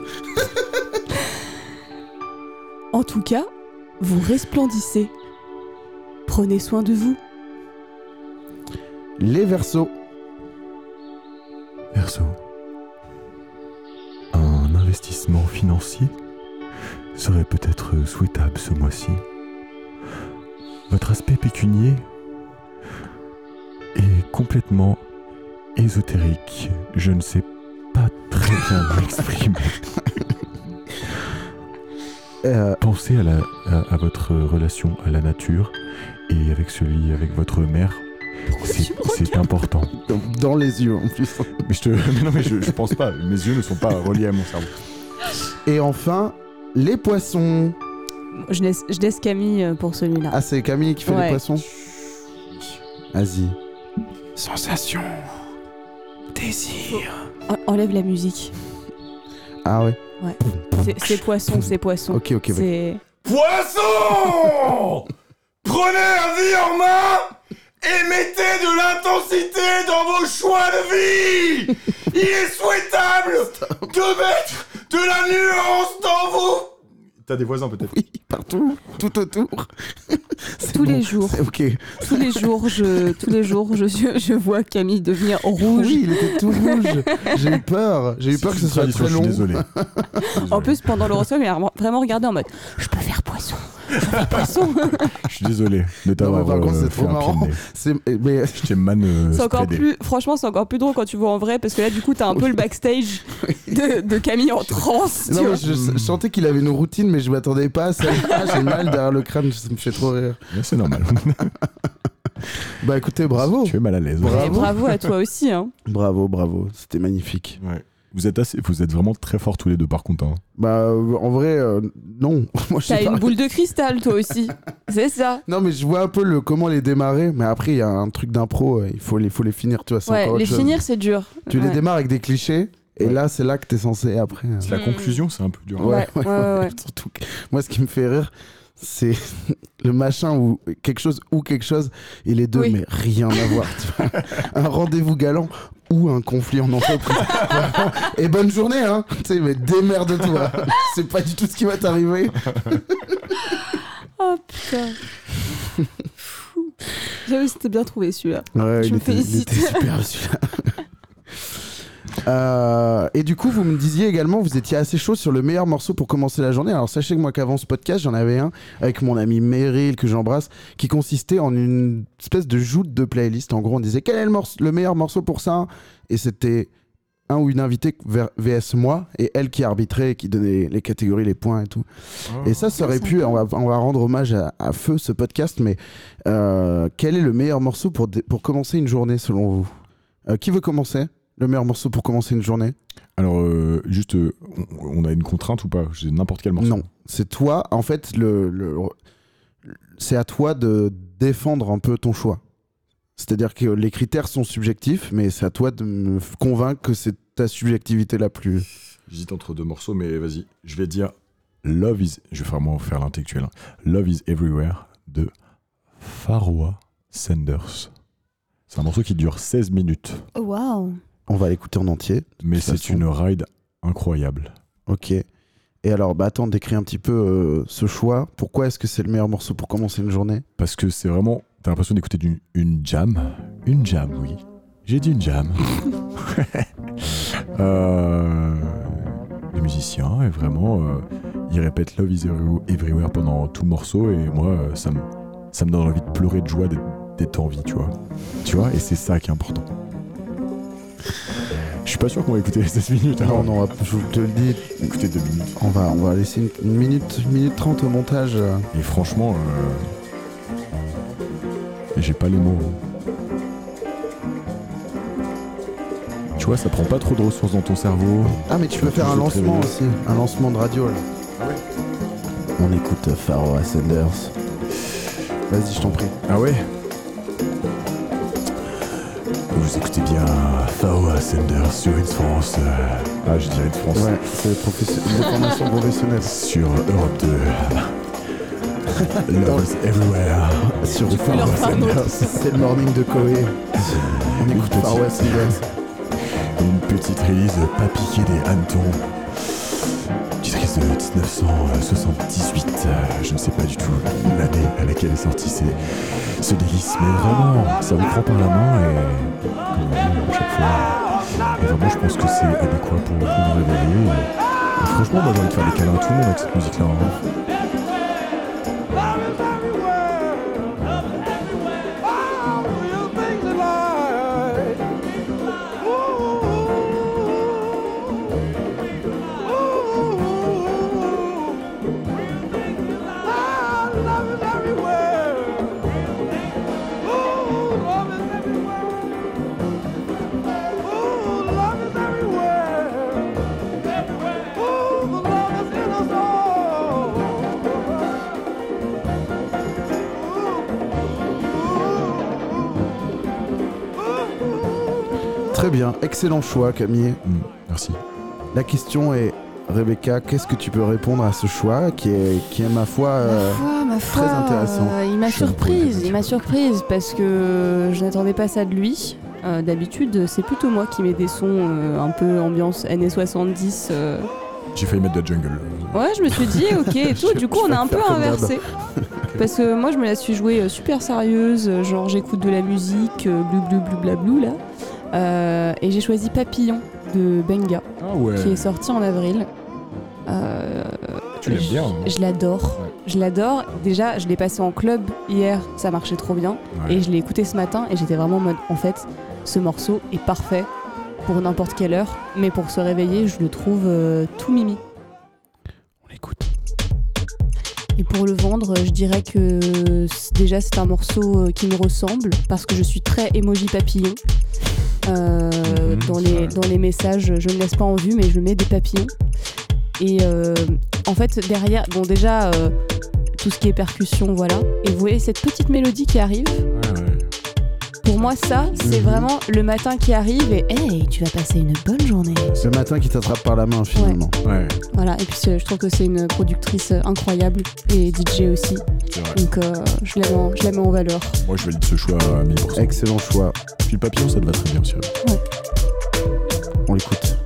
Speaker 5: En tout cas, vous resplendissez. Prenez soin de vous.
Speaker 3: Les Verseaux.
Speaker 4: Perso, un investissement financier serait peut-être souhaitable ce mois-ci. Votre aspect pécunier est complètement ésotérique. Je ne sais pas très bien [LAUGHS] m'exprimer.
Speaker 3: Euh,
Speaker 4: Pensez à, la- à- à votre relation à la nature et avec celui avec votre mère. C'est c'est important.
Speaker 3: dans- dans les yeux en plus.
Speaker 4: Mais je te- [LAUGHS] mais non, mais je, je pense pas. Mes yeux ne sont pas reliés à mon cerveau.
Speaker 3: Et enfin, les Poissons.
Speaker 5: Je laisse, je laisse Camille euh, pour celui-là.
Speaker 3: Ah, c'est Camille qui fait les
Speaker 5: Ouais.
Speaker 3: Poissons Vas-y. Sensation. Désir.
Speaker 5: En- Enlève la musique.
Speaker 3: Ah ouais.
Speaker 5: C'est- C'est poisson, c'est poisson.
Speaker 3: Ok, ok. vas-y.
Speaker 5: C'est-
Speaker 8: Poisson Prenez la vie en main et mettez de l'intensité dans vos choix de vie Il est souhaitable de mettre de la nuance dans vos...
Speaker 4: T'as des voisins peut-être.
Speaker 3: [LAUGHS] Oui, partout, tout autour. [LAUGHS] C'est
Speaker 5: Tous les
Speaker 3: bon,
Speaker 5: jours.
Speaker 3: c'est Ok.
Speaker 5: Tous les jours, je, tous les jours, je, je vois Camille devenir rouge.
Speaker 3: Oui, il était tout rouge. J'ai eu peur. J'ai eu peur que ce soit très long.
Speaker 4: Je
Speaker 3: [LAUGHS]
Speaker 4: suis désolé.
Speaker 5: En plus, pendant l'horoscope, il a vraiment regardé en mode Je peux faire poisson. Je peux faire poisson.
Speaker 3: Euh,
Speaker 4: je suis désolé de t'avoir.
Speaker 3: Non, mais par contre,
Speaker 4: euh,
Speaker 3: c'est
Speaker 4: fait
Speaker 3: trop
Speaker 4: un pied de
Speaker 3: marrant.
Speaker 4: nez.
Speaker 3: C'est- eh, Mais [LAUGHS]
Speaker 4: Je t'ai man. euh,
Speaker 5: C'est encore
Speaker 4: spreadé.
Speaker 5: plus, franchement, c'est encore plus drôle quand tu vois en vrai parce que là, du coup, t'as un peu le backstage de, de Camille en transe.
Speaker 3: Non,
Speaker 5: tu
Speaker 3: mais
Speaker 5: vois.
Speaker 3: je, je sentais qu'il avait une routine, mais je m'attendais pas à ça. Ah, J'ai mal derrière le crâne, ça me fait trop rire.
Speaker 4: Mais C'est normal.
Speaker 3: Bah écoutez, Ah, bravo.
Speaker 4: [LAUGHS] tu es mal à l'aise.
Speaker 3: Bravo.
Speaker 5: Et Eh, bravo à toi aussi. hein.
Speaker 3: Bravo, bravo. C'était magnifique.
Speaker 4: Ouais. Vous êtes assez, vous êtes vraiment très forts tous les deux par contre. hein.
Speaker 3: Bah euh, en vrai, euh, non. [LAUGHS] Moi, je sais
Speaker 5: T'as
Speaker 3: pas.
Speaker 5: une boule de cristal, toi aussi. C'est ça.
Speaker 3: Non, mais je vois un peu le, comment les démarrer. Mais après, il y a un truc d'impro. euh, Il faut les, faut les finir, tu vois. c'est
Speaker 5: Ouais,
Speaker 3: encore autre
Speaker 5: les
Speaker 3: chose.
Speaker 5: finir, c'est dur.
Speaker 3: Tu les
Speaker 5: Ouais.
Speaker 3: démarres avec des clichés. Et
Speaker 4: Ouais.
Speaker 3: là, c'est là que t'es censé après. euh,
Speaker 4: C'est la
Speaker 5: Mm.
Speaker 4: conclusion, c'est un peu dur.
Speaker 5: Ouais, ouais, ouais, ouais.
Speaker 3: Surtout que- moi, ce qui me fait rire, c'est [LAUGHS] le machin ou quelque chose ou quelque chose et les deux,
Speaker 5: Oui.
Speaker 3: mais rien à voir. tu vois.
Speaker 5: [LAUGHS]
Speaker 3: un rendez-vous galant ou un conflit en entreprise. Vraiment. et bonne journée, hein. Tu sais, mais démerde-toi. c'est pas du tout ce qui va t'arriver.
Speaker 5: Oh
Speaker 3: [LAUGHS]
Speaker 5: putain. Fou. J'avoue, c'était bien trouvé celui-là.
Speaker 3: Ouais,
Speaker 5: Je
Speaker 3: il
Speaker 5: me
Speaker 3: était, il
Speaker 5: félicite.
Speaker 3: était
Speaker 5: [LAUGHS]
Speaker 3: super celui-là. Euh, et du coup, vous me disiez également, vous étiez assez chaud sur le meilleur morceau pour commencer la journée. Alors sachez que moi, qu'avant ce podcast, j'en avais un avec mon ami Meryl que j'embrasse, qui consistait en une espèce de joute de playlist. En gros, on disait quel est le, morce- le meilleur morceau pour ça, et c'était un ou une invitée vers- vs moi et elle qui arbitrait, qui donnait les catégories, les points et tout. Et ça, ça aurait pu, on va, on va rendre hommage à, à Feu, ce podcast, mais euh, quel est le meilleur morceau pour, dé- pour commencer une journée selon vous Euh, Qui veut commencer Le meilleur morceau pour commencer une journée
Speaker 4: Alors euh, juste, euh, on, on a une contrainte ou pas J'ai n'importe quel morceau.
Speaker 3: Non, c'est toi, en fait, le, le- c'est à toi de défendre un peu ton choix. C'est-à-dire que les critères sont subjectifs, mais c'est à toi de me convaincre que c'est ta subjectivité la plus...
Speaker 4: J'hésite entre deux morceaux, mais vas-y, je vais dire Love is. Je vais vraiment faire l'intellectuel. hein. Love is Everywhere de Faroa Sanders. C'est un morceau qui dure 16 minutes,
Speaker 7: Oh, Waouh.
Speaker 3: On va l'écouter en entier.
Speaker 4: mais
Speaker 3: toute
Speaker 4: c'est
Speaker 3: façon.
Speaker 4: une ride incroyable.
Speaker 3: Ok. Et alors, bah attends, décris un petit peu euh, ce choix. Pourquoi est-ce que c'est le meilleur morceau pour commencer une journée
Speaker 4: Parce que c'est vraiment. T'as l'impression d'écouter d'une- une jam. Une jam, oui. J'ai dit une jam. Euh, le musicien est vraiment. euh, il répète Love is Every- Everywhere pendant tout le morceau et moi, euh, ça me, ça me donne envie de pleurer de joie d'être- d'être en vie, tu vois. Tu vois, et c'est ça qui est important. Je suis pas sûr qu'on va écouter [LAUGHS] hein. les 16 minutes.
Speaker 3: Non,
Speaker 4: alors.
Speaker 3: non, je te le dis,
Speaker 4: Écouter deux minutes.
Speaker 3: on va, on va laisser une, une minute, une minute trente au montage. euh.
Speaker 4: Et franchement, euh, j'ai pas les mots. hein. Tu vois, ça prend pas trop de ressources dans ton cerveau.
Speaker 3: Ah, mais tu peux faire un
Speaker 4: Je vais te
Speaker 3: lancement
Speaker 4: réveiller.
Speaker 3: aussi, un lancement de radio là. on écoute Pharaoh Sanders. Vas-y, je t'en prie.
Speaker 4: Ah ouais Vous écoutez bien Fawa Sender sur une France. euh, ah, je dirais une France.
Speaker 3: Ouais, c'est professionnel- des formations [LAUGHS] professionnelles.
Speaker 4: Sur Europe [LAUGHS] 2. Love is everywhere.
Speaker 3: Ah, Sur
Speaker 4: Fawa Sanders.
Speaker 3: C'est le morning de Koé. On écoute
Speaker 4: Petite-
Speaker 3: Pharaoh Sanders.
Speaker 4: Une petite release pas piquée des hannetons. Petite release de 1978. euh, Je ne sais pas du tout l'année à laquelle est sorti ces, ce délice. Mais vraiment, ça vous prend par la main et comme on dit à chaque fois. Et vraiment, je pense que c'est adéquat pour pour nous réveiller. Et franchement, moi j'ai envie de faire des câlins à tout le monde avec cette musique-là. hein.
Speaker 9: Oh, Ah,
Speaker 3: Très bien, excellent choix, Camille.
Speaker 4: Mm, Merci.
Speaker 3: La question est, Rebecca, qu'est-ce que tu peux répondre à ce choix qui est, qui est ma foi, euh,
Speaker 5: ma foi,
Speaker 3: très intéressant.
Speaker 5: euh, il m'a
Speaker 4: Je ne
Speaker 5: surprise,
Speaker 4: pourrais
Speaker 5: il m'a surprise parce que je n'attendais pas ça de lui. Euh, D'habitude, c'est plutôt moi qui mets des sons euh, un peu ambiance années 70. euh.
Speaker 4: J'ai failli mettre de la jungle.
Speaker 5: Ouais, je me suis dit, ok,
Speaker 3: [LAUGHS]
Speaker 5: et tout. Du coup, on a un peu
Speaker 3: faire comme d'hab. [LAUGHS]
Speaker 5: inversé. Parce que moi, je me la suis jouée euh, super sérieuse, euh, genre j'écoute de la musique, euh, blu blu blu bla blou, là. Euh, et j'ai choisi Papillon de Benga,
Speaker 4: Ah ouais.
Speaker 5: qui est sorti en avril. Euh,
Speaker 4: Tu l'aimes
Speaker 5: je-
Speaker 4: bien, hein.
Speaker 5: Je l'adore.
Speaker 4: Ouais.
Speaker 5: Je l'adore. Déjà, je l'ai passé en club hier, ça marchait trop bien. Et je l'ai écouté ce matin et j'étais vraiment en mode en fait, ce morceau est parfait pour n'importe quelle heure, mais pour se réveiller, je le trouve euh, tout mimi.
Speaker 3: On écoute.
Speaker 5: Et pour le vendre, je dirais que c'est- déjà c'est un morceau euh, qui me ressemble parce que je suis très emoji papillon. Euh,
Speaker 4: Mhm,
Speaker 5: dans,
Speaker 4: c'est
Speaker 5: les,
Speaker 4: vrai.
Speaker 5: dans les messages, je ne laisse pas en vue, mais je mets des papillons. Et euh, en fait, derrière, bon, déjà euh, tout ce qui est percussion, voilà. Et vous voyez cette petite mélodie qui arrive. Pour moi, ça, c'est
Speaker 3: Mhm.
Speaker 4: Mmh.
Speaker 5: vraiment le matin qui arrive et
Speaker 6: Hey, tu vas passer une bonne journée.
Speaker 3: Ce matin qui t'attrape par la main, finalement.
Speaker 4: ouais. ouais.
Speaker 5: Voilà, et puis c'est- je trouve que c'est une productrice euh, incroyable et DJ aussi.
Speaker 4: C'est vrai.
Speaker 5: Donc euh, je la mets en- je la mets en valeur.
Speaker 4: Moi, je valide ce choix à 1000%.
Speaker 3: Excellent choix,
Speaker 4: Puis le papillon, ça te va très bien aussi.
Speaker 3: on l'écoute.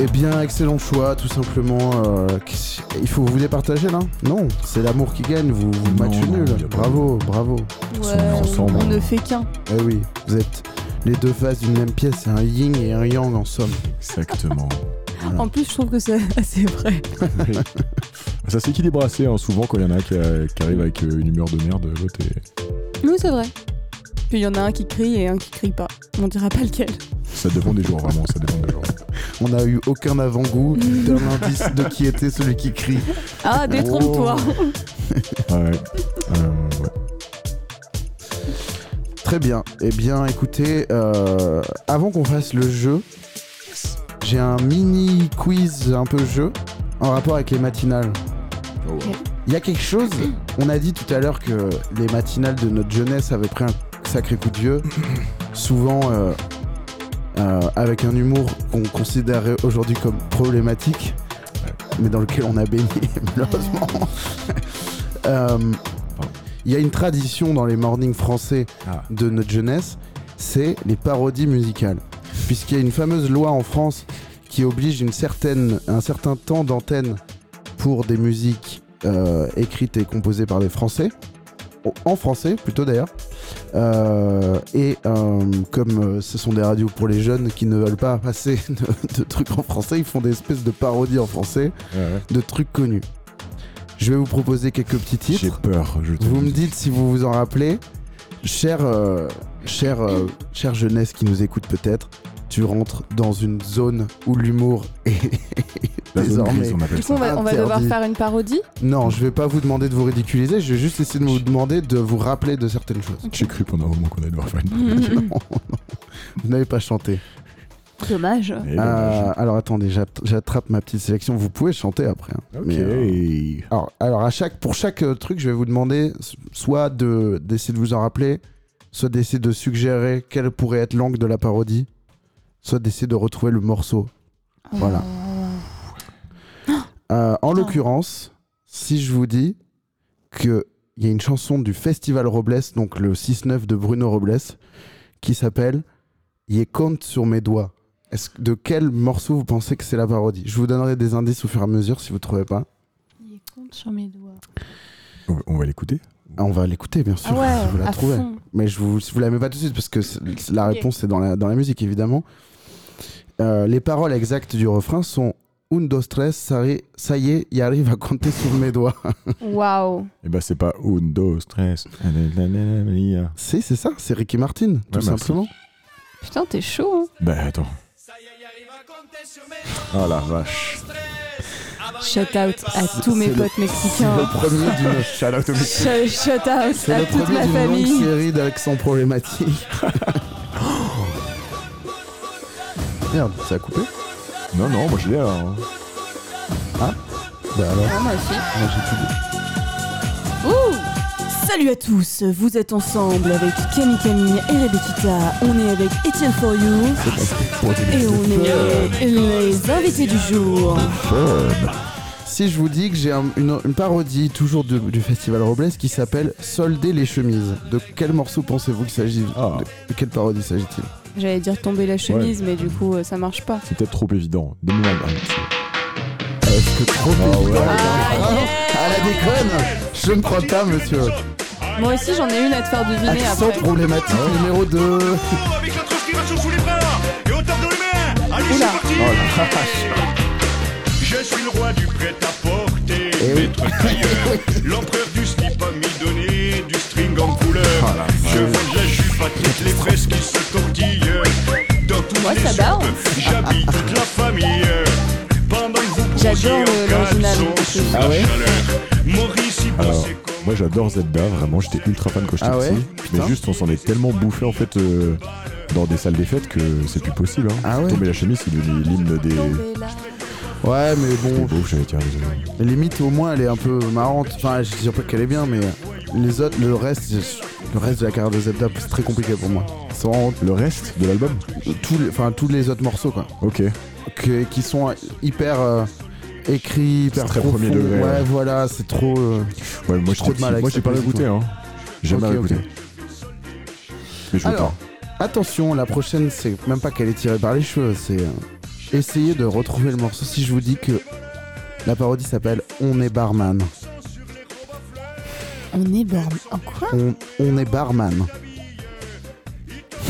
Speaker 3: Eh bien, excellent choix, tout simplement. euh, qu'est-ce- il faut vous les partager là Non, c'est l'amour qui gagne, vous, vous
Speaker 4: Non,
Speaker 3: matchez
Speaker 4: non,
Speaker 3: nul.
Speaker 4: y a pas-
Speaker 3: Bravo, bravo.
Speaker 4: façon, on est ensemble.
Speaker 5: on ne fait qu'un.
Speaker 3: Eh oui, vous êtes les deux faces d'une même pièce, c'est un yin et un yang en somme.
Speaker 4: Exactement.
Speaker 5: En plus, je trouve que c'est [LAUGHS] assez vrai.
Speaker 4: ça s'équilibre assez hein, souvent quand il y en a qui, euh, qui arrive avec euh, une humeur de merde, l'autre est-
Speaker 5: Oui, c'est vrai. Puis il y en a un qui crie et un qui crie pas. On dira pas lequel.
Speaker 4: Ça dépend des jours, vraiment, ça dépend des jours.
Speaker 3: On n'a eu aucun avant-goût d'un indice de qui était celui qui crie.
Speaker 4: Oh.
Speaker 5: Ah, détrompe-toi.
Speaker 4: [LAUGHS] Ouais. Euh, ouais.
Speaker 3: Très bien. Eh bien, écoutez, euh, avant qu'on fasse le jeu, j'ai un mini quiz un peu jeu en rapport avec les matinales. Il y a quelque chose, on a dit tout à l'heure que les matinales de notre jeunesse avaient pris un sacré coup de vieux, souvent euh, euh, avec un humour qu'on considérait aujourd'hui comme problématique, mais dans lequel on a baigné [LAUGHS] malheureusement. Euh, Il y a une tradition dans les mornings français
Speaker 4: Ah.
Speaker 3: de notre jeunesse, c'est les parodies musicales. Puisqu'il y a une fameuse loi en France qui oblige une certaine, un certain temps d'antenne pour des musiques euh, écrites et composées par des Français, O- en français plutôt d'ailleurs. Euh, et euh, comme euh, ce sont des radios pour les jeunes qui ne veulent pas passer [LAUGHS] de, de trucs en français, ils font des espèces de parodies en français
Speaker 4: Ouais, ouais.
Speaker 3: de trucs connus. Je vais vous proposer quelques petits
Speaker 4: J'ai
Speaker 3: titres.
Speaker 4: peur, je te
Speaker 3: Vous
Speaker 4: le
Speaker 3: me
Speaker 4: dis.
Speaker 3: dites si vous vous en rappelez. Chers, euh, chère, euh, chère jeunesse qui nous écoute peut-être, tu rentres dans une zone où l'humour est [LAUGHS]
Speaker 4: La zone
Speaker 3: désormais.
Speaker 4: grise, on appelle
Speaker 7: Du coup,
Speaker 4: ça.
Speaker 7: on va, on va devoir
Speaker 3: Interdit.
Speaker 7: faire une parodie.
Speaker 3: Non, je vais pas vous demander de vous ridiculiser, je vais juste essayer de vous demander de vous rappeler de certaines choses.
Speaker 4: J'ai cru pendant un moment qu'on allait devoir faire une.
Speaker 3: Vous n'avez pas chanté.
Speaker 7: Dommage.
Speaker 4: Eh,
Speaker 3: Euh,
Speaker 4: dommage.
Speaker 3: alors attendez, j'att- j'attrape ma petite sélection. Vous pouvez chanter après. hein.
Speaker 4: Ok.
Speaker 3: Mais, euh, alors, alors à chaque, pour chaque euh, truc, je vais vous demander s- soit de d'essayer de vous en rappeler, soit d'essayer de suggérer quelle pourrait être l'angle de la parodie, soit d'essayer de retrouver le morceau. Voilà. Euh, en l'occurrence, si je vous dis que il y a une chanson du Festival Robles, donc le 6-9 de Bruno Robles, qui s'appelle Yé compte sur mes doigts. Est-ce que- de quel morceau vous pensez que c'est la parodie Je vous donnerai des indices au fur et à mesure si vous ne trouvez pas.
Speaker 7: Il compte sur mes doigts.
Speaker 4: On va- On va l'écouter.
Speaker 3: Ah, on va l'écouter, bien sûr,
Speaker 7: Ah ouais,
Speaker 3: si vous la
Speaker 7: à
Speaker 3: trouvez.
Speaker 7: fond.
Speaker 3: Mais je vous, vous la mets pas tout de suite parce que c'est- c'est- la
Speaker 7: Ok.
Speaker 3: réponse est dans la, dans la musique, évidemment. Euh, les paroles exactes du refrain sont Un, dos, tres, ça ri- ça y est, y arrive à compter sur mes doigts. [LAUGHS]
Speaker 7: Waouh.
Speaker 4: Et bah, c'est pas un, dos, tres. Bah,
Speaker 3: Si, c'est ça, c'est Ricky Martin, tout
Speaker 4: merci.
Speaker 3: simplement.
Speaker 5: Putain, t'es chaud. hein.
Speaker 4: Bah, attends. Oh la vache.
Speaker 5: Hein. Shout out à tous mes
Speaker 3: C'est le-
Speaker 5: potes
Speaker 3: C'est
Speaker 5: mexicains.
Speaker 3: le [LAUGHS] premier d'une
Speaker 5: Sh- Shout out
Speaker 3: c'est
Speaker 5: à
Speaker 3: le
Speaker 5: toute
Speaker 3: premier
Speaker 5: ma
Speaker 3: d'une longue
Speaker 5: famille.
Speaker 3: série d'accents [LAUGHS] problématiques. Oh. Merde, ça a coupé
Speaker 4: Non, non, moi je l'ai alors. hein.
Speaker 3: Bah alors,
Speaker 5: Ah, moi aussi.
Speaker 3: moi j'ai tout dit.
Speaker 6: Salut à tous, vous êtes ensemble avec Camille Camille et Rebekita. On est avec Etienne For You et oh. on est les invités du jour.
Speaker 3: Si je vous dis que j'ai un- une, une parodie toujours de- du Festival Robles qui s'appelle Solder les chemises, de quel morceau pensez-vous qu'il s'agit
Speaker 4: Ah.
Speaker 3: de, de quelle parodie s'agit-il
Speaker 5: J'allais dire tomber la chemise, mais du coup, euh, ça marche pas.
Speaker 4: C'est peut-être trop évident. Donne-moi un petit.
Speaker 3: Est-ce que trop
Speaker 4: Ah ouais.
Speaker 3: évident Ah la déconne Je ne crois pas, monsieur.
Speaker 5: Moi aussi, j'en ai une à te faire deviner
Speaker 3: Accent
Speaker 5: après.
Speaker 3: problématique numéro 2.
Speaker 10: Avec la trousse qui va sous les bras et hauteur de les mains. Allez, c'est parti. Je suis le roi du prêt-à-porter,
Speaker 3: Eh oui.
Speaker 10: maître tailleur, l'empereur du slip à mi-donné, du string en couleur. je vends de la jupe à toutes les presses qui se tortillent. Dans tous
Speaker 5: Ouais,
Speaker 10: les
Speaker 5: ça
Speaker 10: soupes,
Speaker 5: balance.
Speaker 10: j'habille toute la famille. Pendant que vous bronziez
Speaker 5: J'adore,
Speaker 10: en
Speaker 5: euh, l'original,
Speaker 10: caleçon
Speaker 5: parce que-
Speaker 10: sous
Speaker 3: Ah
Speaker 10: la
Speaker 3: ouais
Speaker 10: chaleur. Maurice y
Speaker 4: Alors,
Speaker 10: bossait comme
Speaker 4: moi j'adore Zelda, vraiment, j'étais ultra fan quand j'étais
Speaker 3: Ah ouais
Speaker 4: petit.
Speaker 3: Putain.
Speaker 4: Mais juste, on s'en est tellement bouffé en fait euh, dans des salles des fêtes que c'est plus possible. Hein.
Speaker 3: Ah ouais
Speaker 4: Tomber la chemise, c'est devenu l'hymne des.
Speaker 3: Ouais, mais
Speaker 4: Des
Speaker 3: bon,
Speaker 4: beaufs, j'allais dire, désolé.
Speaker 3: limite au moins elle est un peu marrante. Enfin, je dis pas qu'elle est bien, mais les autres, le reste, le reste de la carrière de Zebda, c'est très compliqué pour moi. C'est vraiment
Speaker 4: Le reste de l'album
Speaker 3: tous les, enfin, tous les autres morceaux, quoi.
Speaker 4: Ok.
Speaker 3: que- qui sont hyper euh, écrits, hyper
Speaker 4: C'est très
Speaker 3: profonds.
Speaker 4: premier degré,
Speaker 3: Ouais,
Speaker 4: ouais.
Speaker 3: voilà, c'est trop. euh,
Speaker 4: Ouais, moi
Speaker 3: J'ai trop de
Speaker 4: j'étais
Speaker 3: mal
Speaker 4: petit.
Speaker 3: avec
Speaker 4: Moi j'ai
Speaker 3: cette
Speaker 4: pas
Speaker 3: musique,
Speaker 4: réécouté. Hein. J'ai
Speaker 3: Ok,
Speaker 4: mal réécouté.
Speaker 3: ok.
Speaker 4: Mais je hein.
Speaker 3: Alors,
Speaker 4: Alors,
Speaker 3: attention, la prochaine, c'est même pas qu'elle est tirée par les cheveux, c'est euh, essayer de retrouver le morceau. Si je vous dis que la parodie s'appelle On est barman.
Speaker 7: On est borné. En quoi
Speaker 3: On, on est barman. [LAUGHS]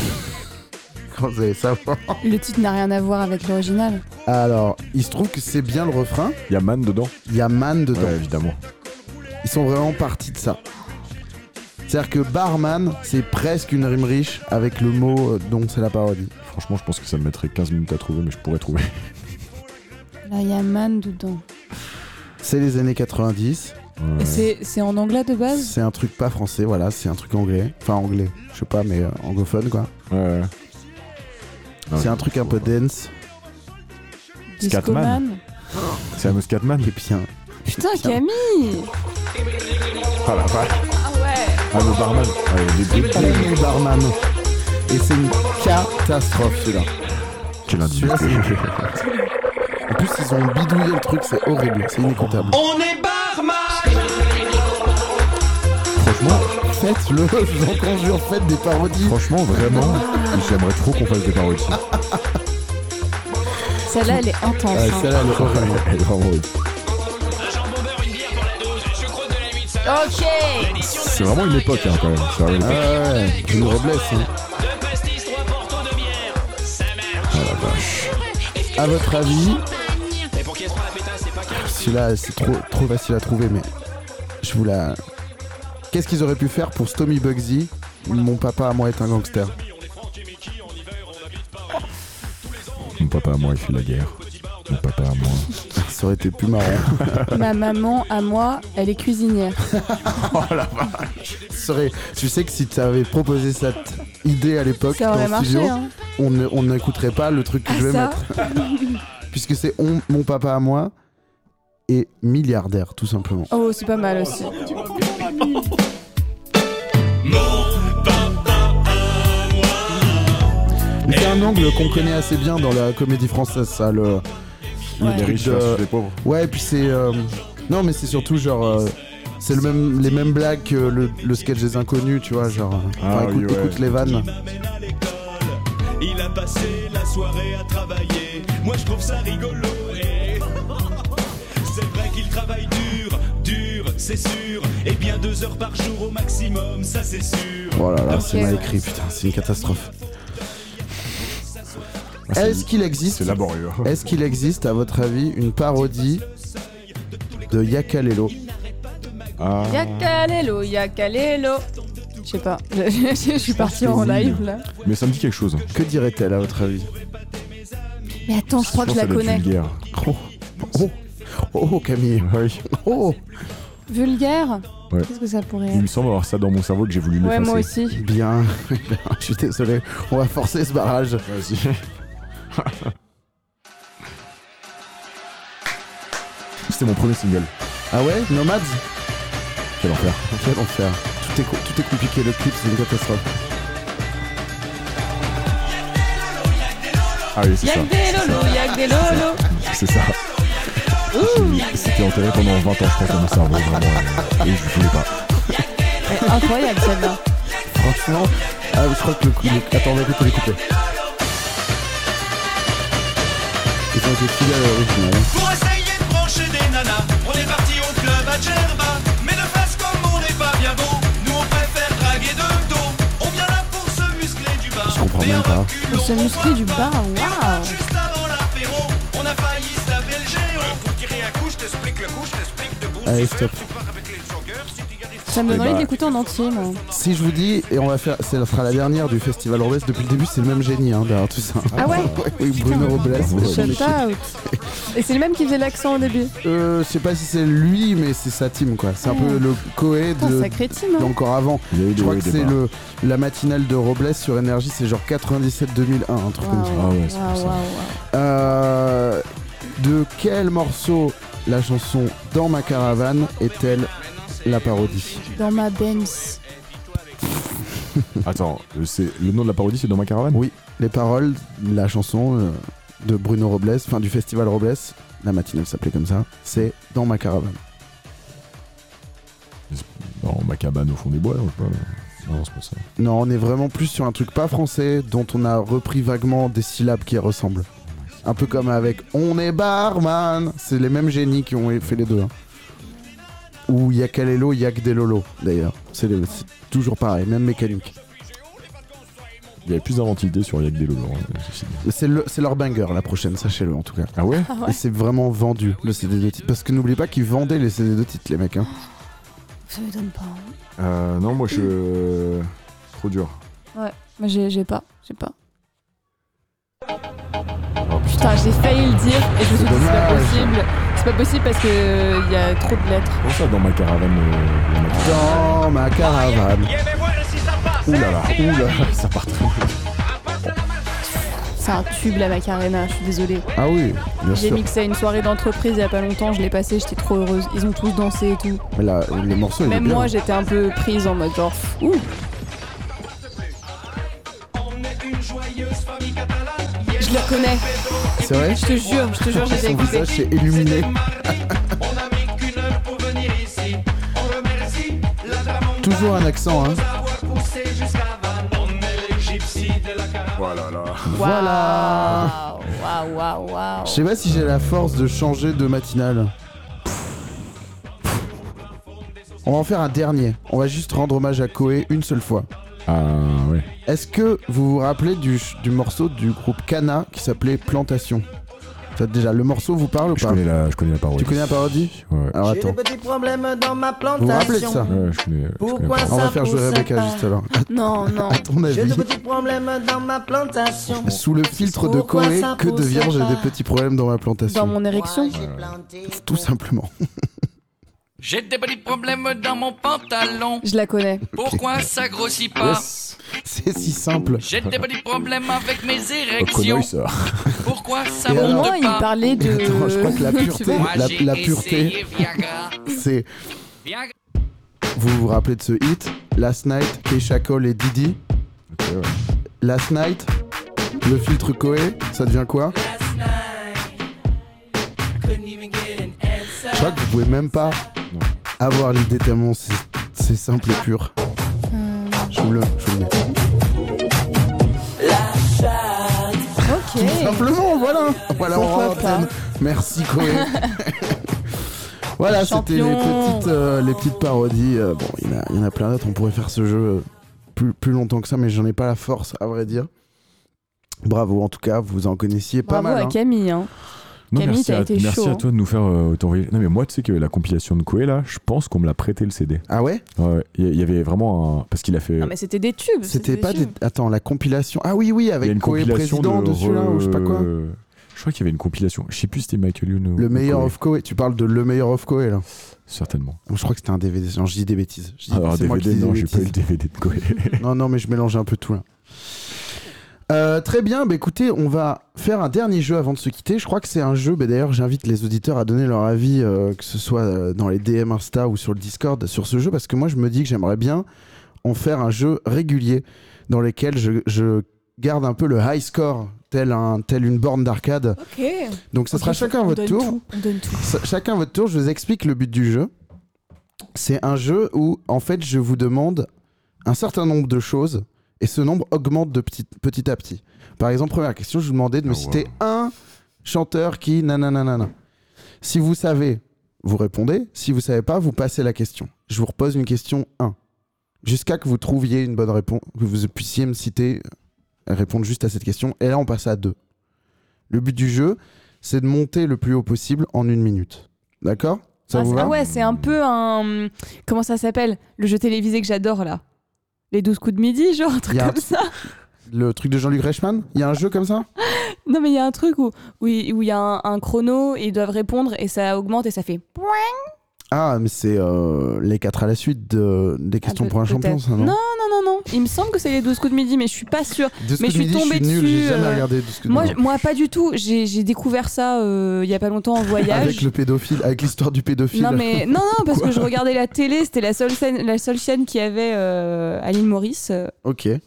Speaker 3: Quand vous allez savoir.
Speaker 7: Le titre n'a rien à voir avec l'original.
Speaker 3: Alors, il se trouve que c'est bien le refrain.
Speaker 4: il y a Man dedans
Speaker 3: Il y a man dedans.
Speaker 4: Ouais, évidemment.
Speaker 3: Ils sont vraiment partis de ça. C'est-à-dire que barman, c'est presque une rime riche avec le mot euh, dont c'est la parodie.
Speaker 4: Franchement, je pense que ça me mettrait 15 minutes à trouver, mais je pourrais trouver. [LAUGHS]
Speaker 7: Là, il y a man dedans.
Speaker 3: C'est les années 90.
Speaker 4: Ouais.
Speaker 7: Et c'est c'est en anglais de
Speaker 5: Ah.
Speaker 7: base
Speaker 3: C'est un truc pas français, voilà, c'est un truc anglais. Enfin, anglais, je sais pas, mais euh, anglophone quoi.
Speaker 4: Ouais, ouais. Non,
Speaker 3: c'est
Speaker 4: je-
Speaker 3: un truc un peu dense.
Speaker 4: Scatman.
Speaker 7: Discoman
Speaker 4: C'est Amos Catman
Speaker 3: Et bien,
Speaker 5: Putain, Camille
Speaker 4: Ah la vache
Speaker 5: Ah ouais
Speaker 4: Ah le barman Ah, il y a des bruits.
Speaker 3: on est barman. Et c'est une catastrophe celui-là.
Speaker 4: Quel indice
Speaker 3: Celui-là, c'est- [LAUGHS] En plus, ils ont bidouillé le truc, c'est horrible, c'est inécoutable.
Speaker 8: On est barman
Speaker 4: Franchement,
Speaker 3: Faites-le, [LAUGHS] je vous en conjure, faites des parodies.
Speaker 4: franchement, vraiment, j'aimerais trop qu'on fasse des parodies.
Speaker 7: Celle-là, elle est intense.
Speaker 3: Ah,
Speaker 7: hein.
Speaker 3: celle-là, elle est horrible.
Speaker 4: Elle est vraiment horrible.
Speaker 5: Ok
Speaker 4: C'est vraiment une époque hein, quand même. C'est vraiment une
Speaker 3: Ah
Speaker 4: époque.
Speaker 3: ouais, hein. je nous reblesse. Ah À votre avis Celui-là, c'est trop, trop facile à trouver, mais je vous la. Qu'est-ce qu'ils auraient pu faire pour Stomy Bugsy Mon papa à moi est un gangster. [LAUGHS]
Speaker 4: Mon papa à moi, il fait la guerre. Mon papa à moi.
Speaker 3: Ça aurait été plus marrant. [LAUGHS]
Speaker 7: Ma maman, à moi, elle est cuisinière.
Speaker 3: Ça aurait- Tu sais que si tu avais proposé cette idée à l'époque
Speaker 7: Ça aurait
Speaker 3: dans le studio,
Speaker 7: marché, hein.
Speaker 3: on ne- on n'écouterait pas le truc que
Speaker 7: Ah,
Speaker 3: je vais
Speaker 7: ça
Speaker 3: mettre. Puisque c'est on- mon papa à moi et milliardaire, tout simplement.
Speaker 7: Oh, c'est pas mal aussi.
Speaker 3: Mais C'est un angle qu'on connaît assez bien dans la comédie française, ça. Le...
Speaker 4: Il
Speaker 3: Ouais.
Speaker 4: est riche
Speaker 3: De-
Speaker 4: versus les hein, pauvres.
Speaker 3: Ouais, et puis c'est. euh, Non, mais c'est surtout genre. euh, C'est le même, les mêmes blagues que le, le sketch des inconnus, tu vois. Genre, euh,
Speaker 4: Ah
Speaker 3: enfin, écoute,
Speaker 4: oui, ouais.
Speaker 3: écoute les vannes.
Speaker 11: m'amène à l'école. Il a passé la soirée à travailler. Moi je trouve ça rigolo. et- C'est vrai qu'il travaille dur, dur, c'est sûr. Et bien deux heures par jour au maximum, ça c'est sûr.
Speaker 3: Oh là là,
Speaker 7: Ok.
Speaker 3: c'est mal écrit, putain, c'est une catastrophe.
Speaker 4: Ah, c'est-
Speaker 3: Est-ce qu'il existe
Speaker 4: C'est laborieux.
Speaker 7: Eh,
Speaker 3: Est-ce qu'il existe, à votre avis, une parodie de Yakalelo
Speaker 4: Ah.
Speaker 7: Yakalelo, yakalelo. Je sais pas, je suis partie en live là.
Speaker 4: Mais ça me dit quelque chose. hein.
Speaker 3: Que dirait-elle, à votre avis
Speaker 7: Mais attends, je crois que je
Speaker 4: pense
Speaker 7: la
Speaker 4: ça doit être
Speaker 7: connais.
Speaker 4: vulgaire.
Speaker 3: oh. oh, oh, Camille
Speaker 4: Oui.
Speaker 3: Oh
Speaker 7: Vulgaire
Speaker 4: Ouais.
Speaker 7: Qu'est-ce que ça pourrait
Speaker 4: Il me
Speaker 7: être
Speaker 4: semble avoir ça dans mon cerveau que j'ai voulu
Speaker 7: Ouais,
Speaker 4: l'effacer.
Speaker 7: moi aussi.
Speaker 3: Bien,
Speaker 4: [LAUGHS]
Speaker 3: je suis désolé, on va forcer ce barrage.
Speaker 4: Vas-y. [LAUGHS] C'était mon premier single.
Speaker 3: Ah ouais Nomads
Speaker 4: Quel enfer.
Speaker 3: Quel enfer. Tout est, co- tout est compliqué, le clip, c'est une catastrophe.
Speaker 4: Ah oui, c'est ça.
Speaker 5: Yak des lolos, yak des lolos.
Speaker 4: C'est ça. C'était enterré pendant 20 ans, je pense, dans mon cerveau. Vraiment, et, et je voulais pas.
Speaker 5: Eh, Incroyable celle-là.
Speaker 3: Franchement, ah, je crois que le, coup- le- Attends, on va écouter les couplets. Ils ont été fidèles à l'original. hein.
Speaker 11: Pour essayer de brancher des nanas, on est parti au club à Djerba. Mais de face comme on n'est pas bien beau, nous on préfère draguer de dos. On vient là pour se muscler du bar.
Speaker 3: Je comprends même pas.
Speaker 11: On
Speaker 7: Pour se muscler du bar, waouh
Speaker 11: Juste avant l'apéro, on a failli se taper le géant. Pour tirer à couche, t'explique le couche, t'explique debout.
Speaker 3: Allez, stop.
Speaker 7: Ça me donne
Speaker 4: Eh
Speaker 7: envie
Speaker 4: bah.
Speaker 7: d'écouter en entier, moi.
Speaker 3: Si je vous dis, et on va faire, ce sera la dernière du Festival Robles, depuis le début, c'est le même génie hein, derrière tout ça.
Speaker 7: Ah ouais
Speaker 3: [LAUGHS] Oui, Bruno Robles.
Speaker 4: Bravo,
Speaker 3: c'est son
Speaker 7: Shut
Speaker 3: équipe.
Speaker 7: out Et c'est le même qui faisait l'accent au début.
Speaker 3: Euh, je sais pas si c'est lui, mais c'est sa team quoi. C'est un peu le coé
Speaker 7: Putain,
Speaker 3: de
Speaker 7: sacré team, hein.
Speaker 3: encore avant.
Speaker 4: Il y a eu
Speaker 3: Je
Speaker 4: des hauts
Speaker 3: crois
Speaker 4: et
Speaker 3: que
Speaker 4: des
Speaker 3: c'est
Speaker 4: bas.
Speaker 3: le la matinale de Robles sur énergie, c'est genre 97-2001, un truc comme ça.
Speaker 4: Ah ouais, c'est
Speaker 7: waouh,
Speaker 4: pour ça.
Speaker 7: waouh.
Speaker 3: Euh, de quel morceau la chanson Dans ma caravane est-elle la parodie
Speaker 7: Dans ma Benz.
Speaker 4: Attends, euh, c'est le nom de la parodie, c'est dans ma caravane.
Speaker 3: Oui, les paroles, la chanson euh, de Bruno Robles, enfin du festival Robles, la matinale s'appelait comme ça, c'est Dans ma caravane.
Speaker 4: Dans ma cabane au fond des bois, je sais pas. Non, c'est pas ça.
Speaker 3: Non, on est vraiment plus sur un truc pas français dont on a repris vaguement des syllabes qui ressemblent. Un peu comme avec On est barman, c'est les mêmes génies qui ont fait les deux. hein. Ou Yakalelo, Yak des Lolo d'ailleurs. C'est les- c'est toujours pareil, même mécanique.
Speaker 4: Il y avait plus d'inventivité sur Yak des Lolo, hein, ceci dit.
Speaker 3: C'est le- c'est leur banger la prochaine, sachez-le en tout cas.
Speaker 4: Ah ouais
Speaker 3: Et c'est vraiment vendu le CD de titre. Parce que n'oubliez pas qu'ils vendaient les CD de titre, les mecs. hein.
Speaker 7: Ça me donne pas. envie.
Speaker 4: euh, Non, moi je. Trop dur.
Speaker 7: Moi, j'ai j'ai pas, j'ai pas.
Speaker 4: Oh putain.
Speaker 5: Putain, j'ai failli le dire et je me suis dit c'est pas
Speaker 3: dommage.
Speaker 5: possible. C'est pas possible parce que euh, il y a trop de lettres.
Speaker 4: Comment ça, dans ma caravane euh, dans ma caravane
Speaker 3: Dans ma caravane.
Speaker 4: Oulala, là là, ouh là là, ça part trop.
Speaker 5: C'est un tube la Macarena, je suis désolée.
Speaker 3: Ah oui, bien
Speaker 5: J'ai
Speaker 3: sûr.
Speaker 5: mixé à une soirée d'entreprise il y a pas longtemps, je l'ai passé, j'étais trop heureuse. Ils ont tous dansé et tout.
Speaker 3: Mais là, les morceaux, ils
Speaker 5: Même
Speaker 3: sont bien.
Speaker 5: moi j'étais un peu prise en mode genre ouh. Je la connais,
Speaker 3: C'est vrai
Speaker 5: je te jure, je te
Speaker 3: [LAUGHS]
Speaker 5: jure, j'ai
Speaker 3: Son
Speaker 5: écouté.
Speaker 3: visage est illuminé. Toujours un accent, hein.
Speaker 4: Voilà là.
Speaker 3: Voilà.
Speaker 5: Waouh, waouh, waouh.
Speaker 3: Je sais pas si j'ai la force de changer de matinale. On va en faire un dernier. On va juste rendre hommage à Koé une seule fois.
Speaker 4: Ah ouais.
Speaker 3: Est-ce que vous vous rappelez du, ch- du morceau du groupe Kana qui s'appelait Plantation Toi, Déjà, le morceau vous parle ou
Speaker 4: Je
Speaker 3: pas
Speaker 4: connais la, je connais la parodie.
Speaker 3: Tu connais la parodie
Speaker 4: Ouais.
Speaker 3: Alors
Speaker 9: J'ai des
Speaker 3: attends,
Speaker 9: petits problèmes dans ma
Speaker 3: vous vous rappelez de
Speaker 9: plantation.
Speaker 3: ça
Speaker 4: Ouais, je connais- je connais
Speaker 9: Pourquoi
Speaker 4: la
Speaker 3: On
Speaker 9: ça
Speaker 3: va faire jouer
Speaker 9: pousse
Speaker 3: Rebecca
Speaker 9: pas
Speaker 3: juste alors.
Speaker 9: [LAUGHS]
Speaker 5: Non, non.
Speaker 3: À ton
Speaker 9: J'ai
Speaker 3: avis,
Speaker 9: des petits problèmes dans ma plantation.
Speaker 3: sous le filtre de
Speaker 9: Pourquoi
Speaker 3: Corée,
Speaker 9: ça
Speaker 3: que
Speaker 9: pousse
Speaker 3: devient j'ai
Speaker 9: pas
Speaker 3: des petits problèmes dans ma
Speaker 5: Dans
Speaker 3: plantation
Speaker 5: mon érection.
Speaker 9: J'ai planté
Speaker 3: euh, Tout simplement.
Speaker 11: J'ai des petits problèmes dans mon pantalon.
Speaker 5: Je la connais.
Speaker 11: Pourquoi ça grossit pas
Speaker 3: C'est si simple.
Speaker 11: Ah. J'ai des petits problèmes avec mes
Speaker 4: Oh,
Speaker 11: érections.
Speaker 4: connoisse, ça.
Speaker 11: Pourquoi ça
Speaker 3: Et
Speaker 5: Au
Speaker 11: monte
Speaker 3: alors-
Speaker 5: moins,
Speaker 11: pas
Speaker 5: il parlait de.
Speaker 3: Attends, je crois que la
Speaker 5: Tu
Speaker 11: [LAUGHS]
Speaker 3: pureté,
Speaker 5: vois
Speaker 11: Moi,
Speaker 3: la,
Speaker 11: j'ai
Speaker 3: la pureté,
Speaker 11: essayé Viagra.
Speaker 3: c'est.
Speaker 11: Viagra.
Speaker 3: Vous vous rappelez de ce hit Last Night, Keisha Cole et Didi.
Speaker 4: ouais.
Speaker 3: Last Night, le filtre Koé, ça devient quoi Je crois que vous pouvez même pas avoir l'idée tellement c'est c'est simple et pur. Je vous le, je vous le mets.
Speaker 5: Ok.
Speaker 3: Simplement, voilà. Voilà, on
Speaker 5: Pourquoi
Speaker 3: rend l'antenne. Merci
Speaker 5: [LAUGHS]
Speaker 3: Koé. voilà, c'était les
Speaker 5: Champion.
Speaker 3: petites, euh, les petites parodies. Euh, bon, il y, en a- il y en a plein d'autres. On pourrait faire ce jeu euh, plus, plus longtemps que ça, mais j'en ai pas la force, à vrai dire. Bravo, en tout cas, vous en connaissiez pas
Speaker 5: Bravo
Speaker 3: mal.
Speaker 5: à
Speaker 3: hein.
Speaker 5: Camille. hein.
Speaker 4: Non,
Speaker 5: Camille,
Speaker 4: merci
Speaker 5: t'as
Speaker 4: à,
Speaker 5: été
Speaker 4: merci
Speaker 5: chaud,
Speaker 4: à toi de nous faire euh, t'envoyer. Non, mais moi, tu sais que la compilation de Koé, là, je pense qu'on me l'a prêté le CD.
Speaker 3: Ah ouais
Speaker 4: Ouais, ouais. Il y a- il y avait vraiment un. Parce qu'il a fait.
Speaker 5: Non, mais c'était des tubes.
Speaker 3: C'était pas des...
Speaker 5: tubes.
Speaker 3: Attends, la compilation. Ah oui, oui,
Speaker 4: il y a
Speaker 3: avec
Speaker 4: une
Speaker 3: Koé
Speaker 4: compilation
Speaker 3: président
Speaker 4: de
Speaker 3: dessus, là,
Speaker 4: re-
Speaker 3: ou je sais pas quoi.
Speaker 4: Je crois qu'il y avait une compilation. Je sais plus si c'était Michael Youn ou.
Speaker 3: Le
Speaker 4: ou
Speaker 3: meilleur
Speaker 4: Koé.
Speaker 3: of Koé. Tu parles de le meilleur of Koé, là.
Speaker 4: Certainement.
Speaker 3: Je crois que c'était un DVD. Non, je dis des bêtises. Je dis-
Speaker 4: Alors,
Speaker 3: c'est moi qui
Speaker 4: DVD,
Speaker 3: dis des
Speaker 4: non, j'ai
Speaker 3: bêtises.
Speaker 4: pas eu le DVD de Koé. [LAUGHS]
Speaker 3: Non, non, mais je mélangeais un peu tout là. Euh, très bien, bah écoutez, on va faire un dernier jeu avant de se quitter. Je crois que c'est un jeu, bah d'ailleurs j'invite les auditeurs à donner leur avis, euh, que ce soit euh, dans les DM Insta ou sur le Discord, sur ce jeu, parce que moi je me dis que j'aimerais bien en faire un jeu régulier dans lequel je, je garde un peu le high score, tel, un, tel une borne d'arcade.
Speaker 5: Ok.
Speaker 3: Donc ça sera chacun à votre tour.
Speaker 5: On donne tout.
Speaker 3: Ch- Chacun votre tour, je vous explique le but du jeu. C'est un jeu où, en fait, je vous demande un certain nombre de choses et ce nombre augmente de petit, petit à petit. Par exemple, première question, je vous demandais de me
Speaker 4: Ah,
Speaker 3: citer un chanteur qui nananana. Si vous savez, vous répondez. Si vous savez pas, vous passez la question. Je vous repose une question 1. Jusqu'à que vous trouviez une bonne réponse, que vous puissiez me citer, euh, répondre juste à cette question. Et là, on passe à 2. Le but du jeu, c'est de monter le plus haut possible en une minute. D'accord Ça
Speaker 5: ah,
Speaker 3: vous
Speaker 5: c'est-
Speaker 3: va
Speaker 5: ah ouais, c'est un peu un. Comment ça s'appelle Le jeu télévisé que j'adore là. Les 12 coups de midi, [LAUGHS] genre un truc
Speaker 3: Y a un
Speaker 5: comme ça.
Speaker 3: Le truc de Jean-Luc Reichmann Il y a un jeu comme ça
Speaker 5: Non, mais il y a un truc où où il où il y a un, un chrono et ils doivent répondre et ça augmente et ça fait.
Speaker 3: Ah, mais c'est euh, les quatre à la suite de- des questions
Speaker 5: peu-
Speaker 3: pour un champion,
Speaker 5: Ah, peut-être.
Speaker 3: ça, non
Speaker 5: Non, non, non, non. Il me semble que c'est les 12 coups de midi, mais je suis pas sûre.
Speaker 3: De ce
Speaker 5: mais
Speaker 3: que
Speaker 5: je suis
Speaker 3: me dis,
Speaker 5: tombée
Speaker 3: je suis nul, j'ai
Speaker 5: dessus,
Speaker 3: jamais
Speaker 5: euh,
Speaker 3: regardé de ce que
Speaker 5: Moi,
Speaker 3: Non.
Speaker 5: je- moi pas du tout. J'ai j'ai découvert ça euh, il y a pas longtemps en voyage.
Speaker 3: Avec le pédophile, avec l'histoire du pédophile.
Speaker 5: Non mais non non parce que je regardais la télé, c'était la seule scène, la seule chaîne qui avait euh, à l'île Maurice euh,
Speaker 3: Ok.
Speaker 5: et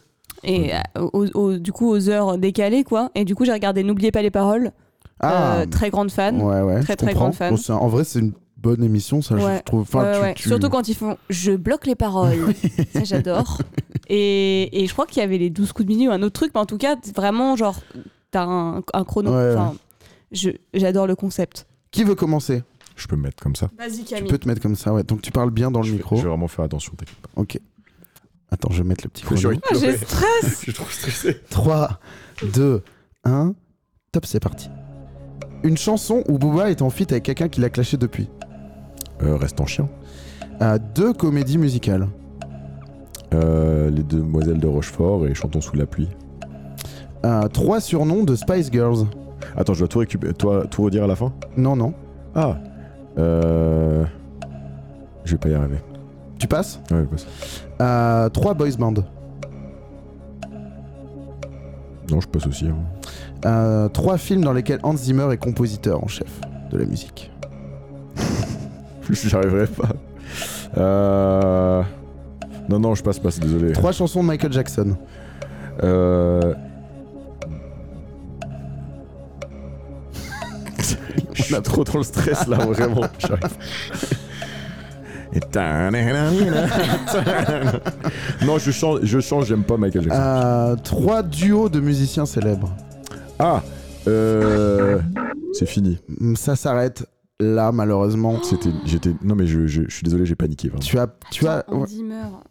Speaker 5: euh, au- au- du coup aux heures décalées quoi. Et du coup j'ai regardé N'oubliez pas les paroles,
Speaker 3: Ah,
Speaker 5: euh, très grande fan.
Speaker 3: ouais, ouais.
Speaker 5: très,
Speaker 3: je
Speaker 5: très
Speaker 3: comprends.
Speaker 5: grande fan.
Speaker 3: Bon, c'est un- en vrai, c'est une bonne émission, ça, je-
Speaker 5: Ouais.
Speaker 3: je trouve. Enfin,
Speaker 5: Ouais,
Speaker 3: tu-
Speaker 5: euh, ouais.
Speaker 3: tu-
Speaker 5: Surtout quand ils font je bloque les paroles, [LAUGHS]
Speaker 3: [LAUGHS]
Speaker 5: ça j'adore. Et, et je crois qu'il y avait les 12 coups de minuit ou un autre truc, mais en tout cas c'est vraiment genre t'as un, un chrono.
Speaker 3: Ouais, ouais.
Speaker 5: Enfin, je- j'adore le concept.
Speaker 3: Qui veut commencer
Speaker 4: je peux me mettre comme ça.
Speaker 5: Vas-y
Speaker 3: Tu
Speaker 5: Camille.
Speaker 3: peux te mettre comme ça, ouais. Donc tu parles bien dans le
Speaker 4: Je vais-
Speaker 3: micro.
Speaker 4: Je vais vraiment faire attention, t'inquiète pas.
Speaker 3: Ok. Attends, je vais mettre le petit chrono.
Speaker 4: J'aurais-
Speaker 5: Ah, j'ai stress.
Speaker 4: Je suis trop stressé.
Speaker 3: 3, 2, 1. Top, c'est parti. Une chanson où Booba est en feat avec quelqu'un qui l'a clashé depuis.
Speaker 4: Euh, reste en chien.
Speaker 3: Euh, deux comédies musicales.
Speaker 4: Euh, les demoiselles de Rochefort et Chantons sous la pluie.
Speaker 3: Euh, trois surnoms de Spice Girls.
Speaker 4: Attends, je dois tout récupérer. Toi, tout redire à la fin
Speaker 3: Non, non.
Speaker 4: Ah Euh. Je vais pas y arriver. Ah
Speaker 3: Tu passes
Speaker 4: Ouais, passe.
Speaker 3: Euh, Trois boys band.
Speaker 4: Non, je passe aussi. hein. [LAUGHS]
Speaker 3: Euh, trois films dans lesquels Hans Zimmer est compositeur en chef de la musique.
Speaker 4: J'y arriverai pas. Euh... Non, non, je passe pas, c'est désolé.
Speaker 3: Trois chansons de Michael Jackson.
Speaker 4: Euh... [LAUGHS] je suis trop dans le stress là, vraiment.
Speaker 3: [LAUGHS]
Speaker 4: J'arrive. Et ta-na-na-na-na. non, je change, je change, j'aime pas Michael Jackson.
Speaker 3: Euh, trois duos de musiciens célèbres.
Speaker 4: Ah euh... C'est fini.
Speaker 3: Hum, Ça s'arrête là, malheureusement.
Speaker 5: Oh.
Speaker 4: C'était, j'étais, non mais je, je, je suis désolé, j'ai paniqué. Vraiment.
Speaker 3: Tu as. Tu as...
Speaker 5: Attends, Andy meurt.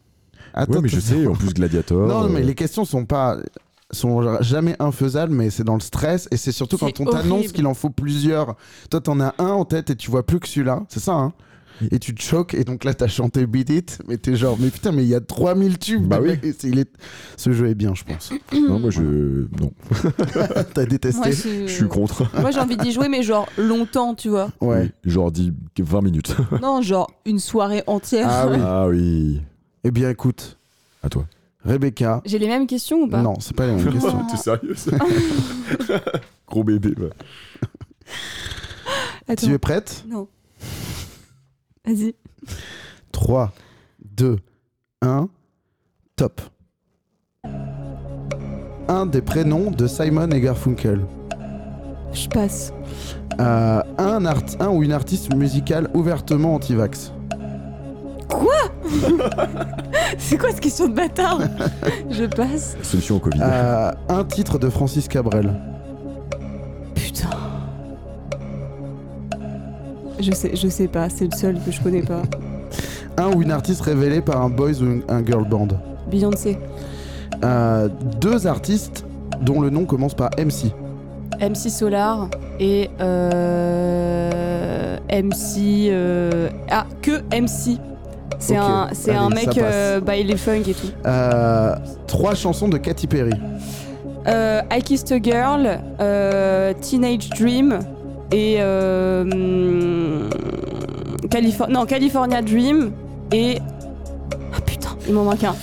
Speaker 3: Attends,
Speaker 4: Ouais, mais je sais, en plus Gladiator.
Speaker 3: Non, mais
Speaker 4: euh,
Speaker 3: les questions sont pas. sont jamais infaisables, mais c'est dans le stress. Et c'est surtout quand
Speaker 7: C'est
Speaker 3: on t'annonce
Speaker 7: horrible.
Speaker 3: qu'il en faut plusieurs. Toi, t'en as un en tête et tu vois plus que celui-là. C'est ça, hein et tu te choques, et donc là t'as chanté Beat It, mais t'es genre, mais putain, mais il y a 3000 tubes!
Speaker 4: Bah oui.
Speaker 3: Et c'est- il est... Ce jeu est bien, je
Speaker 4: [LAUGHS]
Speaker 3: pense.
Speaker 4: Non, moi je. Non.
Speaker 3: T'as détesté?
Speaker 5: Moi, je-
Speaker 4: Je suis contre.
Speaker 5: Moi, j'ai envie d'y jouer, mais genre longtemps, tu vois.
Speaker 3: [LAUGHS] Ouais.
Speaker 4: Genre dis 20 minutes.
Speaker 5: Non, genre une soirée entière.
Speaker 3: Ah oui.
Speaker 4: [LAUGHS] Ah oui.
Speaker 3: Eh bien, écoute,
Speaker 4: À toi.
Speaker 3: Rebecca.
Speaker 5: J'ai les mêmes questions ou pas
Speaker 3: Non, c'est
Speaker 4: [LAUGHS]
Speaker 3: pas la même question.
Speaker 4: T'es sérieux ça
Speaker 3: [LAUGHS]
Speaker 4: Gros bébé. bah.
Speaker 5: Attends.
Speaker 3: Tu es prête?
Speaker 5: Non. Vas-y.
Speaker 3: 3, 2, 1, top. Un des prénoms de Simon et Garfunkel.
Speaker 5: Je passe.
Speaker 3: Euh, un, art- un ou une artiste musicale ouvertement anti-vax.
Speaker 5: [LAUGHS] C'est quoi cette question de bâtard Je passe.
Speaker 4: Solution au Covid.
Speaker 3: Euh, un titre de Francis Cabrel.
Speaker 5: Putain. Je sais, je sais pas, c'est le seul que je connais pas.
Speaker 3: Un ou une artiste révélée par un boys ou une- un girl band.
Speaker 5: Beyoncé.
Speaker 3: Euh, deux artistes dont le nom commence par MC.
Speaker 5: MC Solar et euh, MC. euh, Ah, que MC. C'est
Speaker 3: Ok,
Speaker 5: un, c'est
Speaker 3: allez,
Speaker 5: un
Speaker 3: ça
Speaker 5: mec
Speaker 3: passe.
Speaker 5: euh, bah, il est funk et tout.
Speaker 3: Euh, trois chansons de Katy Perry.
Speaker 5: Euh, I Kissed a Girl, euh, Teenage Dream et. euh, hum, Califor- non, California Dream et. Ah putain, il m'en manque un.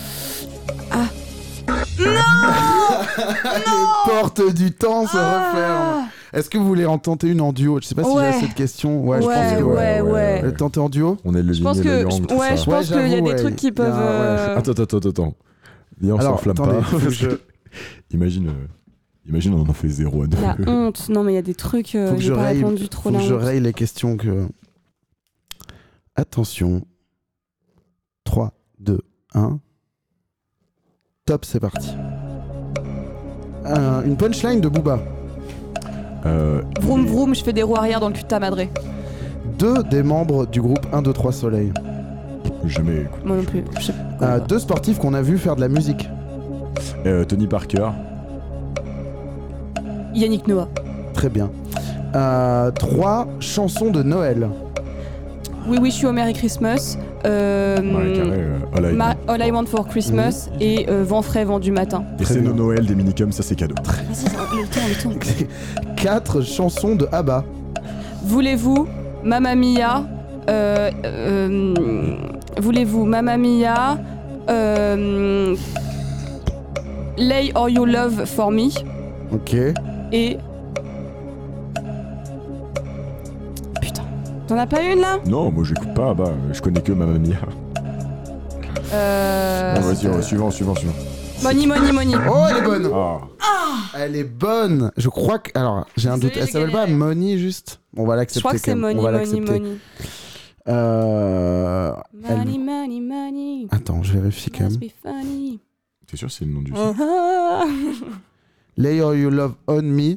Speaker 3: Les portes du temps se referment.
Speaker 5: Ah
Speaker 3: Est-ce que vous voulez en tenter une en duo Je sais pas si
Speaker 5: Ouais.
Speaker 3: j'ai assez de questions. Ouais, je pense
Speaker 5: ouais,
Speaker 3: que ouais.
Speaker 5: ouais, ouais.
Speaker 3: Euh, Tenter en duo
Speaker 4: On est le
Speaker 5: Je pense
Speaker 4: yin et le
Speaker 5: que.
Speaker 4: yang, tout
Speaker 5: ouais,
Speaker 4: ça.
Speaker 5: je pense
Speaker 3: Ouais,
Speaker 5: qu'il y a
Speaker 3: j'avoue,
Speaker 5: des trucs
Speaker 3: ouais.
Speaker 5: qui
Speaker 3: Il y a-
Speaker 5: peuvent. euh,
Speaker 4: Attends, attends, attends, attends. Et on s'enflamme pas.
Speaker 3: attendez, faut que je,
Speaker 4: Imagine, euh, imagine, on en fait 0 à 2.
Speaker 5: La honte, non mais il y a des trucs, euh,
Speaker 3: faut que
Speaker 5: j'ai
Speaker 3: je
Speaker 5: pas
Speaker 3: raye,
Speaker 5: répondu trop
Speaker 3: faut que
Speaker 5: la
Speaker 3: je
Speaker 5: honte.
Speaker 3: raye les questions que. Attention. 3, 2, 1. Top, c'est parti. Un- une punchline de Booba.
Speaker 4: [LAUGHS] Euh,
Speaker 5: Vroom vroom, je fais des roues arrière dans le cul de ta madré.
Speaker 3: Deux des membres du groupe 1, 2, 3 Soleil.
Speaker 4: Jamais. écoute.
Speaker 5: Moi non plus. je-
Speaker 3: Euh, deux sportifs qu'on a vu faire de la musique.
Speaker 4: Euh, Tony Parker.
Speaker 5: Yannick Noah.
Speaker 3: Très bien. Euh, trois chansons de Noël. [LAUGHS]
Speaker 5: We Wish You a Merry Christmas. euh,
Speaker 4: Marie Carré. euh, All I
Speaker 5: Ma-
Speaker 4: Know.
Speaker 5: All I Want for Christmas
Speaker 4: Mhm.
Speaker 5: et euh, Vent frais, vent du matin.
Speaker 4: Et
Speaker 3: Très
Speaker 4: c'est
Speaker 3: bien.
Speaker 4: nos Noël des minicums, ça c'est cadeau.
Speaker 6: Vas-y, le temps, le temps.
Speaker 3: Quatre chansons de Abba.
Speaker 5: Voulez-vous Mamma Mia euh, euh, Voulez-vous Mamma Mia euh, Lay All Your Love for Me
Speaker 3: Ok.
Speaker 5: et. euh, Putain. T'en as pas une là
Speaker 4: Non, moi j'écoute pas, bah, je connais que Mamma Mia.
Speaker 5: Euh,
Speaker 4: [LAUGHS] Ah, vas-y, ouais, suivant, suivant, suivant.
Speaker 5: Money, money, money.
Speaker 3: Oh, elle est bonne.
Speaker 4: Ah,
Speaker 3: Elle est bonne. Je crois que. Alors, j'ai un doute.
Speaker 5: Désolée,
Speaker 3: Elle
Speaker 5: j'ai
Speaker 3: s'appelle pas
Speaker 5: galéré.
Speaker 3: Money juste. On va
Speaker 5: Je
Speaker 3: l'accepter.
Speaker 5: crois que c'est
Speaker 3: quand même.
Speaker 5: money,
Speaker 3: On va
Speaker 5: money,
Speaker 3: l'accepter.
Speaker 5: money.
Speaker 3: Euh... elle-
Speaker 5: Money, money, money.
Speaker 3: Attends, je vérifie quand
Speaker 5: Must
Speaker 3: même.
Speaker 5: be funny.
Speaker 4: t'es sûr que c'est le nom du film
Speaker 5: Ah.
Speaker 3: Lay all you love on me.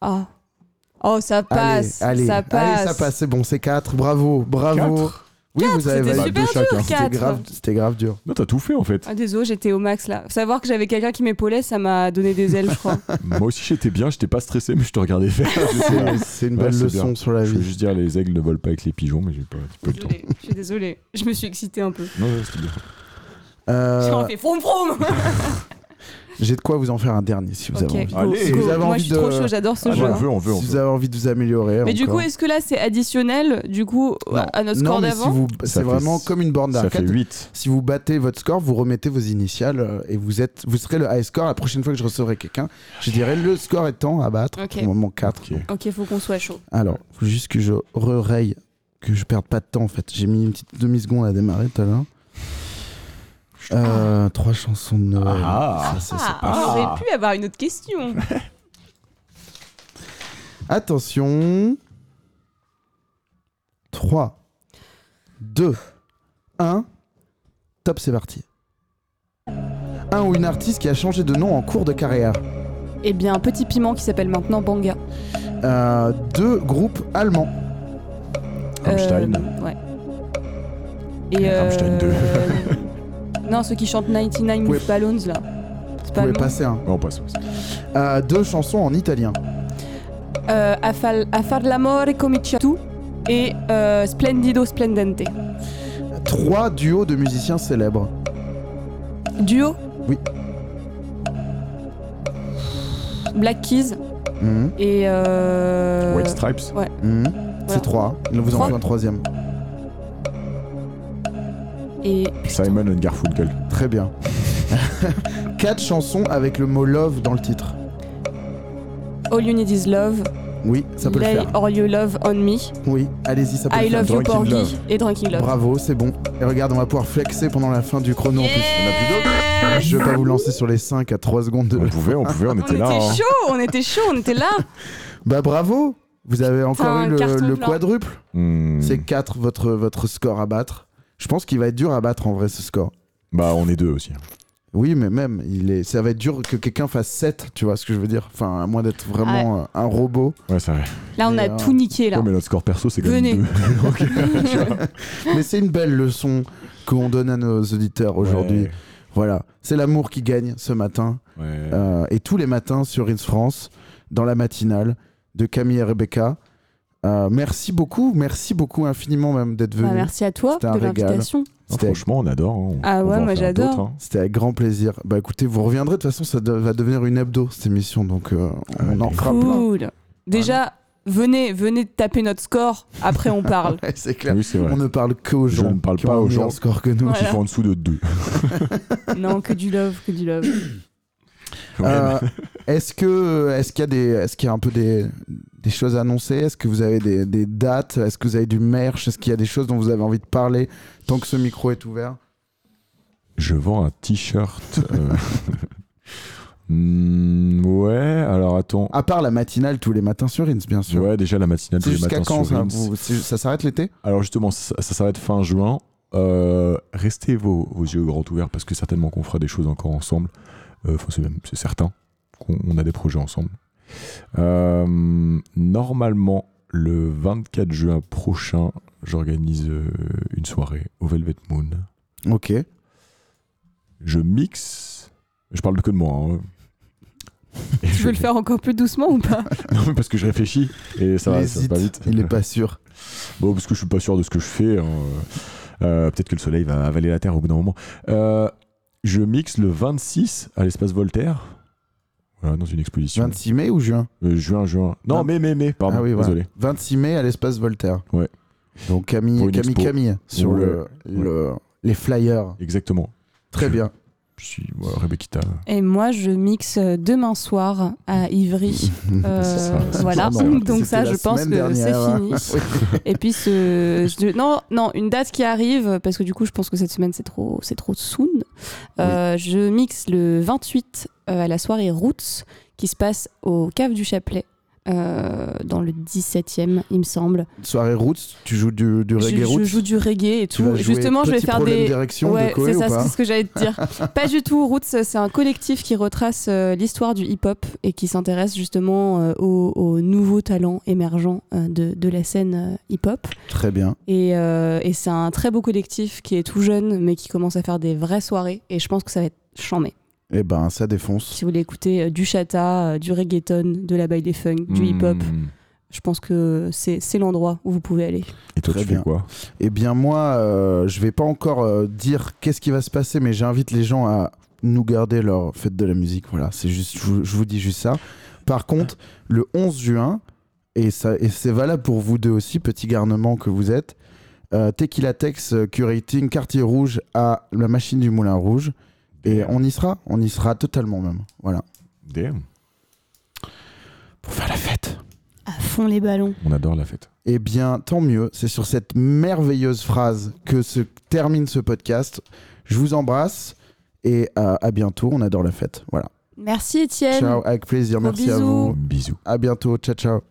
Speaker 5: Ah. Oh, ça passe.
Speaker 3: allez, allez,
Speaker 5: ça passe.
Speaker 3: allez, ça passe. C'est bon, c'est 4. Bravo, bravo.
Speaker 4: Quatre
Speaker 3: oui, vous avez
Speaker 5: c'était
Speaker 3: validé.
Speaker 5: super
Speaker 4: Bah, deux chacun.
Speaker 5: dur,
Speaker 3: C'était
Speaker 5: 4.
Speaker 3: grave, c'était grave dur.
Speaker 4: Non, t'as tout fait en fait.
Speaker 5: Ah, désolé, j'étais au max là. Savoir que j'avais quelqu'un qui m'épaulait, ça m'a donné des ailes,
Speaker 3: [LAUGHS]
Speaker 5: je crois.
Speaker 4: moi aussi j'étais bien, j'étais pas stressé, mais je te regardais
Speaker 5: [LAUGHS]
Speaker 4: faire.
Speaker 3: C'est- C'est une
Speaker 4: Ouais,
Speaker 3: belle
Speaker 4: c'est
Speaker 3: leçon
Speaker 4: bien.
Speaker 3: sur la
Speaker 5: Ah
Speaker 4: je veux
Speaker 3: vie.
Speaker 4: juste dire, les aigles ne volent pas avec les pigeons, mais j'ai pas un petit peu le temps.
Speaker 5: Désolée, Je suis désolée. Je me suis excitée un peu.
Speaker 4: Non, non, c'était bien.
Speaker 5: J'ai
Speaker 3: Euh,
Speaker 5: fait froum froum.
Speaker 3: J'ai de quoi vous en faire un dernier si vous
Speaker 5: Ok,
Speaker 3: avez envie.
Speaker 5: go,
Speaker 4: Allez.
Speaker 5: go.
Speaker 3: Si vous avez
Speaker 5: Moi,
Speaker 3: envie
Speaker 5: je suis trop
Speaker 3: de-
Speaker 5: chaud, j'adore ce
Speaker 4: Ah,
Speaker 5: jeu.
Speaker 4: on
Speaker 5: hein.
Speaker 4: veut, on veut, on
Speaker 3: Si vous
Speaker 4: veut.
Speaker 3: avez envie de vous améliorer.
Speaker 5: Mais du
Speaker 3: encore.
Speaker 5: coup, est-ce que là, c'est additionnel, du coup, à notre
Speaker 3: non,
Speaker 5: score
Speaker 3: mais si
Speaker 5: d'avant
Speaker 3: vous-
Speaker 4: Ça
Speaker 3: C'est
Speaker 4: fait
Speaker 3: vraiment
Speaker 4: six.
Speaker 3: comme une borne
Speaker 4: Ça fait
Speaker 3: d'arcade.
Speaker 4: 8.
Speaker 3: Si vous battez votre score, vous remettez vos initiales euh, et vous êtes, vous serez le high score. La prochaine fois que je recevrai quelqu'un, je dirai le score étant à battre.
Speaker 5: Ok.
Speaker 3: Au moment 4.
Speaker 4: Ok.
Speaker 5: Ok, faut qu'on soit chaud.
Speaker 3: Alors, faut juste que je re-raye, que je perde pas de temps en fait. J'ai mis une petite demi-seconde à démarrer tout à l'heure. Euh, Trois chansons de Noël.
Speaker 4: Ah.
Speaker 3: Ça, ça, c'est
Speaker 5: Ah,
Speaker 3: pas-
Speaker 5: on aurait pu avoir une autre question.
Speaker 3: Attention. 3, 2, 1. Top, c'est parti. Un ou une artiste qui a changé de nom en cours de carrière.
Speaker 5: eh bien, un petit piment qui s'appelle maintenant Banga.
Speaker 3: Euh, deux groupes allemands.
Speaker 4: Rammstein.
Speaker 5: Euh, ouais. Et. euh,
Speaker 4: Rammstein deux.
Speaker 5: [LAUGHS] non, ceux qui chantent 99
Speaker 3: Ouais.
Speaker 5: with Balloons là. C'est
Speaker 3: Vous
Speaker 5: pas
Speaker 3: pouvez
Speaker 5: le nom.
Speaker 3: passer un.
Speaker 4: On passe.
Speaker 3: Euh, deux chansons en italien.
Speaker 5: Euh, a, fal- a far l'amore come tu et euh, Splendido Splendente.
Speaker 3: Trois duos de musiciens célèbres.
Speaker 5: Duo
Speaker 3: Oui.
Speaker 5: Black Keys
Speaker 3: Mhm.
Speaker 5: et. Euh...
Speaker 4: White Stripes.
Speaker 5: Ouais.
Speaker 3: Mhm.
Speaker 5: Voilà.
Speaker 3: C'est trois. Il vous en
Speaker 5: Trois.
Speaker 3: faut un troisième.
Speaker 5: Et
Speaker 4: Simon and Garfunkel.
Speaker 5: [LAUGHS]
Speaker 3: Très bien. Quatre chansons avec le mot love dans le titre.
Speaker 5: All You Need Is Love,
Speaker 3: Oui, ça peut
Speaker 5: Lay
Speaker 3: le faire.
Speaker 5: All You Love On Me,
Speaker 3: Oui, allez-y, ça peut le
Speaker 5: I
Speaker 3: faire.
Speaker 5: Love You
Speaker 4: Drunken
Speaker 5: Porgy
Speaker 4: Love.
Speaker 5: et Drinking Love.
Speaker 3: Bravo, c'est bon. Et regarde, on va pouvoir flexer pendant la fin du chrono en plus. Je vais pas vous lancer sur les 5 à 3 secondes de.
Speaker 4: On pouvait, on pouvait, on
Speaker 5: On
Speaker 4: était
Speaker 5: était
Speaker 4: là. hein.
Speaker 5: chaud, on était chaud, on était là.
Speaker 3: Bah bravo Vous avez encore
Speaker 5: Putain,
Speaker 3: eu le,
Speaker 5: carton
Speaker 3: le
Speaker 5: plein.
Speaker 3: quadruple.
Speaker 4: Hmm.
Speaker 3: C'est 4 votre, votre score à battre. Je pense qu'il va être dur à battre en vrai ce score.
Speaker 4: Bah, on est deux aussi.
Speaker 3: Oui, mais même, il est... ça va être dur que quelqu'un fasse 7, tu vois ce que je veux dire. Enfin, à moins d'être vraiment euh, un robot.
Speaker 4: Ouais, c'est vrai.
Speaker 5: Là, on
Speaker 3: Mais,
Speaker 5: a
Speaker 3: euh,
Speaker 5: tout niqué là.
Speaker 4: Ouais, mais notre score perso, c'est quand
Speaker 5: Venez.
Speaker 4: même deux.
Speaker 3: mais c'est une belle leçon qu'on donne à nos auditeurs aujourd'hui.
Speaker 4: Ouais.
Speaker 3: Voilà, c'est l'amour qui gagne ce matin.
Speaker 4: Ouais.
Speaker 3: Euh, et tous les matins sur It's France, dans la matinale de Camille et Rebecca. Euh, merci beaucoup, merci beaucoup infiniment même d'être
Speaker 5: Bah,
Speaker 3: venu.
Speaker 5: merci à toi
Speaker 3: C'était un
Speaker 5: de
Speaker 3: régal.
Speaker 5: l'invitation.
Speaker 4: Non,
Speaker 3: C'était avec,
Speaker 4: franchement, on adore. hein. On-
Speaker 5: Ah
Speaker 4: on
Speaker 5: ouais,
Speaker 4: va en
Speaker 5: moi,
Speaker 4: faire
Speaker 5: j'adore.
Speaker 4: d'autres, hein.
Speaker 3: c'était avec grand plaisir. Bah écoutez, vous reviendrez de toute façon, ça de- va devenir une hebdo cette émission, donc euh, on en
Speaker 4: Allez.
Speaker 3: fera plein.
Speaker 5: Cool. Déjà, venez, venez taper notre score. Après,
Speaker 3: [LAUGHS]
Speaker 5: on parle.
Speaker 3: [LAUGHS] Ouais, c'est clair.
Speaker 4: Oui, c'est vrai.
Speaker 3: On ne parle qu'aux
Speaker 4: Je
Speaker 3: gens.
Speaker 4: ne parle
Speaker 3: qui
Speaker 4: pas
Speaker 3: ont un
Speaker 4: aux
Speaker 3: meilleur
Speaker 4: gens.
Speaker 3: score que nous.
Speaker 5: Ouais.
Speaker 4: Qui font en dessous
Speaker 3: [LAUGHS]
Speaker 4: de deux.
Speaker 5: non, que du love, que du love.
Speaker 3: Euh, est-ce que est-ce qu'il y a des est-ce qu'il y a un peu des, des choses à annoncer Est-ce que vous avez des, des dates Est-ce que vous avez du merch Est-ce qu'il y a des choses dont vous avez envie de parler tant que ce micro est ouvert
Speaker 4: Je vends un t-shirt. euh, [LAUGHS] hmm, ouais, alors attends.
Speaker 3: À part la matinale tous les matins Ah, sur Inns, bien sûr.
Speaker 4: Ouais, déjà la matinale
Speaker 3: C'est
Speaker 4: tous les
Speaker 3: jusqu'à
Speaker 4: matins
Speaker 3: quand
Speaker 4: sur
Speaker 3: ça
Speaker 4: Rince.
Speaker 3: Vous- c'est- Ça s'arrête l'été
Speaker 4: Alors justement, ça, ça s'arrête fin juin. Euh, restez vos, vos yeux grands ouverts parce que certainement qu'on fera des choses encore ensemble. Euh, Enfin, c'est même c'est certain qu'on on a des projets ensemble. Euh, normalement, le 24 juin prochain, j'organise euh, une soirée au Velvet Moon.
Speaker 3: Ok.
Speaker 4: Je mixe. Je parle que de moi. hein.
Speaker 3: [LAUGHS]
Speaker 4: Et
Speaker 5: Tu
Speaker 4: je-
Speaker 5: veux le faire encore plus doucement ou pas
Speaker 4: [LAUGHS] Non, mais parce que je réfléchis
Speaker 3: Il
Speaker 4: et ça, va- ça va
Speaker 3: hésite,
Speaker 4: pas vite.
Speaker 3: il est pas
Speaker 4: [LAUGHS]
Speaker 3: sûr.
Speaker 4: Bon, parce que je suis pas sûr de ce que je fais. hein. Euh, Peut-être que le soleil va avaler la Terre au bout d'un moment. Euh, je mixe le 26 à l'espace Voltaire. Voilà, dans une exposition.
Speaker 3: 26 mai ou juin
Speaker 4: Euh, juin, juin. Non,
Speaker 3: Ah.
Speaker 4: mai, mai, mai. Pardon,
Speaker 3: Ah oui, voilà.
Speaker 4: désolé.
Speaker 3: 26 mai à l'espace Voltaire.
Speaker 4: Ouais.
Speaker 3: Donc Camille,
Speaker 4: Pour une
Speaker 3: Camille,
Speaker 4: expo.
Speaker 3: Camille sur
Speaker 4: Ouais.
Speaker 3: le, le- les flyers.
Speaker 4: Exactement.
Speaker 3: Très
Speaker 4: Je-
Speaker 3: bien.
Speaker 4: Je suis ouais, Rebecca.
Speaker 5: Et moi, je mixe euh, demain soir à
Speaker 3: [LAUGHS]
Speaker 5: Ivry. Euh,
Speaker 4: C'est ça, c'est
Speaker 5: [LAUGHS] voilà,
Speaker 4: ça, non.
Speaker 5: donc
Speaker 3: C'était la
Speaker 5: ça, je pense
Speaker 3: semaine
Speaker 5: que c'est
Speaker 3: dernière.
Speaker 5: fini. Et puis, ce, je- non, non, une date qui arrive, parce que du coup, je pense que cette semaine, c'est trop, c'est trop soon. Euh, Je mixe le 28 euh, à la soirée Roots, qui se passe au Cave du Chapelet, euh, dans le 17e, il me semble.
Speaker 3: Soirée roots, tu joues du, du
Speaker 5: Je,
Speaker 3: reggae
Speaker 5: je
Speaker 3: roots
Speaker 5: joue du reggae et
Speaker 3: Tu
Speaker 5: tout.
Speaker 3: vas
Speaker 5: Et
Speaker 3: jouer
Speaker 5: Justement, je vais
Speaker 3: Petit
Speaker 5: faire
Speaker 3: problème
Speaker 5: des.
Speaker 3: direction
Speaker 5: ouais,
Speaker 3: de Koé
Speaker 5: c'est
Speaker 3: ou
Speaker 5: ça,
Speaker 3: pas
Speaker 5: c'est ce que j'allais te dire. pas du tout. Roots, c'est un collectif qui retrace euh, l'histoire du hip-hop et qui s'intéresse justement euh, aux, aux nouveaux talents émergents euh, de, de la scène euh, hip-hop.
Speaker 3: Très bien.
Speaker 5: Et, euh, et c'est un très beau collectif qui est tout jeune, mais qui commence à faire des vraies soirées. Et je pense que ça va être chambé.
Speaker 3: Eh ben, ça défonce.
Speaker 5: Si vous voulez écouter euh, du chata, euh, du reggaeton, de la baille des funk, du hip-hop,
Speaker 4: Hmm.
Speaker 5: je pense que c'est c'est l'endroit où vous pouvez aller.
Speaker 4: Et toi,
Speaker 3: Très
Speaker 4: tu
Speaker 3: bien.
Speaker 4: fais quoi
Speaker 3: Eh bien, moi, euh, je vais pas encore euh, dire qu'est-ce qui va se passer, mais j'invite les gens à nous garder leur fête de la musique. Voilà, c'est juste, je, vous- je vous dis juste ça. Par contre, le 11 juin, et, ça, et c'est valable pour vous deux aussi, petit garnement que vous êtes, euh, Tequila Tex euh, Curating Quartier Rouge à la machine du Moulin Rouge. Et on y sera, on y sera totalement même. Voilà.
Speaker 4: DM.
Speaker 3: Pour faire la fête.
Speaker 6: À fond les ballons.
Speaker 4: On adore la fête.
Speaker 3: Eh bien, tant mieux. C'est sur cette merveilleuse phrase que se termine ce podcast. Je vous embrasse et euh, à, à bientôt. On adore la fête. Voilà.
Speaker 5: Merci Étienne.
Speaker 3: Ciao, avec plaisir.
Speaker 5: Gros
Speaker 3: Merci à
Speaker 5: bisous.
Speaker 3: vous.
Speaker 4: Bisous.
Speaker 3: À bientôt. Ciao, ciao.